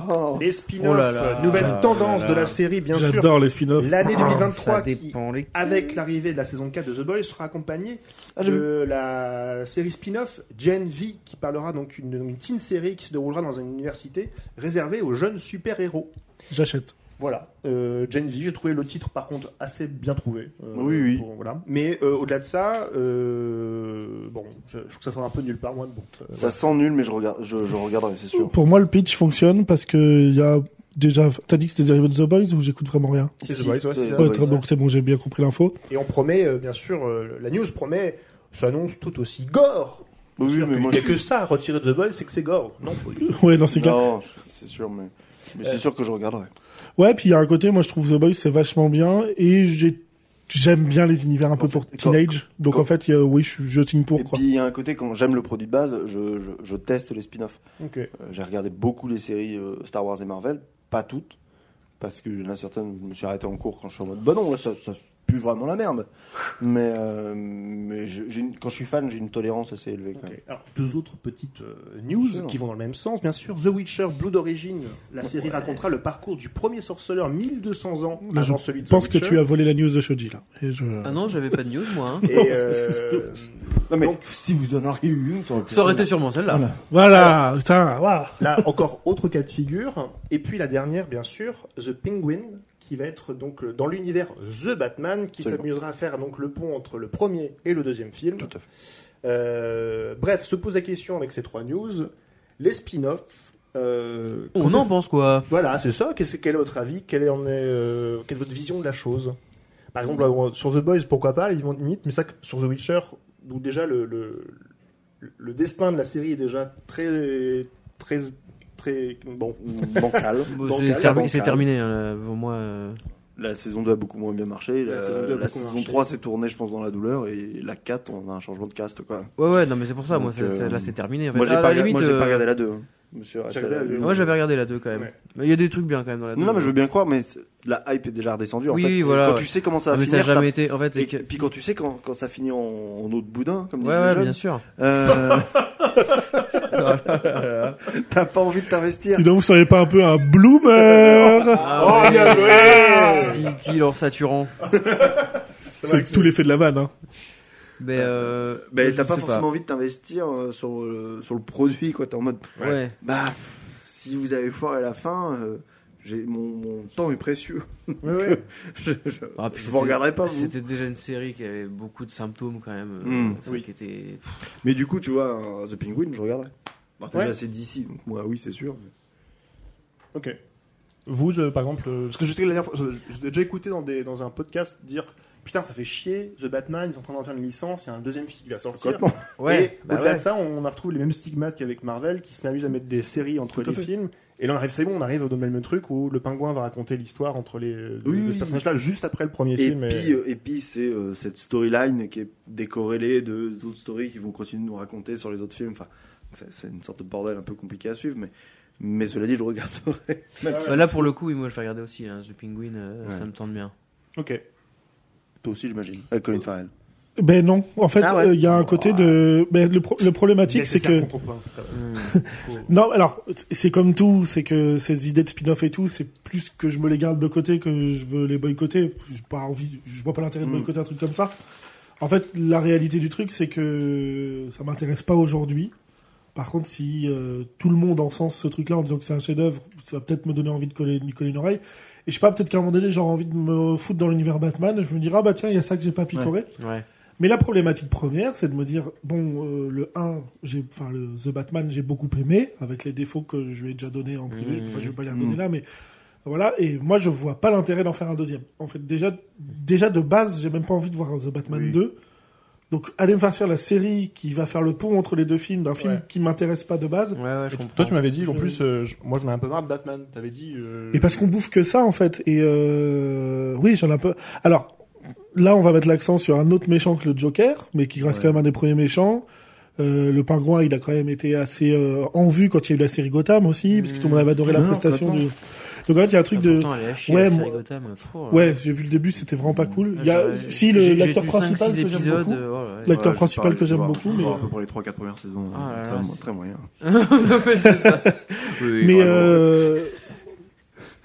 [SPEAKER 4] Oh.
[SPEAKER 5] Les spin-offs,
[SPEAKER 1] Ah. Oh là là.
[SPEAKER 5] euh, nouvelle
[SPEAKER 1] Oh là
[SPEAKER 5] tendance
[SPEAKER 1] là. Ah,
[SPEAKER 5] de la série, bien sûr.
[SPEAKER 2] J'adore les spin-offs.
[SPEAKER 5] L'année 2023
[SPEAKER 7] Ça
[SPEAKER 5] qui,
[SPEAKER 7] dépend les.
[SPEAKER 5] avec l'arrivée de la saison 4 de The Boys, sera accompagnée
[SPEAKER 4] Ah, j'ai vu.
[SPEAKER 5] de la série spin-off Gen V, qui parlera donc une, une teen série qui se déroulera dans une université réservée aux jeunes super-héros.
[SPEAKER 2] J'achète.
[SPEAKER 5] Voilà, euh, Gen Z, j'ai trouvé le titre par contre assez bien trouvé. euh,
[SPEAKER 4] Oui, oui.
[SPEAKER 5] pour- voilà. Mais euh, au-delà de ça, euh, bon, je, je trouve que ça sort un peu de nulle part, moi. mais Bon, euh,
[SPEAKER 4] Ça sent nul, mais je regarde, je, je regarderai, c'est sûr.
[SPEAKER 2] Pour moi, le pitch fonctionne parce que il y a déjà. T'as dit que c'était dérivé de The Boys ou j'écoute vraiment rien
[SPEAKER 5] C'est The
[SPEAKER 4] Ici,
[SPEAKER 5] Boys, ouais, c'est ça.
[SPEAKER 2] Ouais,
[SPEAKER 4] Boys.
[SPEAKER 2] très bon, c'est bon, j'ai bien compris l'info.
[SPEAKER 5] Et on promet, euh, bien sûr, euh, la news promet, s'annonce tout aussi gore. Bien
[SPEAKER 4] Oui,
[SPEAKER 5] sûr
[SPEAKER 4] mais
[SPEAKER 5] que-
[SPEAKER 4] moi,
[SPEAKER 5] Il n'y a
[SPEAKER 4] je-
[SPEAKER 5] que ça à retirer de The Boys, c'est que c'est gore. Non, pas du tout.
[SPEAKER 2] Ouais, dans ces cas. Euh.
[SPEAKER 4] Non, c'est sûr, mais, mais c'est sûr que je regarderai.
[SPEAKER 2] Ouais, puis il y a un côté, moi je trouve The Boys c'est vachement bien et j'ai j'aime bien les univers un peu
[SPEAKER 4] En
[SPEAKER 2] pour
[SPEAKER 4] fait,
[SPEAKER 2] teenage. Donc
[SPEAKER 4] quand-
[SPEAKER 2] en fait, il y a- oui, je, je signe pour
[SPEAKER 4] Et
[SPEAKER 2] quoi.
[SPEAKER 4] puis il y a un côté quand j'aime le produit de base, je, je, je teste les spin-offs.
[SPEAKER 5] Ok.
[SPEAKER 4] Euh, J'ai regardé beaucoup les séries euh, Star Wars et Marvel, pas toutes, parce que là certaines, je me suis arrêté en cours quand je suis en mode bah non, là, ça, ça pue vraiment la merde. Mais, euh, mais je- j'ai une- quand je suis fan, j'ai une tolérance assez élevée. Quand même.
[SPEAKER 5] Ok. Alors, deux autres petites euh, news
[SPEAKER 4] Sûr.
[SPEAKER 5] qui vont dans le même sens, bien sûr. The Witcher, Blood Origin, la série racontera le parcours du premier sorceleur 1200 ans
[SPEAKER 2] Là,
[SPEAKER 5] avant celui de
[SPEAKER 2] Je
[SPEAKER 5] The
[SPEAKER 2] pense que
[SPEAKER 5] Witcher.
[SPEAKER 2] tu as volé la news de Shoji là. Et je...
[SPEAKER 7] Ah non, j'avais pas de news moi. hein.
[SPEAKER 5] Et,
[SPEAKER 2] Non, c'est-
[SPEAKER 5] euh,
[SPEAKER 4] Non, mais si vous en auriez eu une, ça aurait,
[SPEAKER 7] Ça aurait été sûrement celle-là.
[SPEAKER 2] Voilà, putain, waouh.
[SPEAKER 5] là, encore autre cas de figure. Et puis la dernière, bien sûr, The Penguin, qui va être donc euh, dans l'univers The Batman, qui
[SPEAKER 4] Absolument.
[SPEAKER 5] s'amusera à faire donc le pont entre le premier et le deuxième film.
[SPEAKER 4] Tout à fait.
[SPEAKER 5] Euh, bref, se pose la question avec ces trois news. Les spin-offs. euh,
[SPEAKER 7] On
[SPEAKER 5] quand
[SPEAKER 7] en
[SPEAKER 5] est-ce-
[SPEAKER 7] pense quoi
[SPEAKER 5] Voilà, c'est ça. Qu'est-ce- quel est votre avis Quelle en est, euh, quelle est votre vision de la chose Par exemple, euh, sur The Boys, pourquoi pas Ils vont limite, mais ça, sur The Witcher, où déjà le, le, le destin de la série est déjà très, très, très bon.
[SPEAKER 4] bancal.
[SPEAKER 7] Bon,
[SPEAKER 5] Bancal,
[SPEAKER 7] c'est
[SPEAKER 5] la
[SPEAKER 7] termi-
[SPEAKER 5] bancale.
[SPEAKER 7] C'est terminé, hein, là, pour moi. euh.
[SPEAKER 4] La saison 2 a beaucoup moins bien marché.
[SPEAKER 5] La
[SPEAKER 4] La,
[SPEAKER 5] saison deux a
[SPEAKER 4] la
[SPEAKER 5] beaucoup
[SPEAKER 4] saison
[SPEAKER 5] marché.
[SPEAKER 4] 3 s'est tournée, je pense, dans la douleur. Et la 4, on a un changement de cast. Quoi.
[SPEAKER 7] Ouais, ouais, non, mais c'est pour ça, moi,
[SPEAKER 4] Donc,
[SPEAKER 7] c'est- c'est-
[SPEAKER 4] euh,
[SPEAKER 7] là, c'est terminé. En fait.
[SPEAKER 4] Moi, j'ai
[SPEAKER 7] Ah, à
[SPEAKER 4] pas,
[SPEAKER 7] la
[SPEAKER 4] regardé- moi,
[SPEAKER 7] limite,
[SPEAKER 4] j'ai pas
[SPEAKER 7] euh,
[SPEAKER 4] regardé la 2. hein. Je me suis arrêté
[SPEAKER 5] regardé
[SPEAKER 4] à la
[SPEAKER 5] la
[SPEAKER 4] deux.
[SPEAKER 5] deux.
[SPEAKER 7] Moi, j'avais regardé la 2 quand même.
[SPEAKER 5] Ouais.
[SPEAKER 7] Mais il y a des trucs bien quand même dans la 2.
[SPEAKER 4] Non, non, mais je veux bien croire, mais c'est- la hype est déjà redescendue.
[SPEAKER 7] Oui,
[SPEAKER 4] en fait.
[SPEAKER 7] voilà,
[SPEAKER 4] Quand
[SPEAKER 7] ouais.
[SPEAKER 4] tu sais comment ça
[SPEAKER 7] Ah,
[SPEAKER 4] va
[SPEAKER 7] mais ça
[SPEAKER 4] finir,
[SPEAKER 7] n'a jamais
[SPEAKER 4] t'as-
[SPEAKER 7] été. En fait,
[SPEAKER 4] et
[SPEAKER 7] c'est que.
[SPEAKER 4] que- puis quand tu sais quand, quand ça finit en, en eau de boudin, comme disent
[SPEAKER 7] Ouais,
[SPEAKER 4] les
[SPEAKER 7] ouais,
[SPEAKER 4] jeunes,
[SPEAKER 7] bien sûr.
[SPEAKER 4] euh,
[SPEAKER 7] Ah,
[SPEAKER 4] t'as pas envie de t'investir.
[SPEAKER 2] Dis donc, vous seriez pas un peu un bloomer
[SPEAKER 7] Ah,
[SPEAKER 4] Oh,
[SPEAKER 7] ouais.
[SPEAKER 5] bien joué
[SPEAKER 7] Dit-il en saturant.
[SPEAKER 2] C'est tous les faits de la vanne. Hein.
[SPEAKER 7] Mais euh,
[SPEAKER 4] Ben,
[SPEAKER 7] je
[SPEAKER 4] t'as pas
[SPEAKER 7] sais
[SPEAKER 4] forcément envie de t'investir euh, sur, le- sur le produit, quoi. T'es en mode,
[SPEAKER 7] Ouais.
[SPEAKER 4] bah, pff, si vous avez foiré à la fin, euh, j'ai mon, mon temps est précieux.
[SPEAKER 5] Ouais, ouais.
[SPEAKER 4] je je,
[SPEAKER 7] Ah, puis
[SPEAKER 4] je
[SPEAKER 7] c'était-
[SPEAKER 4] vous regarderai pas, vous.
[SPEAKER 7] C'était déjà une série qui avait beaucoup de symptômes quand même. euh,
[SPEAKER 2] Hmm.
[SPEAKER 4] Mm.
[SPEAKER 7] enfin,
[SPEAKER 5] Oui.
[SPEAKER 7] Qui était.
[SPEAKER 4] Mais du coup, tu vois, euh, The Penguin, je regarderai. Bah, déjà,
[SPEAKER 5] Ouais.
[SPEAKER 4] c'est d'ici, donc moi, oui, c'est sûr.
[SPEAKER 5] Ok. Vous, euh, par exemple, euh, parce que je sais que la dernière fois, je, je l'ai déjà écouté dans, des, dans un podcast dire Putain, ça fait chier, The Batman, ils sont en train d'en faire une licence, il y a un deuxième film qui va sortir.
[SPEAKER 4] Complètement.
[SPEAKER 7] Ouais.
[SPEAKER 5] et
[SPEAKER 7] bah
[SPEAKER 5] au-delà
[SPEAKER 7] ouais.
[SPEAKER 5] de ça, on a retrouve les mêmes stigmates qu'avec Marvel qui s'amuse à mettre des séries entre
[SPEAKER 4] Tout
[SPEAKER 5] les
[SPEAKER 4] à fait.
[SPEAKER 5] films. Et là, on arrive, c'est bon, on arrive au même truc où le pingouin va raconter l'histoire entre les, les-
[SPEAKER 4] Oui,
[SPEAKER 5] les
[SPEAKER 4] oui,
[SPEAKER 5] personnages-là juste après le premier
[SPEAKER 4] Et
[SPEAKER 5] film. et-
[SPEAKER 4] puis, euh, et puis c'est euh, cette storyline qui est décorrélée de des autres stories qui vont continuer de nous raconter sur les autres films. Enfin, c'est- c'est une sorte de bordel un peu compliqué à suivre, mais, mais cela dit, je regarderai.
[SPEAKER 2] euh,
[SPEAKER 7] Bah là pour le coup, oui, moi je vais regarder aussi hein, The Penguin, euh, ça
[SPEAKER 4] Ouais.
[SPEAKER 7] me tente bien.
[SPEAKER 5] Ok.
[SPEAKER 4] Toi aussi, j'imagine. Avec Euh, Colin Farrell.
[SPEAKER 2] Ben non, en fait, euh, il
[SPEAKER 4] Ah ouais.
[SPEAKER 2] y a un côté de. Ben, le, pro- le problématique, c'est que.
[SPEAKER 7] Hmm.
[SPEAKER 2] Non, alors, c'est comme tout, c'est que ces idées de spin-off et tout, c'est plus que je me les garde de côté que je veux les boycotter. J'ai pas envie, je vois pas l'intérêt de
[SPEAKER 4] Mm.
[SPEAKER 2] boycotter un truc comme ça. En fait, la réalité du truc, c'est que ça m'intéresse pas aujourd'hui. Par contre, si euh, tout le monde encense ce truc-là en disant que c'est un chef-d'œuvre, ça va peut-être me donner envie de coller, de coller une oreille. Et je sais pas, peut-être qu'à un moment donné, j'aurai envie de me foutre dans l'univers Batman. Je me dirai, ah bah tiens, il y a ça que j'ai pas picoré.
[SPEAKER 7] Ouais.
[SPEAKER 2] Mais la problématique première, c'est de me dire bon, euh, le 1, j'ai, enfin le The Batman, j'ai beaucoup aimé, avec les défauts que je lui ai déjà donnés en privé.
[SPEAKER 7] Mmh.
[SPEAKER 2] Enfin, je vais pas les
[SPEAKER 4] Mmh.
[SPEAKER 2] redonner là, mais voilà. Et moi, je vois pas l'intérêt d'en faire un deuxième. En fait, déjà, déjà de base, j'ai même pas envie de voir un The Batman
[SPEAKER 4] Oui.
[SPEAKER 2] 2. Donc, allez me faire sur la série qui va faire le pont entre les deux films, d'un film
[SPEAKER 5] Ouais.
[SPEAKER 2] qui m'intéresse pas de base.
[SPEAKER 7] Ouais, ouais, je
[SPEAKER 5] Et
[SPEAKER 7] comprends.
[SPEAKER 5] Toi, tu m'avais dit, en
[SPEAKER 2] Je-
[SPEAKER 5] plus, euh, je- moi j'en ai un peu marre de Batman. T'avais dit. euh,
[SPEAKER 7] Mm.
[SPEAKER 2] Mais parce qu'on bouffe que ça en fait. Et euh, oui, j'en ai un peu. Alors là, on va mettre l'accent sur un autre méchant que le Joker, mais qui reste
[SPEAKER 4] Ouais.
[SPEAKER 2] quand même un des premiers méchants. Euh, le pingouin, il a quand même été assez euh, en vue quand il y a eu la série Gotham
[SPEAKER 7] Mm.
[SPEAKER 2] aussi, parce que tout le monde
[SPEAKER 7] Ah
[SPEAKER 2] avait adoré la
[SPEAKER 4] Non,
[SPEAKER 2] prestation du.
[SPEAKER 4] complètement.
[SPEAKER 2] Donc en fait, il y a un truc de.
[SPEAKER 7] Pourtant, elle est hachée,
[SPEAKER 2] Ouais,
[SPEAKER 7] la série
[SPEAKER 2] moi-
[SPEAKER 7] Gotham. pff, oh,
[SPEAKER 2] Ouais, j'ai vu le début, c'était vraiment pas cool. Il y a
[SPEAKER 7] J'ai-
[SPEAKER 2] si
[SPEAKER 7] j'ai-
[SPEAKER 2] le-
[SPEAKER 7] j'ai
[SPEAKER 2] l'acteur
[SPEAKER 7] vu
[SPEAKER 2] principal
[SPEAKER 7] 5-6
[SPEAKER 2] que j'aime
[SPEAKER 7] épisodes,
[SPEAKER 2] beaucoup.
[SPEAKER 7] euh, oh là là.
[SPEAKER 2] L'acteur principal que j'aime beaucoup, mais-
[SPEAKER 5] euh,
[SPEAKER 4] un peu pour les 3-4 premières saisons. euh,
[SPEAKER 7] Ah là là,
[SPEAKER 4] Très-
[SPEAKER 7] c'est-
[SPEAKER 4] très moyen.
[SPEAKER 7] Non, mais c'est ça. Oui, oui,
[SPEAKER 2] Mais
[SPEAKER 7] vraiment.
[SPEAKER 2] euh...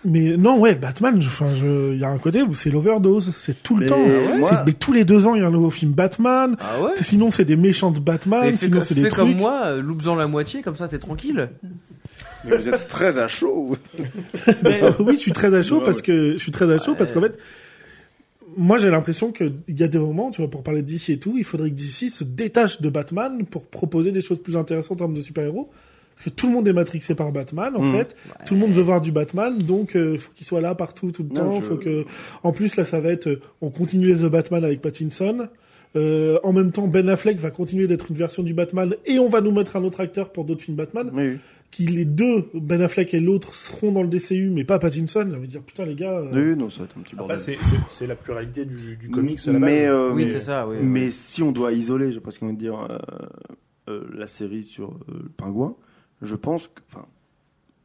[SPEAKER 2] mais non, ouais, Batman. je- Enfin, je- il y a un côté où c'est l'overdose, c'est tout le
[SPEAKER 4] Mais
[SPEAKER 2] temps.
[SPEAKER 4] moi-
[SPEAKER 2] C'est- Mais tous les deux ans, il y a un nouveau film Batman.
[SPEAKER 7] Ah ouais
[SPEAKER 2] Sinon, c'est des méchants de Batman.
[SPEAKER 7] Mais fais,
[SPEAKER 2] sinon,
[SPEAKER 7] co-
[SPEAKER 2] c'est des
[SPEAKER 7] fais
[SPEAKER 2] trucs.
[SPEAKER 7] comme moi, euh, loupe-en la moitié, comme ça t'es tranquille.
[SPEAKER 4] Mais vous êtes très à chaud.
[SPEAKER 2] euh, oui, je suis très à chaud
[SPEAKER 4] Ouais,
[SPEAKER 2] parce
[SPEAKER 4] ouais.
[SPEAKER 2] que je suis très à chaud parce
[SPEAKER 7] Ouais.
[SPEAKER 2] qu'en fait, moi, j'ai l'impression que il y a des moments, tu vois, pour parler de DC et tout, il faudrait que DC se détache de Batman pour proposer des choses plus intéressantes en termes de super-héros. Parce que tout le monde est matrixé par Batman, en
[SPEAKER 4] Mhm.
[SPEAKER 2] fait. Tout le monde veut voir du Batman, donc euh, faut qu'il soit là partout tout le
[SPEAKER 4] Non,
[SPEAKER 2] temps.
[SPEAKER 4] je-
[SPEAKER 2] Faut que, en plus là, ça va être, euh, on continue The Batman avec Pattinson. Euh, en même temps, Ben Affleck va continuer d'être une version du Batman et on va nous mettre un autre acteur pour d'autres films Batman.
[SPEAKER 4] Oui,
[SPEAKER 2] qui les deux, Ben Affleck et l'autre, seront dans le DCU, mais pas Pattinson, j'ai envie de dire, putain les gars, euh,
[SPEAKER 4] oui, non, ça va être un petit
[SPEAKER 5] Après,
[SPEAKER 4] bordel.
[SPEAKER 5] c'est- c'est c'est la pluralité du, du comics. à la base.
[SPEAKER 4] mais, euh,
[SPEAKER 7] oui,
[SPEAKER 4] mais-
[SPEAKER 7] c'est ça, oui.
[SPEAKER 4] mais
[SPEAKER 7] oui.
[SPEAKER 4] si on doit isoler, je pense qu'on va dire euh, euh, la série sur euh, le pingouin, je pense que, enfin,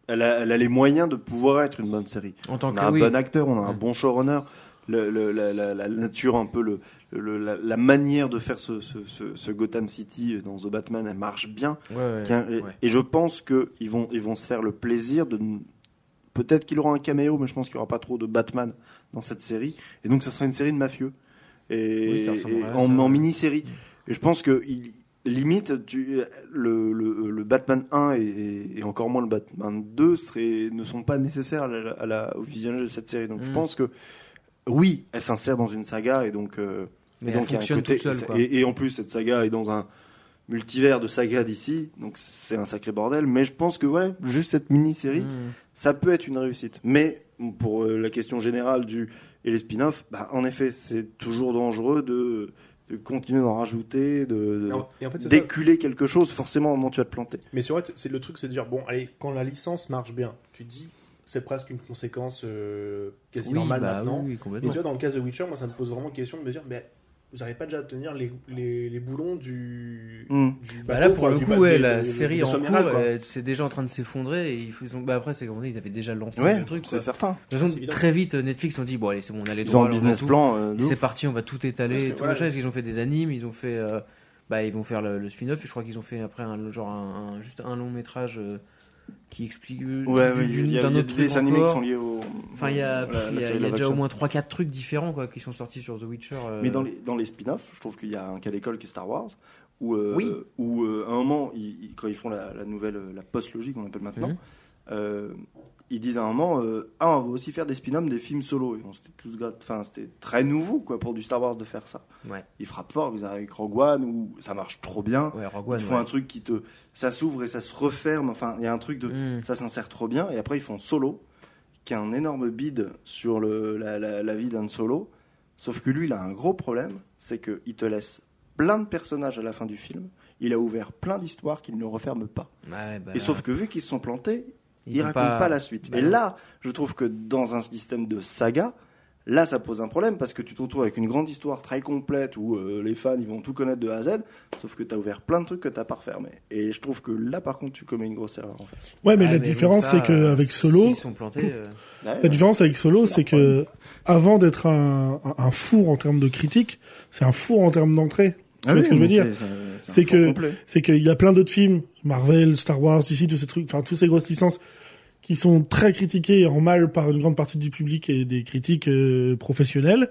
[SPEAKER 4] elle a, elle a les moyens de pouvoir être une bonne série.
[SPEAKER 7] En tant
[SPEAKER 4] On
[SPEAKER 7] que.
[SPEAKER 4] a un
[SPEAKER 7] oui.
[SPEAKER 4] bon acteur, on a un
[SPEAKER 7] Mm.
[SPEAKER 4] bon showrunner. Le- le- la, la- la nature, un peu le, le- la, la manière de faire ce, ce- ce- ce Gotham City dans The Batman, elle marche bien.
[SPEAKER 7] Ouais, ouais,
[SPEAKER 4] Qu'un- et-
[SPEAKER 7] ouais.
[SPEAKER 4] Et je pense qu'ils vont, ils vont se faire le plaisir de. Peut-être qu'il aura un caméo, mais je pense qu'il n'y aura pas trop de Batman dans cette série. Et donc, ça sera une série de mafieux. Et,
[SPEAKER 7] Oui, ça ressemblera
[SPEAKER 4] et
[SPEAKER 7] à ça,
[SPEAKER 4] en,
[SPEAKER 7] ouais.
[SPEAKER 4] en mini-série. Et je pense que il- limite, tu- le, le- le Batman 1 et- et, et encore moins le Batman 2 seraient- ne sont pas nécessaires à la, à la- au visionnage de cette série. Donc, je
[SPEAKER 7] Mm.
[SPEAKER 4] pense que. Oui, elle s'insère dans une saga et donc. euh,
[SPEAKER 7] Mais
[SPEAKER 4] et
[SPEAKER 7] elle
[SPEAKER 4] donc, il y a un
[SPEAKER 7] fonctionne
[SPEAKER 4] côté-
[SPEAKER 7] toute seule, quoi.
[SPEAKER 4] et, et en plus, cette saga est dans un multivers de saga d'ici, donc c'est un sacré bordel. Mais je pense que ouais, juste cette mini-série,
[SPEAKER 7] Mm.
[SPEAKER 4] ça peut être une réussite. Mais pour euh, la question générale du et les spin-offs, bah, en effet, c'est toujours dangereux de, de continuer d'en rajouter, de, de
[SPEAKER 5] Et en- et en fait, c'est ça.
[SPEAKER 4] d'éculer quelque chose. Forcément, au moment où tu vas te planter.
[SPEAKER 5] Mais sur vrai, c'est le truc, c'est de dire bon, allez, quand la licence marche bien, tu te dis c'est presque une conséquence euh, quasi
[SPEAKER 7] Oui,
[SPEAKER 5] normale
[SPEAKER 7] bah,
[SPEAKER 5] maintenant.
[SPEAKER 7] oui, oui,
[SPEAKER 5] Et
[SPEAKER 7] complètement.
[SPEAKER 5] tu vois, dans le cas de Witcher, moi, ça me pose vraiment question de me dire, mais vous n'arrivez pas déjà à tenir les, les, les boulons du.
[SPEAKER 4] Hmm.
[SPEAKER 5] du
[SPEAKER 7] Bah
[SPEAKER 5] bateau,
[SPEAKER 7] là, pour
[SPEAKER 5] quoi,
[SPEAKER 7] le
[SPEAKER 5] du
[SPEAKER 7] coup,
[SPEAKER 5] ba-
[SPEAKER 7] ouais,
[SPEAKER 5] des-
[SPEAKER 7] la
[SPEAKER 5] des-
[SPEAKER 7] série
[SPEAKER 5] des
[SPEAKER 7] en
[SPEAKER 5] sommières,
[SPEAKER 7] cours,
[SPEAKER 5] quoi.
[SPEAKER 7] euh, c'est déjà en train de s'effondrer. Et ils font... bah après, c'est comme on dit, ils avaient déjà lancé
[SPEAKER 4] Ouais,
[SPEAKER 7] le truc. quoi.
[SPEAKER 4] c'est certain.
[SPEAKER 7] De toute
[SPEAKER 5] C'est
[SPEAKER 7] façon,
[SPEAKER 5] évident.
[SPEAKER 7] très vite, euh, Netflix ont dit bon allez c'est bon on a les
[SPEAKER 4] Ils ont
[SPEAKER 7] droits,
[SPEAKER 4] un
[SPEAKER 7] on a
[SPEAKER 4] business
[SPEAKER 7] tout.
[SPEAKER 4] plan. euh, de
[SPEAKER 7] Et c'est
[SPEAKER 4] ouf.
[SPEAKER 7] parti, on va tout étaler,
[SPEAKER 5] Parce que
[SPEAKER 7] tout
[SPEAKER 5] voilà.
[SPEAKER 7] machin. Parce qu'ils ont fait des animes, ils ont fait, euh, bah ils vont faire le, le spin-off. et Je crois qu'ils ont fait après un genre un, un- juste un long métrage euh, qui explique euh,
[SPEAKER 4] Ouais,
[SPEAKER 7] du-
[SPEAKER 4] oui,
[SPEAKER 7] du-
[SPEAKER 4] il y a,
[SPEAKER 7] d'un
[SPEAKER 4] il y a
[SPEAKER 7] autre truc
[SPEAKER 4] des animés qui
[SPEAKER 7] encore.
[SPEAKER 4] sont liés au.
[SPEAKER 7] Enfin, il y a,
[SPEAKER 4] voilà,
[SPEAKER 7] il y a-
[SPEAKER 4] la série
[SPEAKER 7] il y a
[SPEAKER 4] live
[SPEAKER 7] déjà au
[SPEAKER 4] action.
[SPEAKER 7] moins 3-4 trucs différents quoi, qui sont sortis sur The Witcher. euh.
[SPEAKER 4] Mais dans les, dans les spin-offs, je trouve qu'il y a un cas d'école qui est Star Wars, où, euh,
[SPEAKER 7] Oui.
[SPEAKER 4] où euh, à un moment, ils- ils- quand ils font la, la nouvelle, euh, la post-logique, on l'appelle maintenant,
[SPEAKER 7] Mhm.
[SPEAKER 4] euh, ils disent à un moment, euh, ah, on va aussi faire des spin-offs, des films solo. Et on s'était tous gâtés. Enfin, c'était très nouveau quoi, pour du Star Wars de faire ça.
[SPEAKER 7] Ouais.
[SPEAKER 4] Ils frappent fort, ils arrivent avec Rogue One, où ça marche trop bien.
[SPEAKER 7] Ouais, Rogue One.
[SPEAKER 4] ils font
[SPEAKER 7] ouais.
[SPEAKER 4] un truc qui te. Ça s'ouvre et ça se referme. Enfin, il y a un truc de
[SPEAKER 7] Mm.
[SPEAKER 4] ça s'insère trop bien. Et après, ils font Solo, qui a un énorme bide sur le, la, la- la vie d'un Solo. Sauf que lui, il a un gros problème, c'est qu'il te laisse plein de personnages à la fin du film. Il a ouvert plein d'histoires qu'il ne referme pas.
[SPEAKER 7] Ouais, bah,
[SPEAKER 4] Et sauf que vu qu'ils se sont plantés,
[SPEAKER 7] ils
[SPEAKER 4] il
[SPEAKER 7] ont
[SPEAKER 4] raconte pas... la suite.
[SPEAKER 7] bah
[SPEAKER 4] et
[SPEAKER 7] non.
[SPEAKER 4] là, je trouve que dans un système de saga, là, ça pose un problème parce que tu te retrouves avec une grande histoire très complète où euh, les fans ils vont tout connaître de A à Z, sauf que tu as ouvert plein de trucs que t'as pas refermé. Et je trouve que là, par contre, tu commets une grosse erreur. En fait.
[SPEAKER 2] Ouais, mais
[SPEAKER 7] Ah,
[SPEAKER 2] la
[SPEAKER 7] bon,
[SPEAKER 2] différence,
[SPEAKER 7] ça,
[SPEAKER 2] c'est
[SPEAKER 7] euh,
[SPEAKER 2] qu'avec
[SPEAKER 7] s-
[SPEAKER 2] Solo,
[SPEAKER 7] S'ils sont plantés. euh,
[SPEAKER 4] Ouais,
[SPEAKER 2] la différence avec Solo,
[SPEAKER 4] C'est
[SPEAKER 2] c'est
[SPEAKER 4] leur
[SPEAKER 2] que avant d'être un, un- un four en termes de critique, c'est un four en termes d'entrée. Tu vois ce que je veux dire
[SPEAKER 4] Ah c'est un
[SPEAKER 2] C'est
[SPEAKER 4] four
[SPEAKER 2] que-
[SPEAKER 4] complet.
[SPEAKER 2] c'est qu'il y a plein d'autres films, Marvel, Star Wars, ici, tous ces trucs, enfin, tous ces grosses licences qui sont très critiquées et en mal par une grande partie du public et des critiques euh, professionnelles.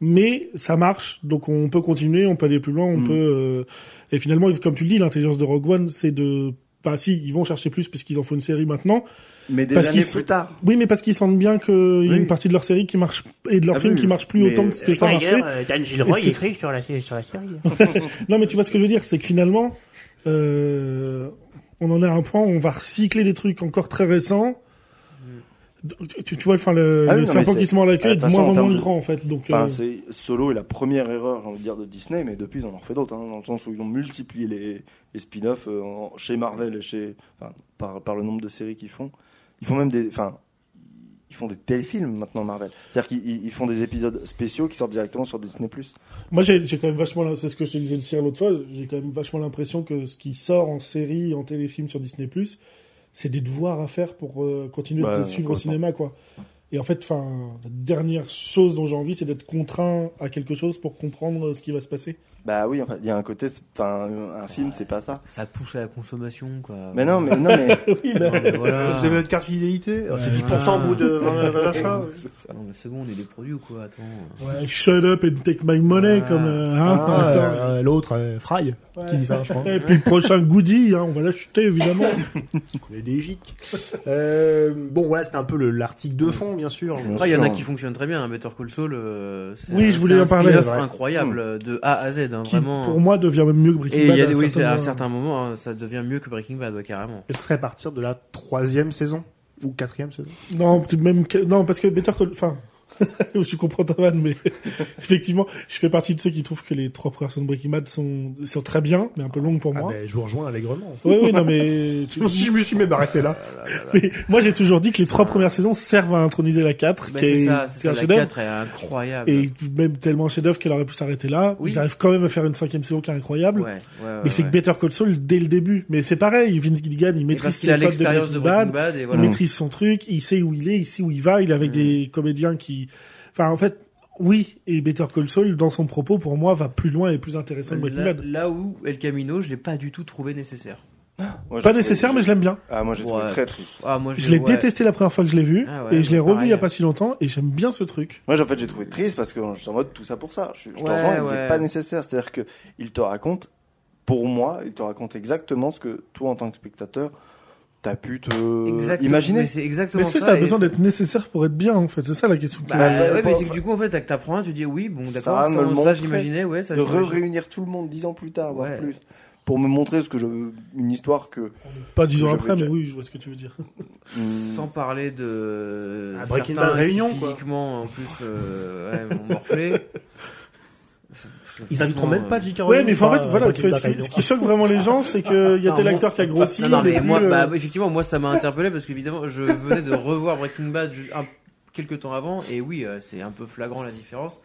[SPEAKER 2] Mais ça marche, donc on peut continuer, on peut aller plus loin, on
[SPEAKER 4] Mm.
[SPEAKER 2] peut. euh, Et finalement, comme tu le dis, l'intelligence de Rogue One, c'est de. Bah si, ils vont chercher plus parce qu'ils en font une série maintenant.
[SPEAKER 4] Mais des
[SPEAKER 2] Parce
[SPEAKER 4] années
[SPEAKER 2] qu'ils se-
[SPEAKER 4] plus tard.
[SPEAKER 2] Oui, mais parce qu'ils sentent bien qu'il y a
[SPEAKER 4] Oui.
[SPEAKER 2] une partie de leur série qui marche et de leur
[SPEAKER 4] Ah
[SPEAKER 2] film
[SPEAKER 4] oui,
[SPEAKER 2] qui marche plus
[SPEAKER 4] mais-
[SPEAKER 2] autant que ce que ça marchait.
[SPEAKER 8] Dan
[SPEAKER 2] Gilroy, Est-ce que- il
[SPEAKER 8] écrit sur la, sur la série.
[SPEAKER 2] Non, mais tu vois ce que je veux dire, c'est que finalement, euh, on en est à un point où on va recycler des trucs encore très récents. Tu, tu- tu vois, enfin, le,
[SPEAKER 4] Ah oui, non, mais
[SPEAKER 2] le serpent
[SPEAKER 4] c'est-
[SPEAKER 2] qui se mord la
[SPEAKER 4] Ah,
[SPEAKER 2] queue est
[SPEAKER 4] de
[SPEAKER 2] de
[SPEAKER 4] toute façon,
[SPEAKER 2] moins
[SPEAKER 4] en
[SPEAKER 2] en moins
[SPEAKER 4] termes de-
[SPEAKER 2] grand, en fait. Donc,
[SPEAKER 4] Enfin,
[SPEAKER 2] euh,
[SPEAKER 4] c'est- Solo est la première erreur, j'ai envie de dire, de Disney, mais depuis, ils en ont refait d'autres, hein, dans le sens où ils ont multiplié les, les spin-offs euh, en- chez Marvel, et chez, enfin, par, par le nombre de séries qu'ils font. Ils font même des, enfin, ils font des téléfilms maintenant, Marvel. C'est-à-dire qu'ils ils- ils font des épisodes spéciaux qui sortent directement sur Disney+.
[SPEAKER 2] moi, j'ai j'ai quand même vachement, l'im- c'est ce que je te disais le cire l'autre fois, j'ai quand même vachement l'impression que ce qui sort en série, en téléfilm sur Disney+, c'est des devoirs à faire pour euh, continuer
[SPEAKER 4] Bah,
[SPEAKER 2] de te suivre au
[SPEAKER 4] complètement.
[SPEAKER 2] cinéma, quoi. Et en fait, enfin, la dernière chose dont j'ai envie, c'est d'être contraint à quelque chose pour comprendre euh, ce qui va se passer.
[SPEAKER 4] Bah oui, enfin, il y a un côté, c'est- enfin, un film, c'est pas ça.
[SPEAKER 7] Ça pousse à la consommation, quoi.
[SPEAKER 4] Mais non, mais, non, mais,
[SPEAKER 2] oui,
[SPEAKER 7] Non,
[SPEAKER 2] bah,
[SPEAKER 7] mais voilà.
[SPEAKER 8] Vous avez votre carte fidélité Alors, C'est
[SPEAKER 2] Ouais.
[SPEAKER 8] 10% au bout de 20 d'achat
[SPEAKER 7] Ah Non, mais c'est bon, on est des produits ou quoi Attends.
[SPEAKER 2] Ouais, shut up and take my money,
[SPEAKER 7] Ah.
[SPEAKER 2] comme. euh, hein,
[SPEAKER 5] Ah,
[SPEAKER 2] en même temps.
[SPEAKER 5] euh, L'autre, euh, Fry, qui dit ça, je pense.
[SPEAKER 2] Et puis le prochain goodie, hein, on va l'acheter évidemment.
[SPEAKER 8] On est des gics. Euh, Bon, voilà, c'était un peu le- l'article de fond, bien sûr.
[SPEAKER 7] Après, Ah, il y en a qui fonctionnent très bien. hein, Better Call Saul, euh, c'est
[SPEAKER 2] Oui,
[SPEAKER 7] un-
[SPEAKER 2] je voulais
[SPEAKER 7] c'est
[SPEAKER 2] en
[SPEAKER 7] un
[SPEAKER 2] parler,
[SPEAKER 7] spin-off
[SPEAKER 2] ouais. Mm.
[SPEAKER 7] incroyable euh, de A à Z, hein,
[SPEAKER 2] qui,
[SPEAKER 7] vraiment.
[SPEAKER 2] pour moi devient même mieux que Breaking
[SPEAKER 7] Et
[SPEAKER 2] Bad.
[SPEAKER 7] il y a
[SPEAKER 2] à
[SPEAKER 7] des, oui, c'est-
[SPEAKER 2] certains
[SPEAKER 7] à un
[SPEAKER 2] moments.
[SPEAKER 7] certain moment, hein, ça devient mieux que Breaking Bad, ouais, carrément.
[SPEAKER 8] Est-ce que ce serait à partir de la troisième saison Ou quatrième saison
[SPEAKER 2] Non, peut-être même que- non parce que Better Call, enfin, je comprends ta vanne, mais effectivement, je fais partie de ceux qui trouvent que les trois premières saisons de Breaking Bad sont sont très bien, mais un peu longues pour
[SPEAKER 5] Ah,
[SPEAKER 2] moi.
[SPEAKER 5] ben, je vous rejoins allègrement.
[SPEAKER 2] Oui, oui, non, mais, tu-
[SPEAKER 8] Si je me suis même arrêté là.
[SPEAKER 2] mais moi j'ai toujours dit que les trois premières saisons servent à introniser la 4,
[SPEAKER 7] Bah,
[SPEAKER 2] qui
[SPEAKER 7] c'est
[SPEAKER 2] est,
[SPEAKER 7] ça,
[SPEAKER 2] qui
[SPEAKER 7] c'est
[SPEAKER 2] est
[SPEAKER 7] ça.
[SPEAKER 2] un
[SPEAKER 7] La
[SPEAKER 2] chef-d'œuvre,
[SPEAKER 7] 4 est incroyable.
[SPEAKER 2] et même tellement un chef-d'œuvre qu'elle aurait pu s'arrêter là.
[SPEAKER 7] Ah, Oui.
[SPEAKER 2] Ils arrivent quand même à faire une cinquième saison qui est incroyable.
[SPEAKER 7] Ouais, ouais, ouais,
[SPEAKER 2] Mais c'est
[SPEAKER 7] ouais.
[SPEAKER 2] que Better Call Saul dès le début. Mais c'est pareil, Vince Gilligan, il
[SPEAKER 7] Et parce
[SPEAKER 2] maîtrise
[SPEAKER 7] qu'il a
[SPEAKER 2] ses codes de
[SPEAKER 7] l'expérience
[SPEAKER 2] Breaking
[SPEAKER 7] de Breaking
[SPEAKER 2] Bad,
[SPEAKER 7] Bad et
[SPEAKER 2] il
[SPEAKER 7] voilà.
[SPEAKER 2] maîtrise son truc, il sait où il est, il sait où il va, il est avec
[SPEAKER 7] Mm.
[SPEAKER 2] des comédiens qui... Enfin, en fait, oui, et Better Call Saul, dans son propos, pour moi, va plus loin et plus intéressant que Breaking
[SPEAKER 7] Là,
[SPEAKER 2] Bad.
[SPEAKER 7] là où El Camino, je l'ai pas du tout trouvé nécessaire.
[SPEAKER 4] Moi, j'ai
[SPEAKER 2] Pas
[SPEAKER 4] trouvé-
[SPEAKER 2] nécessaire, mais je l'aime bien.
[SPEAKER 4] Ah, moi, j'ai trouvé
[SPEAKER 7] Ouais.
[SPEAKER 4] très triste.
[SPEAKER 7] Ah, moi,
[SPEAKER 2] Je l'ai
[SPEAKER 7] ouais.
[SPEAKER 2] détesté la première fois que je l'ai vu,
[SPEAKER 7] Ah ouais,
[SPEAKER 2] et je l'ai revu
[SPEAKER 7] pareil.
[SPEAKER 2] il y a pas si longtemps, et j'aime bien ce truc.
[SPEAKER 4] Moi, en fait, j'ai trouvé triste parce que j'étais en mode tout ça pour ça. Je, je te
[SPEAKER 7] Ouais,
[SPEAKER 4] rejoins, il
[SPEAKER 7] ouais.
[SPEAKER 4] n'est pas nécessaire. C'est-à-dire que il te raconte, pour moi, il te raconte exactement ce que toi, en tant que spectateur, t'as pu te
[SPEAKER 7] Exactement.
[SPEAKER 4] imaginer.
[SPEAKER 7] Mais c'est
[SPEAKER 2] Mais
[SPEAKER 7] exactement
[SPEAKER 2] est-ce que
[SPEAKER 7] ça.
[SPEAKER 2] ça a
[SPEAKER 7] et
[SPEAKER 2] besoin
[SPEAKER 7] c'est-
[SPEAKER 2] d'être nécessaire pour être bien, en fait C'est ça la question. que-
[SPEAKER 7] Bah,
[SPEAKER 4] Bah,
[SPEAKER 7] ouais,
[SPEAKER 4] pas-
[SPEAKER 7] mais c'est que du coup, en fait, que t'apprends un, tu dis oui, bon,
[SPEAKER 4] Ça
[SPEAKER 7] d'accord, ça,
[SPEAKER 4] me le
[SPEAKER 7] ça,
[SPEAKER 4] montrait.
[SPEAKER 7] je l'imaginais, ouais, ça
[SPEAKER 4] De
[SPEAKER 7] je l'imaginais.
[SPEAKER 4] re-réunir tout le monde dix ans plus tard, voire
[SPEAKER 7] Ouais.
[SPEAKER 4] plus, pour me montrer ce que je veux, une histoire que.
[SPEAKER 2] Pas dix ans
[SPEAKER 4] j'avais
[SPEAKER 2] après, mais
[SPEAKER 4] déjà-
[SPEAKER 2] oui, je vois ce que tu veux dire.
[SPEAKER 4] Hmm.
[SPEAKER 7] Sans parler de.
[SPEAKER 8] Ah, Breaking
[SPEAKER 7] certains
[SPEAKER 8] Bad Réunion,
[SPEAKER 7] qui
[SPEAKER 8] quoi.
[SPEAKER 7] Physiquement, en plus, euh, ouais, m'ont morflé.
[SPEAKER 8] Ils n'inviteront même pas J.K.
[SPEAKER 2] Ouais,
[SPEAKER 8] Rowling
[SPEAKER 2] mais enfin, en
[SPEAKER 8] par,
[SPEAKER 2] fait,
[SPEAKER 8] euh,
[SPEAKER 2] voilà, ce,
[SPEAKER 8] Breaking
[SPEAKER 2] ce
[SPEAKER 8] Bad,
[SPEAKER 2] qui, ce qui choque vraiment les gens, c'est qu'il y a tel acteur qui a grossi.
[SPEAKER 7] Non, non,
[SPEAKER 2] il est
[SPEAKER 7] mais moi,
[SPEAKER 2] plus, euh,
[SPEAKER 7] bah, effectivement, moi, ça m'a interpellé parce qu'évidemment, je venais de revoir Breaking Bad ju- un- quelques temps avant, et oui, euh, c'est un peu flagrant la différence.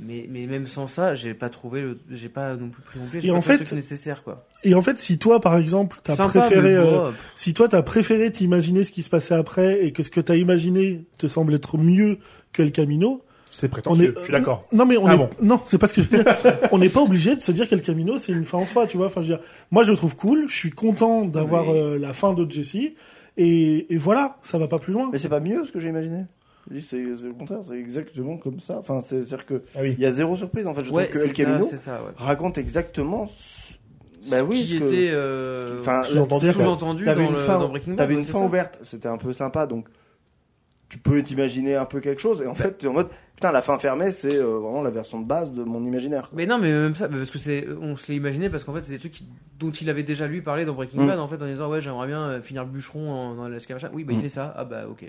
[SPEAKER 7] Mais, mais même sans ça, j'ai pas trouvé, le- j'ai pas non plus pris mon pied, j'ai
[SPEAKER 2] Et
[SPEAKER 7] pas
[SPEAKER 2] en
[SPEAKER 7] fait, le
[SPEAKER 2] fait,
[SPEAKER 7] truc nécessaire quoi.
[SPEAKER 2] euh, Et en fait, si toi, par exemple, t'as
[SPEAKER 7] Sympa,
[SPEAKER 2] préféré,
[SPEAKER 7] mais bon,
[SPEAKER 2] euh,
[SPEAKER 7] euh,
[SPEAKER 2] si toi, t'as préféré t'imaginer ce qui se passait après et que ce que t'as imaginé te semble être mieux que le Camino,
[SPEAKER 5] c'est prétentieux.
[SPEAKER 2] On est-
[SPEAKER 5] Je suis d'accord.
[SPEAKER 2] Non mais on
[SPEAKER 5] Ah
[SPEAKER 2] est...
[SPEAKER 5] bon.
[SPEAKER 2] non, c'est pas ce que je veux dire. on n'est pas obligé de se dire qu'El Camino c'est une fin en soi, tu vois. Enfin, je veux dire, moi je le trouve cool, je suis content d'avoir
[SPEAKER 9] Oui.
[SPEAKER 2] euh, la fin de Jesse et, et voilà, ça va pas plus loin.
[SPEAKER 9] Mais c'est pas mieux ce que j'ai imaginé. Je dis, C'est c'est le contraire, c'est exactement comme ça. Enfin, c'est- c'est-à-dire que
[SPEAKER 5] Ah oui.
[SPEAKER 9] il y a zéro surprise en fait. Je
[SPEAKER 7] ouais,
[SPEAKER 9] trouve que El
[SPEAKER 7] c'est ça,
[SPEAKER 9] Camino
[SPEAKER 7] c'est ça, ouais.
[SPEAKER 9] raconte exactement. ce-
[SPEAKER 7] Ce
[SPEAKER 9] Bah oui,
[SPEAKER 7] qui
[SPEAKER 9] ce que-
[SPEAKER 7] était euh,
[SPEAKER 9] Enfin,
[SPEAKER 5] sous-entendu, quoi.
[SPEAKER 7] sous-entendu
[SPEAKER 9] T'avais
[SPEAKER 7] dans,
[SPEAKER 9] une
[SPEAKER 7] le-
[SPEAKER 9] fin,
[SPEAKER 7] dans Breaking Bad.
[SPEAKER 9] t'avais
[SPEAKER 7] ouais,
[SPEAKER 9] une
[SPEAKER 7] c'est
[SPEAKER 9] fin
[SPEAKER 7] ça.
[SPEAKER 9] ouverte, c'était un peu sympa, donc tu peux t'imaginer un peu quelque chose. Et en fait, t'es en mode putain, la fin fermée, c'est euh, vraiment la version de base de mon imaginaire. quoi.
[SPEAKER 7] Mais non, mais même ça, parce que c'est, on se l'est imaginé parce qu'en fait, c'est des trucs qui- dont il avait déjà lui parlé dans Breaking
[SPEAKER 9] Mm.
[SPEAKER 7] Bad en fait, en disant ouais, j'aimerais bien euh, finir bûcheron en, dans l'esclavage. Oui, bah il
[SPEAKER 9] Mm.
[SPEAKER 7] fait ça. Ah bah ok.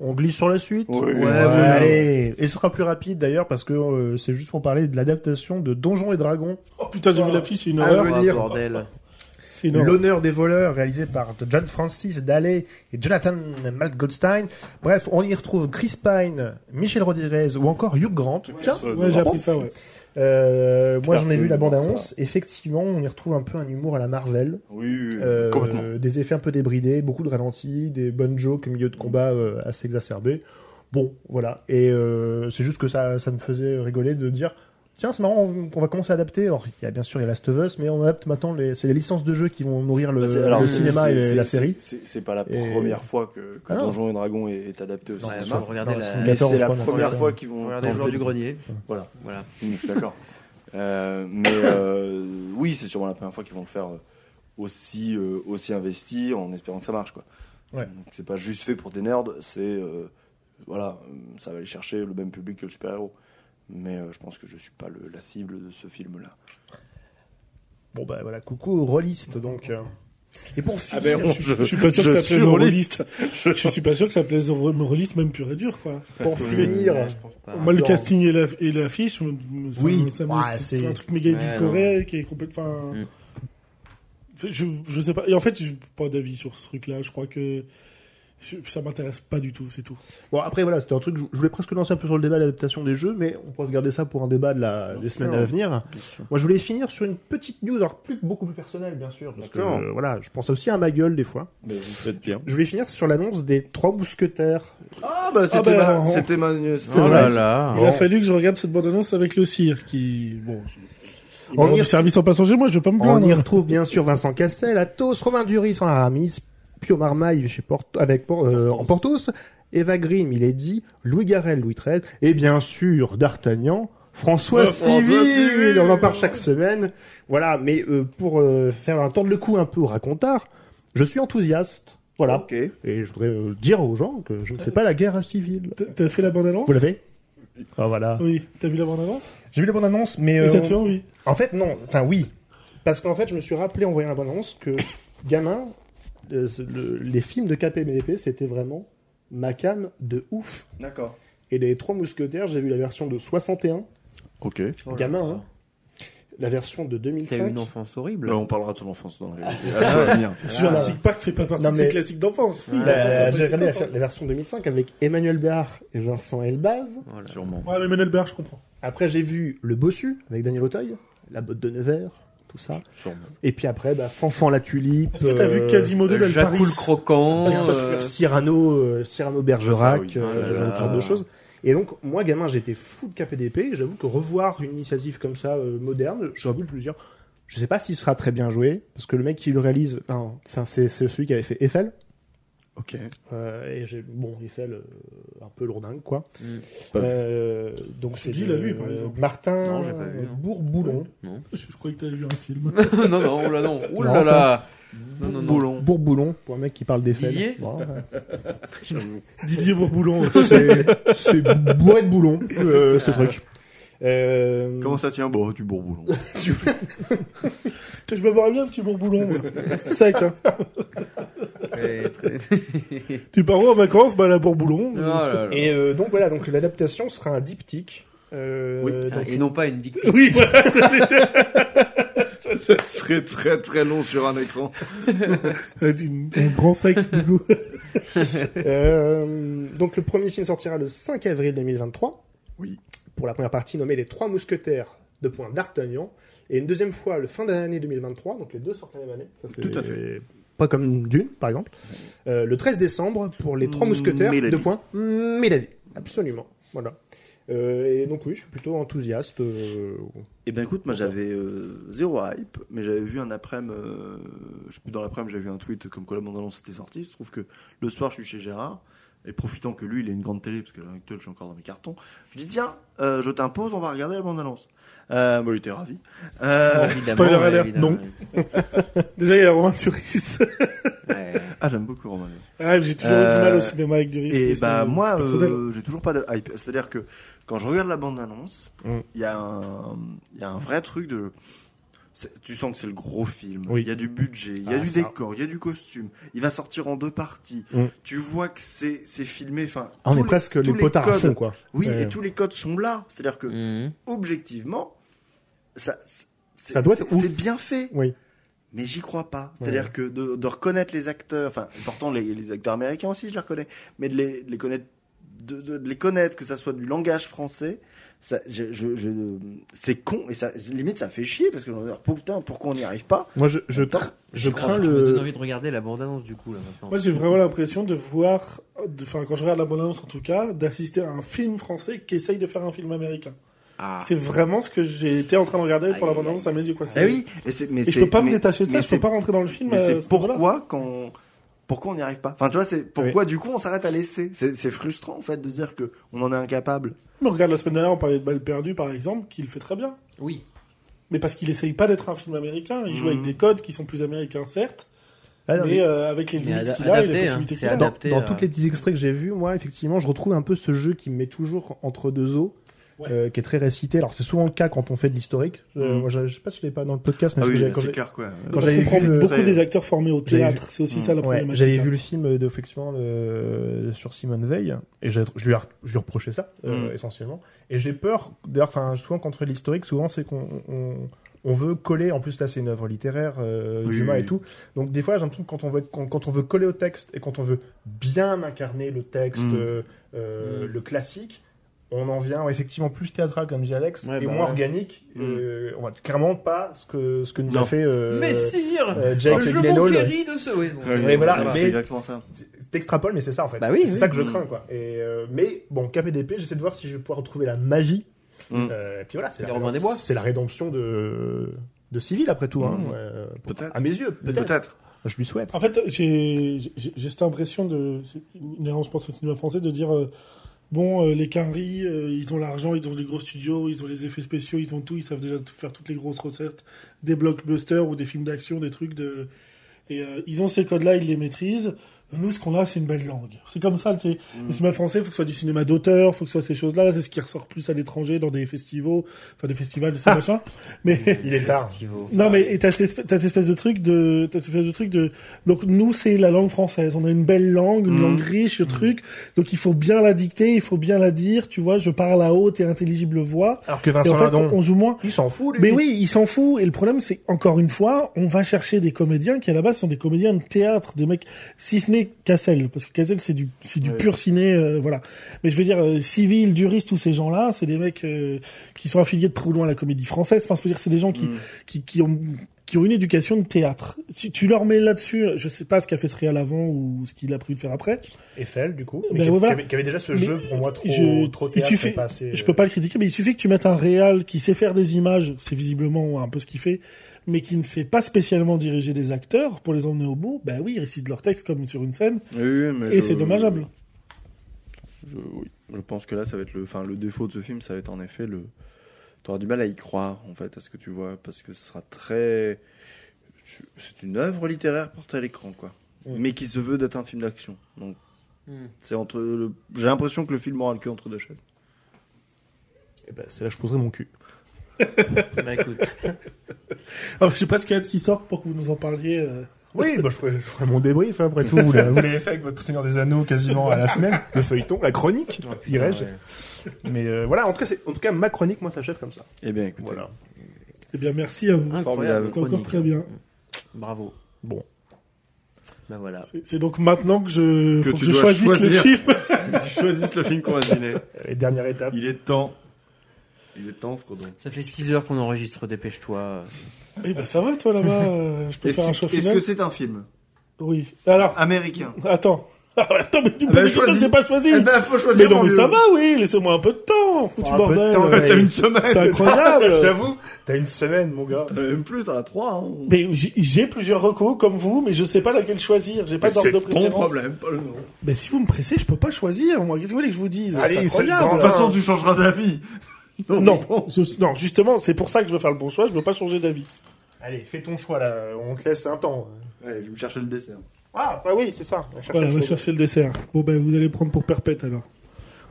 [SPEAKER 5] On glisse sur la suite.
[SPEAKER 9] Oui. Ouais,
[SPEAKER 5] Ouais,
[SPEAKER 7] ouais.
[SPEAKER 5] allez. Et ce sera plus rapide d'ailleurs parce que euh, c'est juste pour parler de l'adaptation de Donjons et Dragons.
[SPEAKER 2] Oh putain, j'ai vu l'affiche, c'est une
[SPEAKER 5] Ah,
[SPEAKER 2] horreur.
[SPEAKER 5] oui.
[SPEAKER 9] Ah,
[SPEAKER 5] dire-
[SPEAKER 9] bordel.
[SPEAKER 2] C'est une horreur.
[SPEAKER 5] L'honneur des voleurs, réalisé par John Francis Daley et Jonathan Malt Goldstein. Bref, on y retrouve Chris Pine, Michel Rodriguez ou encore Hugh Grant. Tiens,
[SPEAKER 2] Ouais, j'ai appris ça, ouais.
[SPEAKER 5] euh, moi j'en ai vu la
[SPEAKER 9] Absolument, ça.
[SPEAKER 5] bande-annonce. Effectivement, on y retrouve un peu un humour à la Marvel.
[SPEAKER 9] Oui, oui,
[SPEAKER 5] Euh,
[SPEAKER 4] Complètement.
[SPEAKER 5] euh, des effets un peu débridés, beaucoup de ralentis, des bonnes jokes au milieu de combat euh, assez exacerbés. Bon, voilà. Et euh, c'est juste que ça, ça me faisait rigoler de dire tiens, c'est marrant, on, on va commencer à adapter. Alors, il y a bien sûr il y a Last of Us, mais on adapte maintenant les, c'est les licences de jeux qui vont nourrir le,
[SPEAKER 4] Bah, c'est-
[SPEAKER 5] le
[SPEAKER 4] alors, c'est-
[SPEAKER 5] cinéma
[SPEAKER 4] c'est-
[SPEAKER 5] et
[SPEAKER 4] c'est-
[SPEAKER 5] la
[SPEAKER 4] c'est-
[SPEAKER 5] série.
[SPEAKER 4] C'est c'est pas la
[SPEAKER 5] Et-
[SPEAKER 4] première fois que, que
[SPEAKER 5] Ah non.
[SPEAKER 4] Donjons et Dragons est, est adapté au
[SPEAKER 7] Ouais,
[SPEAKER 4] cinéma.
[SPEAKER 7] bah, faut regarder
[SPEAKER 5] Non,
[SPEAKER 7] la-
[SPEAKER 5] c'est
[SPEAKER 4] Mais c'est
[SPEAKER 5] 14,
[SPEAKER 4] la
[SPEAKER 5] je crois,
[SPEAKER 4] première
[SPEAKER 5] ouais.
[SPEAKER 4] fois qu'ils vont
[SPEAKER 7] faut regarder le joueur
[SPEAKER 4] tenter
[SPEAKER 7] du
[SPEAKER 4] de-
[SPEAKER 7] grenier.
[SPEAKER 4] Voilà.
[SPEAKER 7] Voilà.
[SPEAKER 4] Mmh, je suis d'accord. Euh, mais euh, oui, c'est sûrement la première fois qu'ils vont le faire euh, aussi, euh, aussi investi en espérant que ça marche. Quoi.
[SPEAKER 5] Ouais.
[SPEAKER 4] Donc, c'est pas juste fait pour des nerds, c'est. euh, voilà, euh, ça va aller chercher le même public que le super-héros. Mais euh, je pense que je suis pas le- la cible de ce film-là.
[SPEAKER 5] Bon, bah voilà, coucou aux rôlistes donc. euh. Et pour
[SPEAKER 7] Ah
[SPEAKER 5] finir,
[SPEAKER 7] ben,
[SPEAKER 2] Je, suis- Ah ben, je suis pas sûr
[SPEAKER 4] je
[SPEAKER 2] que ça
[SPEAKER 4] suis
[SPEAKER 2] plaise aux
[SPEAKER 4] rôliste.
[SPEAKER 2] rôlistes. Je suis pas sûr que ça plaise aux rôlistes, même pur et dur, quoi.
[SPEAKER 5] pour finir,
[SPEAKER 7] Ouais, je pense pas.
[SPEAKER 2] Moi, le
[SPEAKER 5] genre-
[SPEAKER 2] casting et la- et l'affiche, me- me- ça
[SPEAKER 5] Ah, Oui.
[SPEAKER 2] me- ça me-
[SPEAKER 5] Ouais,
[SPEAKER 2] c'est
[SPEAKER 5] c'est-
[SPEAKER 2] un truc méga
[SPEAKER 7] Ouais,
[SPEAKER 2] édulcoré qui est complètement. enfin,
[SPEAKER 7] Mm.
[SPEAKER 2] Je, je sais pas. Et en fait, j'ai pas d'avis sur ce truc-là. Je crois que je- ça m'intéresse pas du tout, c'est tout.
[SPEAKER 5] Bon, après, voilà, c'était un truc, je je voulais presque lancer un peu sur le débat de l'adaptation des jeux, mais on pourra se garder ça pour un débat de la, des semaines à venir. Moi, je voulais finir sur une petite news, alors plus, beaucoup plus personnelle, bien sûr, parce que,
[SPEAKER 4] D'accord.
[SPEAKER 5] euh, voilà, je pense aussi à ma gueule, des fois.
[SPEAKER 4] Mais vous faites bien.
[SPEAKER 5] Je voulais finir sur l'annonce des Trois Mousquetaires.
[SPEAKER 4] Ah bah
[SPEAKER 2] Ah
[SPEAKER 4] c'était
[SPEAKER 2] bah,
[SPEAKER 4] ma-
[SPEAKER 2] on-
[SPEAKER 4] c'était ma Ah, news.
[SPEAKER 7] Oh
[SPEAKER 5] vrai.
[SPEAKER 7] là là.
[SPEAKER 2] Il a fallu que je regarde cette bande-annonce avec le cire qui. Bon. je- Il
[SPEAKER 5] On
[SPEAKER 2] me rend
[SPEAKER 5] y-
[SPEAKER 2] du service en passant chez moi, je vais pas me
[SPEAKER 5] On
[SPEAKER 2] plaindre.
[SPEAKER 5] y retrouve, bien sûr, Vincent Cassel, Athos, Romain Duris en Aramis, Pio Marmaille chez Porto, avec Por- euh, en Portos, Eva Grimm, il est dit, Louis Garel, Louis XIII, et bien sûr, D'Artagnan, François
[SPEAKER 4] Ouais, François
[SPEAKER 5] Civil,
[SPEAKER 4] Civil.
[SPEAKER 5] on en parle chaque semaine. Voilà, mais euh, pour euh, faire entendre le coup un peu au racontard, je suis enthousiaste. Voilà.
[SPEAKER 4] bah, Ok.
[SPEAKER 5] Et je voudrais euh, dire aux gens que je ne fais pas la guerre civile.
[SPEAKER 2] T'as- T'as fait la bande-annonce
[SPEAKER 5] Vous l'avez Ah voilà.
[SPEAKER 2] Oui. T'as vu la bande-annonce
[SPEAKER 5] J'ai vu la bande-annonce, mais...
[SPEAKER 2] Et
[SPEAKER 5] euh,
[SPEAKER 2] ça te
[SPEAKER 5] on-
[SPEAKER 2] fait envie
[SPEAKER 5] en fait, non. Enfin, oui. Parce qu'en fait, je me suis rappelé en voyant la bande-annonce que, gamin, le- le- les films de KPMDP, c'était vraiment ma cam de ouf.
[SPEAKER 9] D'accord.
[SPEAKER 5] Et les Trois Mousquetaires, j'ai vu la version de 61,
[SPEAKER 4] Ok.
[SPEAKER 7] Oh là
[SPEAKER 5] gamin,
[SPEAKER 7] là.
[SPEAKER 5] hein. la version de
[SPEAKER 7] T'as eu
[SPEAKER 5] 2005.
[SPEAKER 7] une enfance horrible.
[SPEAKER 4] Là on parlera de son enfance dans la réalité. Ah, À venir.
[SPEAKER 2] Ah, Jurassic Park fait pas partie
[SPEAKER 5] Non,
[SPEAKER 2] de ses
[SPEAKER 5] mais-
[SPEAKER 2] classiques d'enfance. Oui,
[SPEAKER 7] Ouais.
[SPEAKER 2] l'enfance, ça
[SPEAKER 5] La- Bah,
[SPEAKER 2] fait
[SPEAKER 5] J'ai regardé la,
[SPEAKER 2] partie de
[SPEAKER 5] la version 2005 avec Emmanuel Béard et Vincent Elbaz.
[SPEAKER 7] Oh là là.
[SPEAKER 4] Sûrement.
[SPEAKER 2] l'enfance. Ouais, mais Manuel Berg, je comprends.
[SPEAKER 5] Après, j'ai vu Le Bossu avec Daniel Auteuil, La Botte de Nevers, tout ça.
[SPEAKER 4] Sûrement.
[SPEAKER 5] Et puis après, bah, Fanfan la Tulipe.
[SPEAKER 2] Est-ce que t'as vu
[SPEAKER 5] euh,
[SPEAKER 2] Quasimodo
[SPEAKER 7] Euh,
[SPEAKER 2] d'El Paris
[SPEAKER 7] Jacou le croquant.
[SPEAKER 5] Bien sûr,
[SPEAKER 7] euh,
[SPEAKER 5] Cyrano, euh, Cyrano Bergerac,
[SPEAKER 4] Ça, oui.
[SPEAKER 5] euh,
[SPEAKER 4] Ah là
[SPEAKER 5] ce
[SPEAKER 4] là.
[SPEAKER 5] genre de choses. Et donc, moi, gamin, j'étais fou de KPDP. et J'avoue que revoir une initiative comme ça, euh, moderne, j'avoue de plusieurs. Je sais pas s'il sera très bien joué, parce que le mec qui le réalise, enfin, c'est un- c'est c'est celui qui avait fait Eiffel.
[SPEAKER 4] Ok.
[SPEAKER 5] Euh, et j'ai, bon, Eiffel, euh, un peu lourdingue, quoi.
[SPEAKER 7] Mm.
[SPEAKER 4] Pas vu.
[SPEAKER 5] Euh, donc, c'est.
[SPEAKER 2] Dis,
[SPEAKER 5] de-
[SPEAKER 2] il l'a vu, par exemple.
[SPEAKER 5] Martin
[SPEAKER 7] Non, j'ai pas vu, non.
[SPEAKER 5] Bourboulon.
[SPEAKER 2] Je croyais que t'avais vu un film.
[SPEAKER 7] non, non, oh là non. Oh là
[SPEAKER 5] Non, ça-
[SPEAKER 7] là. Non, non, non.
[SPEAKER 5] Bourboulon. Bourboulon, pour un mec qui parle d'Eiffel.
[SPEAKER 7] Didier
[SPEAKER 5] Bon, ouais.
[SPEAKER 2] Didier Bourboulon.
[SPEAKER 5] C'est c'est bourré de boulons, euh, ce truc. Euh,
[SPEAKER 4] Comment ça tient Bon, du bourboulon.
[SPEAKER 2] je me verrais bien un petit Bourboulon, moi.
[SPEAKER 5] Sec, hein.
[SPEAKER 7] Très, très-
[SPEAKER 2] Tu pars où en vacances Bah, la Bourboulon.
[SPEAKER 7] Oh là là.
[SPEAKER 5] Et euh, donc voilà, donc l'adaptation sera un diptyque. Euh,
[SPEAKER 4] Oui.
[SPEAKER 7] Ah,
[SPEAKER 5] donc-
[SPEAKER 7] et non pas une dick pic.
[SPEAKER 2] Oui, voilà.
[SPEAKER 4] Ça serait très très long sur un écran.
[SPEAKER 2] Euh, Un grand sexe, du coup.
[SPEAKER 5] euh, donc le premier film sortira le 5 avril 2023.
[SPEAKER 4] Oui.
[SPEAKER 5] Pour la première partie nommée Les Trois Mousquetaires de point d'Artagnan. Et une deuxième fois le fin d'année 2023. Donc les deux sortent la même année. Ça, c'est-
[SPEAKER 4] Tout à fait.
[SPEAKER 5] Pas comme Dune, par exemple. Euh, le 13 décembre pour les Trois Mousquetaires
[SPEAKER 4] Mélanie.
[SPEAKER 5] de point Mélanie. Absolument. Voilà. Euh, et donc oui, je suis plutôt enthousiaste. euh,
[SPEAKER 4] Eh ben écoute, moi j'avais euh, zéro hype, mais j'avais vu un après-midi, euh, je sais plus dans l'après-midi, j'avais vu un tweet comme quoi la bande-annonce était sortie. Il se trouve que le soir je suis chez Gérard, et profitant que lui il a une grande télé, parce que à l'heure actuelle je suis encore dans mes cartons, je dis tiens, euh, je t'impose, on va regarder la bande-annonce. Euh, bon, il était ravi. Euh,
[SPEAKER 2] spoiler alert, non. Déjà, il y a Romain Duris.
[SPEAKER 4] ouais. Ah, j'aime beaucoup Romain.
[SPEAKER 2] ah, j'ai toujours eu du mal au cinéma avec Duris. mais
[SPEAKER 4] Euh, Et
[SPEAKER 2] c'est
[SPEAKER 4] bah moi,
[SPEAKER 2] personnel.
[SPEAKER 4] euh, j'ai toujours pas de hype. C'est-à-dire que quand je regarde la bande-annonce, il
[SPEAKER 5] Mm.
[SPEAKER 4] y, a un- il y a un vrai truc de... c'est- Tu sens que c'est le gros film. Il
[SPEAKER 5] Oui.
[SPEAKER 4] y a du budget, il y a
[SPEAKER 5] Ah,
[SPEAKER 4] du
[SPEAKER 5] ça.
[SPEAKER 4] décor, il y a du costume. Il va sortir en deux parties.
[SPEAKER 5] Mm.
[SPEAKER 4] Tu vois que c'est c'est filmé. Enfin,
[SPEAKER 5] Ah, on
[SPEAKER 4] tous
[SPEAKER 5] est
[SPEAKER 4] les-
[SPEAKER 5] presque les
[SPEAKER 4] tous
[SPEAKER 5] potards à
[SPEAKER 4] codes-
[SPEAKER 5] fond, quoi.
[SPEAKER 4] Oui,
[SPEAKER 5] Ouais.
[SPEAKER 4] et tous les codes sont là. C'est-à-dire que
[SPEAKER 7] Mhm.
[SPEAKER 4] objectivement, ça, c'est-
[SPEAKER 5] Ça doit être
[SPEAKER 4] c'est
[SPEAKER 5] ouf.
[SPEAKER 4] c'est bien fait.
[SPEAKER 5] Oui.
[SPEAKER 4] Mais j'y crois pas. C'est-à-dire que de, de reconnaître les acteurs, enfin, pourtant les, les acteurs américains aussi, je les reconnais, mais de les, de les connaître, de, de- de les connaître, que ça soit du langage français, ça, je, je- je- c'est con et ça, limite ça fait chier parce que j'en ai oh, putain, pourquoi on n'y arrive pas
[SPEAKER 5] Moi, je, je,
[SPEAKER 4] Attends,
[SPEAKER 5] je crains
[SPEAKER 7] Ah, tu me donnes
[SPEAKER 5] le.
[SPEAKER 7] envie de regarder la bande-annonce du coup là maintenant.
[SPEAKER 2] Moi, j'ai vraiment l'impression de voir, de- enfin, quand je regarde la bande-annonce en tout cas, d'assister à un film français qui essaye de faire un film américain.
[SPEAKER 4] Ah.
[SPEAKER 2] C'est vraiment ce que j'ai été en train de regarder pour la
[SPEAKER 4] Aïe,
[SPEAKER 2] bande-annonce à mes yeux, quoi.
[SPEAKER 4] Eh
[SPEAKER 2] C'est-
[SPEAKER 4] oui, et, c'est- mais
[SPEAKER 2] Et je
[SPEAKER 4] c'est-
[SPEAKER 2] peux pas me
[SPEAKER 4] mais-
[SPEAKER 2] détacher de ça,
[SPEAKER 4] mais
[SPEAKER 2] je peux
[SPEAKER 4] c'est-
[SPEAKER 2] pas rentrer dans le film.
[SPEAKER 4] Mais
[SPEAKER 2] euh, à
[SPEAKER 4] c'est
[SPEAKER 2] ce moment-là.
[SPEAKER 4] pourquoi qu'on pourquoi on n'y arrive pas. Enfin, tu vois, c'est pourquoi du coup on s'arrête à laisser. C'est c'est frustrant en fait de se dire que on en est incapable.
[SPEAKER 2] Mais regarde, la semaine dernière, on parlait de Balle perdue, par exemple, qui le fait très bien.
[SPEAKER 7] Oui.
[SPEAKER 2] Mais parce qu'il essaye pas d'être un film américain, il joue
[SPEAKER 4] Mhm.
[SPEAKER 2] avec des codes qui sont plus américains, certes,
[SPEAKER 5] Ah, non,
[SPEAKER 2] mais euh, avec les
[SPEAKER 7] Mais
[SPEAKER 2] limites
[SPEAKER 7] ada-
[SPEAKER 2] qu'il a et les
[SPEAKER 7] adapté, hein,
[SPEAKER 2] possibilités
[SPEAKER 7] c'est
[SPEAKER 2] qu'il a.
[SPEAKER 7] adapté.
[SPEAKER 5] dans,
[SPEAKER 7] adapter
[SPEAKER 5] dans
[SPEAKER 7] à-
[SPEAKER 5] tous les petits extraits que j'ai vus, moi, effectivement, je retrouve un peu ce jeu qui me met toujours entre deux eaux,
[SPEAKER 2] Ouais.
[SPEAKER 5] euh, qui est très récité. Alors, c'est souvent le cas quand on fait de l'historique. Euh,
[SPEAKER 4] Mhm.
[SPEAKER 5] Moi, je, je sais pas si je l'ai pas dans le podcast, mais
[SPEAKER 7] Ah
[SPEAKER 4] Ah
[SPEAKER 5] parce que j'avais- quand j'ai-
[SPEAKER 4] clair quoi.
[SPEAKER 5] quand
[SPEAKER 2] Parce
[SPEAKER 5] j'avais
[SPEAKER 2] qu'on prend
[SPEAKER 5] vu le-
[SPEAKER 2] beaucoup
[SPEAKER 4] Ouais.
[SPEAKER 2] des acteurs formés au
[SPEAKER 5] J'avais Mm.
[SPEAKER 2] théâtre, c'est aussi
[SPEAKER 4] Mhm.
[SPEAKER 2] ça la
[SPEAKER 5] Ouais,
[SPEAKER 2] problématique.
[SPEAKER 5] j'avais
[SPEAKER 2] hein.
[SPEAKER 5] vu le film de effectivement, le- sur Simone Veil et j'ai- je lui, ai- je lui reprochais ça euh,
[SPEAKER 4] Mm.
[SPEAKER 5] essentiellement. Et j'ai peur, d'ailleurs, enfin, souvent quand on fait de l'historique, souvent c'est qu'on on, on veut coller. En plus là, c'est une œuvre littéraire, euh,
[SPEAKER 4] Oui,
[SPEAKER 5] Dumas
[SPEAKER 4] oui,
[SPEAKER 5] et
[SPEAKER 4] oui.
[SPEAKER 5] tout. Donc des fois, j'ai l'impression que quand on veut être- quand, quand on veut coller au texte et quand on veut bien incarner le texte,
[SPEAKER 4] Mm.
[SPEAKER 5] euh, euh,
[SPEAKER 7] Mm.
[SPEAKER 5] le classique. On en vient ouais, effectivement plus théâtral, comme dit Alex,
[SPEAKER 7] Ouais,
[SPEAKER 5] et
[SPEAKER 7] bah
[SPEAKER 5] moins
[SPEAKER 7] ouais.
[SPEAKER 5] organique.
[SPEAKER 4] Mm.
[SPEAKER 5] Euh, on va clairement pas ce que ce que nous a
[SPEAKER 4] Non.
[SPEAKER 5] fait. euh,
[SPEAKER 7] Mais sire,
[SPEAKER 5] euh, Jake
[SPEAKER 7] je
[SPEAKER 5] Gyllenhaal.
[SPEAKER 7] m'enquéris de ce. Oui, bon,
[SPEAKER 4] Ouais,
[SPEAKER 7] ça
[SPEAKER 5] mais voilà,
[SPEAKER 7] va.
[SPEAKER 5] mais-
[SPEAKER 4] c'est exactement ça.
[SPEAKER 5] t'extrapoles, mais c'est ça en fait.
[SPEAKER 7] Bah oui,
[SPEAKER 5] c'est
[SPEAKER 7] oui.
[SPEAKER 5] ça que je
[SPEAKER 4] Mm.
[SPEAKER 5] crains quoi. Et euh, mais bon, KPDP, j'essaie de voir si je vais pouvoir retrouver la magie.
[SPEAKER 4] Mm.
[SPEAKER 5] Euh, et puis voilà, c'est
[SPEAKER 7] Les
[SPEAKER 5] la,
[SPEAKER 7] Robins des Bois.
[SPEAKER 5] c'est la rédemption de de civil après tout. Hein,
[SPEAKER 4] Mm.
[SPEAKER 5] euh, pour-
[SPEAKER 4] Peut-être.
[SPEAKER 5] À mes yeux, peut-être.
[SPEAKER 4] Peut-être.
[SPEAKER 5] je lui souhaite.
[SPEAKER 2] En fait, j'ai j'ai- j'ai cette impression de, c'est une erreur, je pense, au cinéma français, de dire euh, bon, euh, les Quinry, euh, ils ont l'argent, ils ont les gros studios, ils ont les effets spéciaux, ils ont tout, ils savent déjà tout faire toutes les grosses recettes, des blockbusters ou des films d'action, des trucs de. Et euh, ils ont ces codes-là, ils les maîtrisent. Nous, ce qu'on a, c'est une belle langue. C'est comme ça, tu sais. Le cinéma français, faut que ce soit du cinéma d'auteur, faut que ce soit ces choses-là. C'est ce qui ressort plus à l'étranger dans des festivals, enfin des festivals de ces machins. Mais
[SPEAKER 5] Il est tard.
[SPEAKER 7] Festivo.
[SPEAKER 2] non mais et t'as cette espèce, t'as cette espèce de truc de t'as cette espèce de truc de donc nous c'est la langue française on a une belle langue une
[SPEAKER 5] Mm.
[SPEAKER 4] Mhm.
[SPEAKER 2] langue riche le truc donc il faut bien la dicter il faut bien la dire tu vois je parle à haute et intelligible voix
[SPEAKER 5] Alors que
[SPEAKER 2] et
[SPEAKER 5] Vincent
[SPEAKER 2] en fait
[SPEAKER 5] Lindon,
[SPEAKER 2] on joue moins
[SPEAKER 5] il s'en fout lui.
[SPEAKER 2] mais oui il s'en fout et le problème c'est encore une fois on va chercher des comédiens qui à la base sont des comédiens de théâtre des mecs si ce n'est Cassel parce que Cassel c'est du c'est du
[SPEAKER 5] Ouais.
[SPEAKER 2] pur ciné euh, voilà mais je veux dire euh, Civil Duris tous ces gens là c'est des mecs euh, qui sont affiliés de près ou de loin à la comédie française enfin je veux dire c'est des gens
[SPEAKER 5] Mm.
[SPEAKER 2] qui qui, qui ont qui ont une éducation de théâtre. Si tu leur mets là-dessus, je sais pas ce qu'a fait ce réal avant ou ce qu'il a prévu de faire après.
[SPEAKER 5] Eiffel du coup,
[SPEAKER 2] Ben
[SPEAKER 5] mais qui,
[SPEAKER 2] voilà.
[SPEAKER 5] qui avait, qui avait déjà ce
[SPEAKER 2] Mais
[SPEAKER 5] jeu pour moi trop
[SPEAKER 2] je-
[SPEAKER 5] trop
[SPEAKER 2] il
[SPEAKER 5] théâtre,
[SPEAKER 2] suffit-
[SPEAKER 5] et pas assez,
[SPEAKER 2] Je peux pas le critiquer, mais il suffit que tu mettes un réal qui sait faire des images, c'est visiblement un peu ce qu'il fait, mais qui ne sait pas spécialement diriger des acteurs pour les emmener au bout. Ben oui, ils récitent leur texte comme sur une scène, et c'est dommageable.
[SPEAKER 4] Je, oui. je pense que là, ça va être le, enfin, le défaut de ce film, ça va être en effet le. T'auras du mal à y croire, en fait, à ce que tu vois, parce que ce sera très. tu- C'est une œuvre littéraire portée à l'écran, quoi. Mais qui se veut d'être un film d'action. Donc,
[SPEAKER 7] Mm.
[SPEAKER 4] c'est entre. le- J'ai l'impression que le film aura le cul entre deux chaises.
[SPEAKER 5] Eh ben, c'est là que je poserai mon cul.
[SPEAKER 7] Bah écoute,
[SPEAKER 2] Alors, je sais pas ce qu'il y a de qui sort pour que vous nous en parliez. euh.
[SPEAKER 5] Oui, bah, je, ferai, je ferai mon débrief hein, après tout. Vous l'avez vous l'avez fait avec votre Seigneur des Anneaux quasiment à la semaine, le feuilleton, la chronique, dirais-je. Mais euh, voilà, en tout cas, c'est- en tout cas, ma chronique, moi, s'achève comme ça.
[SPEAKER 4] Eh bien, écoutez.
[SPEAKER 5] Voilà.
[SPEAKER 2] Eh bien, merci à vous.
[SPEAKER 4] Formidable.
[SPEAKER 7] incroyable.
[SPEAKER 2] C'était encore
[SPEAKER 7] Ah, chronique.
[SPEAKER 2] très bien.
[SPEAKER 7] Bravo.
[SPEAKER 5] Bon.
[SPEAKER 7] Bah voilà.
[SPEAKER 2] C'est- C'est donc maintenant que je,
[SPEAKER 4] Que
[SPEAKER 2] faut
[SPEAKER 4] tu
[SPEAKER 2] je
[SPEAKER 4] dois
[SPEAKER 2] choisisse le
[SPEAKER 4] choisir.
[SPEAKER 2] film.
[SPEAKER 4] Ils choisissent le film qu'on va deviner.
[SPEAKER 5] Et dernière étape.
[SPEAKER 4] Il est temps. Il est temps, Frodon.
[SPEAKER 7] Ça fait 6 heures qu'on enregistre, dépêche-toi.
[SPEAKER 2] Eh ben, ça va, toi, là-bas, euh, je peux
[SPEAKER 4] Est-ce
[SPEAKER 2] faire un choix
[SPEAKER 4] est-ce
[SPEAKER 2] final.
[SPEAKER 4] que c'est un film
[SPEAKER 2] Oui. Alors,
[SPEAKER 4] américain
[SPEAKER 2] Attends, Ah, voilà, attends, mais tu
[SPEAKER 1] Ah
[SPEAKER 2] peux
[SPEAKER 1] bah,
[SPEAKER 2] dire,
[SPEAKER 1] choisis.
[SPEAKER 2] j'ai pas choisi.
[SPEAKER 1] Eh ben, faut choisir.
[SPEAKER 2] mais non,
[SPEAKER 1] mon
[SPEAKER 2] mais
[SPEAKER 1] vieux.
[SPEAKER 2] ça va, oui, laissez-moi un peu de temps, foutu
[SPEAKER 1] Un peu de
[SPEAKER 2] bordel.
[SPEAKER 1] temps,
[SPEAKER 2] Ouais.
[SPEAKER 1] t'as
[SPEAKER 4] Une semaine
[SPEAKER 2] C'est incroyable.
[SPEAKER 4] J'avoue
[SPEAKER 8] T'as une semaine, mon gars.
[SPEAKER 4] T'en as Euh, Même plus, t'en as trois. hein.
[SPEAKER 2] Mais j'ai- j'ai plusieurs recos comme vous, mais je sais pas laquelle choisir. J'ai pas d'ordre
[SPEAKER 4] C'est
[SPEAKER 2] de
[SPEAKER 4] ton
[SPEAKER 2] préférence.
[SPEAKER 4] problème, pas le nôtre.
[SPEAKER 2] Mais si vous me pressez, je peux pas choisir. Moi, qu'est-ce que vous voulez que je vous dise
[SPEAKER 8] Allez,
[SPEAKER 2] C'est
[SPEAKER 8] c'est le
[SPEAKER 2] incroyable.
[SPEAKER 8] grand
[SPEAKER 4] De toute façon, tu changeras d'avis.
[SPEAKER 2] Non, je- non, justement, c'est pour ça que je veux faire le bon choix. Je veux pas changer d'avis.
[SPEAKER 8] Allez, fais ton choix, là. On te laisse un temps.
[SPEAKER 4] Ouais, je vais me chercher le dessert.
[SPEAKER 8] Ah, bah oui, c'est ça. On cherche
[SPEAKER 2] Voilà,
[SPEAKER 8] autre
[SPEAKER 2] on va
[SPEAKER 8] chose.
[SPEAKER 2] chercher le dessert. Bon, ben, vous allez prendre pour perpète alors.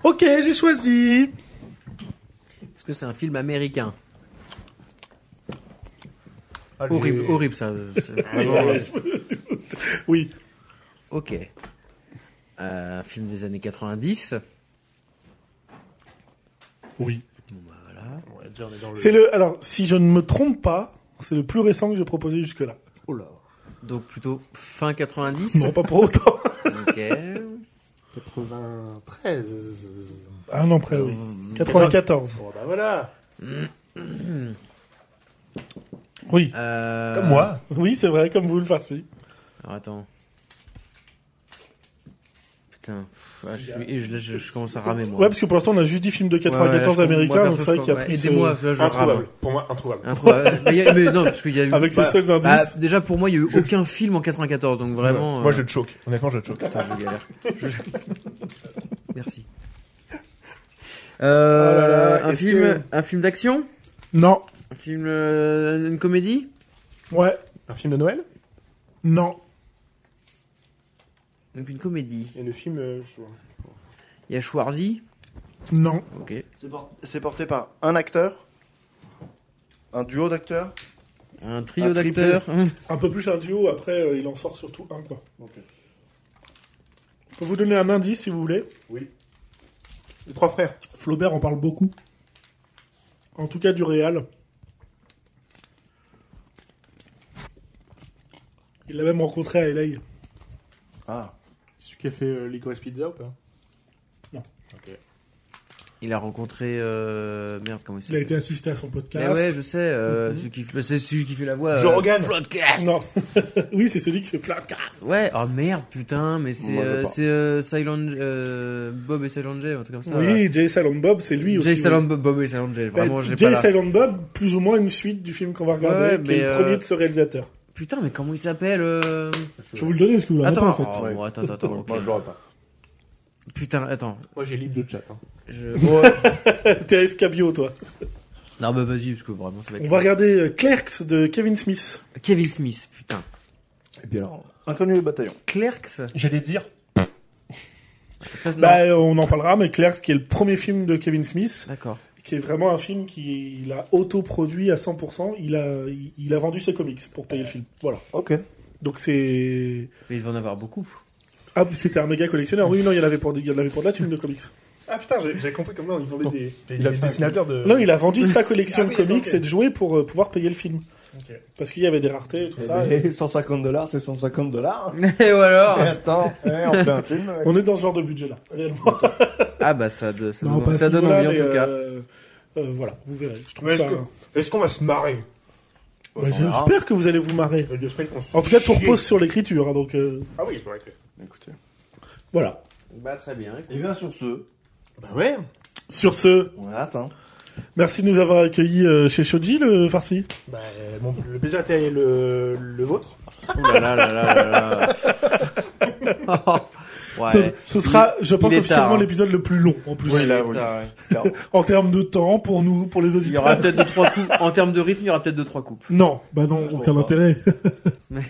[SPEAKER 2] Ok, j'ai choisi.
[SPEAKER 7] Est-ce que c'est un film américain
[SPEAKER 8] Allez.
[SPEAKER 7] Horrible, horrible ça. euh, c'est vraiment-
[SPEAKER 2] Oui.
[SPEAKER 7] ok. Euh, un film des années 90.
[SPEAKER 2] Oui.
[SPEAKER 7] Voilà.
[SPEAKER 8] Ouais, déjà, on est dans le-
[SPEAKER 2] C'est le. Alors, si je ne me trompe pas, c'est le plus récent que j'ai proposé jusque-là.
[SPEAKER 7] Donc plutôt fin 90.
[SPEAKER 2] Non, pas pour autant.
[SPEAKER 7] Ok.
[SPEAKER 5] 93.
[SPEAKER 2] Un an près,
[SPEAKER 7] Euh,
[SPEAKER 2] oui. 94.
[SPEAKER 8] Bon, bah voilà.
[SPEAKER 2] Oui.
[SPEAKER 7] Euh,
[SPEAKER 8] Comme moi.
[SPEAKER 2] Ah, Oui, c'est vrai, comme vous le farci.
[SPEAKER 7] Alors attends. Putain. pff, ah, je, suis- et je, là, je- je commence à ramer moi.
[SPEAKER 2] Ouais, parce que pour l'instant, on a juste dit films de 94
[SPEAKER 7] Ouais, ouais, là, je- moi,
[SPEAKER 2] américains, donc
[SPEAKER 7] perso,
[SPEAKER 2] c'est vrai
[SPEAKER 7] je
[SPEAKER 2] qu'il y a
[SPEAKER 7] comprends-
[SPEAKER 2] plus.
[SPEAKER 7] Aidez-moi,
[SPEAKER 2] euh,
[SPEAKER 7] là, je
[SPEAKER 8] Introuvable.
[SPEAKER 7] rame.
[SPEAKER 8] Pour moi, introuvable. Bah,
[SPEAKER 7] Introuvable. mais, il y a- mais non, parce qu'il y a eu.
[SPEAKER 2] Ah. Avec ses seuls
[SPEAKER 7] Ah,
[SPEAKER 2] indices.
[SPEAKER 7] déjà pour moi, il y a eu aucun film en 94, donc vraiment.
[SPEAKER 8] Moi,
[SPEAKER 7] euh,
[SPEAKER 8] je te choque. Honnêtement, je te choque.
[SPEAKER 7] Putain, je galère. Je- Merci. Euh,
[SPEAKER 8] Oh là là,
[SPEAKER 7] un,
[SPEAKER 8] est-ce
[SPEAKER 7] film,
[SPEAKER 8] que-
[SPEAKER 7] un film d'action
[SPEAKER 2] Non.
[SPEAKER 7] Un film. euh, une comédie
[SPEAKER 2] Ouais.
[SPEAKER 8] Un film de Noël
[SPEAKER 2] Non.
[SPEAKER 7] Donc une comédie.
[SPEAKER 8] Et le film. euh, je-
[SPEAKER 7] Il y a Schwarzy.
[SPEAKER 2] Non.
[SPEAKER 7] Ok.
[SPEAKER 1] C'est por- C'est porté par un acteur, un duo d'acteurs.
[SPEAKER 7] Un trio
[SPEAKER 1] Un triplé.
[SPEAKER 7] d'acteurs. Hum.
[SPEAKER 2] Un peu plus un duo, après, euh, il en sort surtout un, quoi. Je peux vous donner un indice, si vous voulez.
[SPEAKER 8] Les trois frères.
[SPEAKER 2] Flaubert en parle beaucoup. En tout cas, du réal. Il l'a même rencontré à LA.
[SPEAKER 1] Ah,
[SPEAKER 5] Celui qui a fait euh, Licorice Pizza ou pas
[SPEAKER 7] Il a rencontré. euh, Merde, comment il
[SPEAKER 2] Il a
[SPEAKER 7] s'appelle
[SPEAKER 2] été assisté à son
[SPEAKER 7] Mais
[SPEAKER 2] podcast.
[SPEAKER 7] ouais, je sais. euh, celui qui... mais C'est celui qui fait la voix. euh,
[SPEAKER 8] Joe Rogan.
[SPEAKER 7] Broadcast.
[SPEAKER 2] Non. oui, c'est celui qui fait Flatcast.
[SPEAKER 7] Ouais, oh merde, putain, mais c'est
[SPEAKER 1] Moi, je
[SPEAKER 7] euh,
[SPEAKER 1] pas.
[SPEAKER 7] c'est, euh, Silent euh, Bob et Silent J, un truc comme ça.
[SPEAKER 2] Oui, Jay Silent Bob, c'est lui aussi.
[SPEAKER 7] Jay
[SPEAKER 2] oui.
[SPEAKER 7] Silent Bob, Bob et Silent J,
[SPEAKER 2] Bah,
[SPEAKER 7] vraiment, j'ai pas
[SPEAKER 2] Jay
[SPEAKER 7] la-
[SPEAKER 2] Silent Bob, plus ou moins une suite du film qu'on va regarder,
[SPEAKER 7] Ouais,
[SPEAKER 2] qui est
[SPEAKER 7] mais,
[SPEAKER 2] le
[SPEAKER 7] euh,
[SPEAKER 2] premier de ce réalisateur.
[SPEAKER 7] Putain, mais comment il s'appelle euh,
[SPEAKER 2] Je vais vous le donner parce que vous l'avez pas
[SPEAKER 7] Attends,
[SPEAKER 2] en fait.
[SPEAKER 7] oh, bon, attends, attends, attends, ok.
[SPEAKER 5] Moi, je l'aurais pas.
[SPEAKER 7] Putain, attends.
[SPEAKER 5] Moi, j'ai libre de chat. hein.
[SPEAKER 7] Je...
[SPEAKER 2] Oh.
[SPEAKER 7] Ouais.
[SPEAKER 2] T'es AFK bio, toi.
[SPEAKER 7] non, bah vas-y, parce que vraiment, ça va être...
[SPEAKER 2] On va regarder euh, Clerks de Kevin Smith.
[SPEAKER 7] Kevin Smith, putain.
[SPEAKER 1] et bien alors, inconnu au bataillon.
[SPEAKER 7] Clerks
[SPEAKER 8] J'allais dire.
[SPEAKER 7] Ça, se
[SPEAKER 2] Bah, euh, on en parlera, mais Clerks, qui est le premier film de Kevin Smith,
[SPEAKER 7] D'accord.
[SPEAKER 2] qui est vraiment un film qu'il a autoproduit à 100%. Il a, il- il a vendu ses comics pour payer le film. Voilà.
[SPEAKER 1] Ok.
[SPEAKER 2] Donc c'est.
[SPEAKER 7] Mais il va en avoir beaucoup.
[SPEAKER 2] Ah, c'était un méga collectionneur. Oui, non, il y en avait pour, il y en avait pour de la thune de comics.
[SPEAKER 8] Ah putain, j'ai- j'avais compris comme non, ils vendaient des, des,
[SPEAKER 5] Il a
[SPEAKER 8] des
[SPEAKER 5] fait un
[SPEAKER 8] dessinateurs de.
[SPEAKER 2] Non, il a vendu sa collection
[SPEAKER 8] Ah
[SPEAKER 2] de
[SPEAKER 8] oui,
[SPEAKER 2] comics
[SPEAKER 8] ok.
[SPEAKER 2] et de jouets pour euh, pouvoir payer le film.
[SPEAKER 8] Ok.
[SPEAKER 2] Parce qu'il y avait des raretés et tout
[SPEAKER 1] Eh
[SPEAKER 2] ça.
[SPEAKER 1] ben, 150 dollars, c'est 150 dollars.
[SPEAKER 7] Et ou alors
[SPEAKER 5] Ah.
[SPEAKER 1] Eh, Attends, eh, on fait un film. ouais.
[SPEAKER 2] On est dans ce genre de budget-là, réellement.
[SPEAKER 7] Ah bah ça, de- ça,
[SPEAKER 2] Non,
[SPEAKER 7] donne-
[SPEAKER 2] pas à
[SPEAKER 7] ça
[SPEAKER 2] ce
[SPEAKER 7] donne
[SPEAKER 2] niveau-là,
[SPEAKER 7] envie en
[SPEAKER 2] mais,
[SPEAKER 7] tout cas.
[SPEAKER 2] euh, euh, voilà, vous verrez. Je trouve
[SPEAKER 8] Ouais,
[SPEAKER 2] ça.
[SPEAKER 8] est-ce Est-ce qu'on va se marrer
[SPEAKER 2] Bah,
[SPEAKER 1] On verra.
[SPEAKER 2] J'espère que vous allez vous marrer.
[SPEAKER 8] Deux semaines qu'on se
[SPEAKER 2] En tout cas, tout
[SPEAKER 8] chier.
[SPEAKER 2] repose sur l'écriture, hein, donc euh,
[SPEAKER 8] Ah oui, c'est vrai que.
[SPEAKER 1] Écoutez.
[SPEAKER 2] voilà.
[SPEAKER 7] Bah très bien.
[SPEAKER 4] Eh
[SPEAKER 1] Et bien sur ce,
[SPEAKER 8] Bah ouais.
[SPEAKER 2] Sur ce,
[SPEAKER 1] on a atteint.
[SPEAKER 2] merci de nous avoir accueillis euh, chez Shoji, le farci.
[SPEAKER 8] Bah, euh, bon, le plaisir était le, le vôtre.
[SPEAKER 7] Oh là là là là là là. ouais.
[SPEAKER 2] Ce, ce sera, je pense,
[SPEAKER 7] il est
[SPEAKER 2] officiellement
[SPEAKER 7] tard, hein.
[SPEAKER 2] l'épisode le plus long, en plus.
[SPEAKER 1] Oui, là, oui.
[SPEAKER 7] Putain, ouais.
[SPEAKER 2] En termes de temps, pour nous, pour les
[SPEAKER 7] Il y
[SPEAKER 2] auditeurs.
[SPEAKER 7] aura peut-être deux trois coups. En termes de rythme, il y aura peut-être deux trois coupes.
[SPEAKER 2] Non, bah non, aucun intérêt.
[SPEAKER 7] Mais-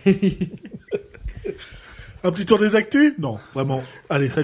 [SPEAKER 2] Un petit tour des actus Non, vraiment. Allez, salut.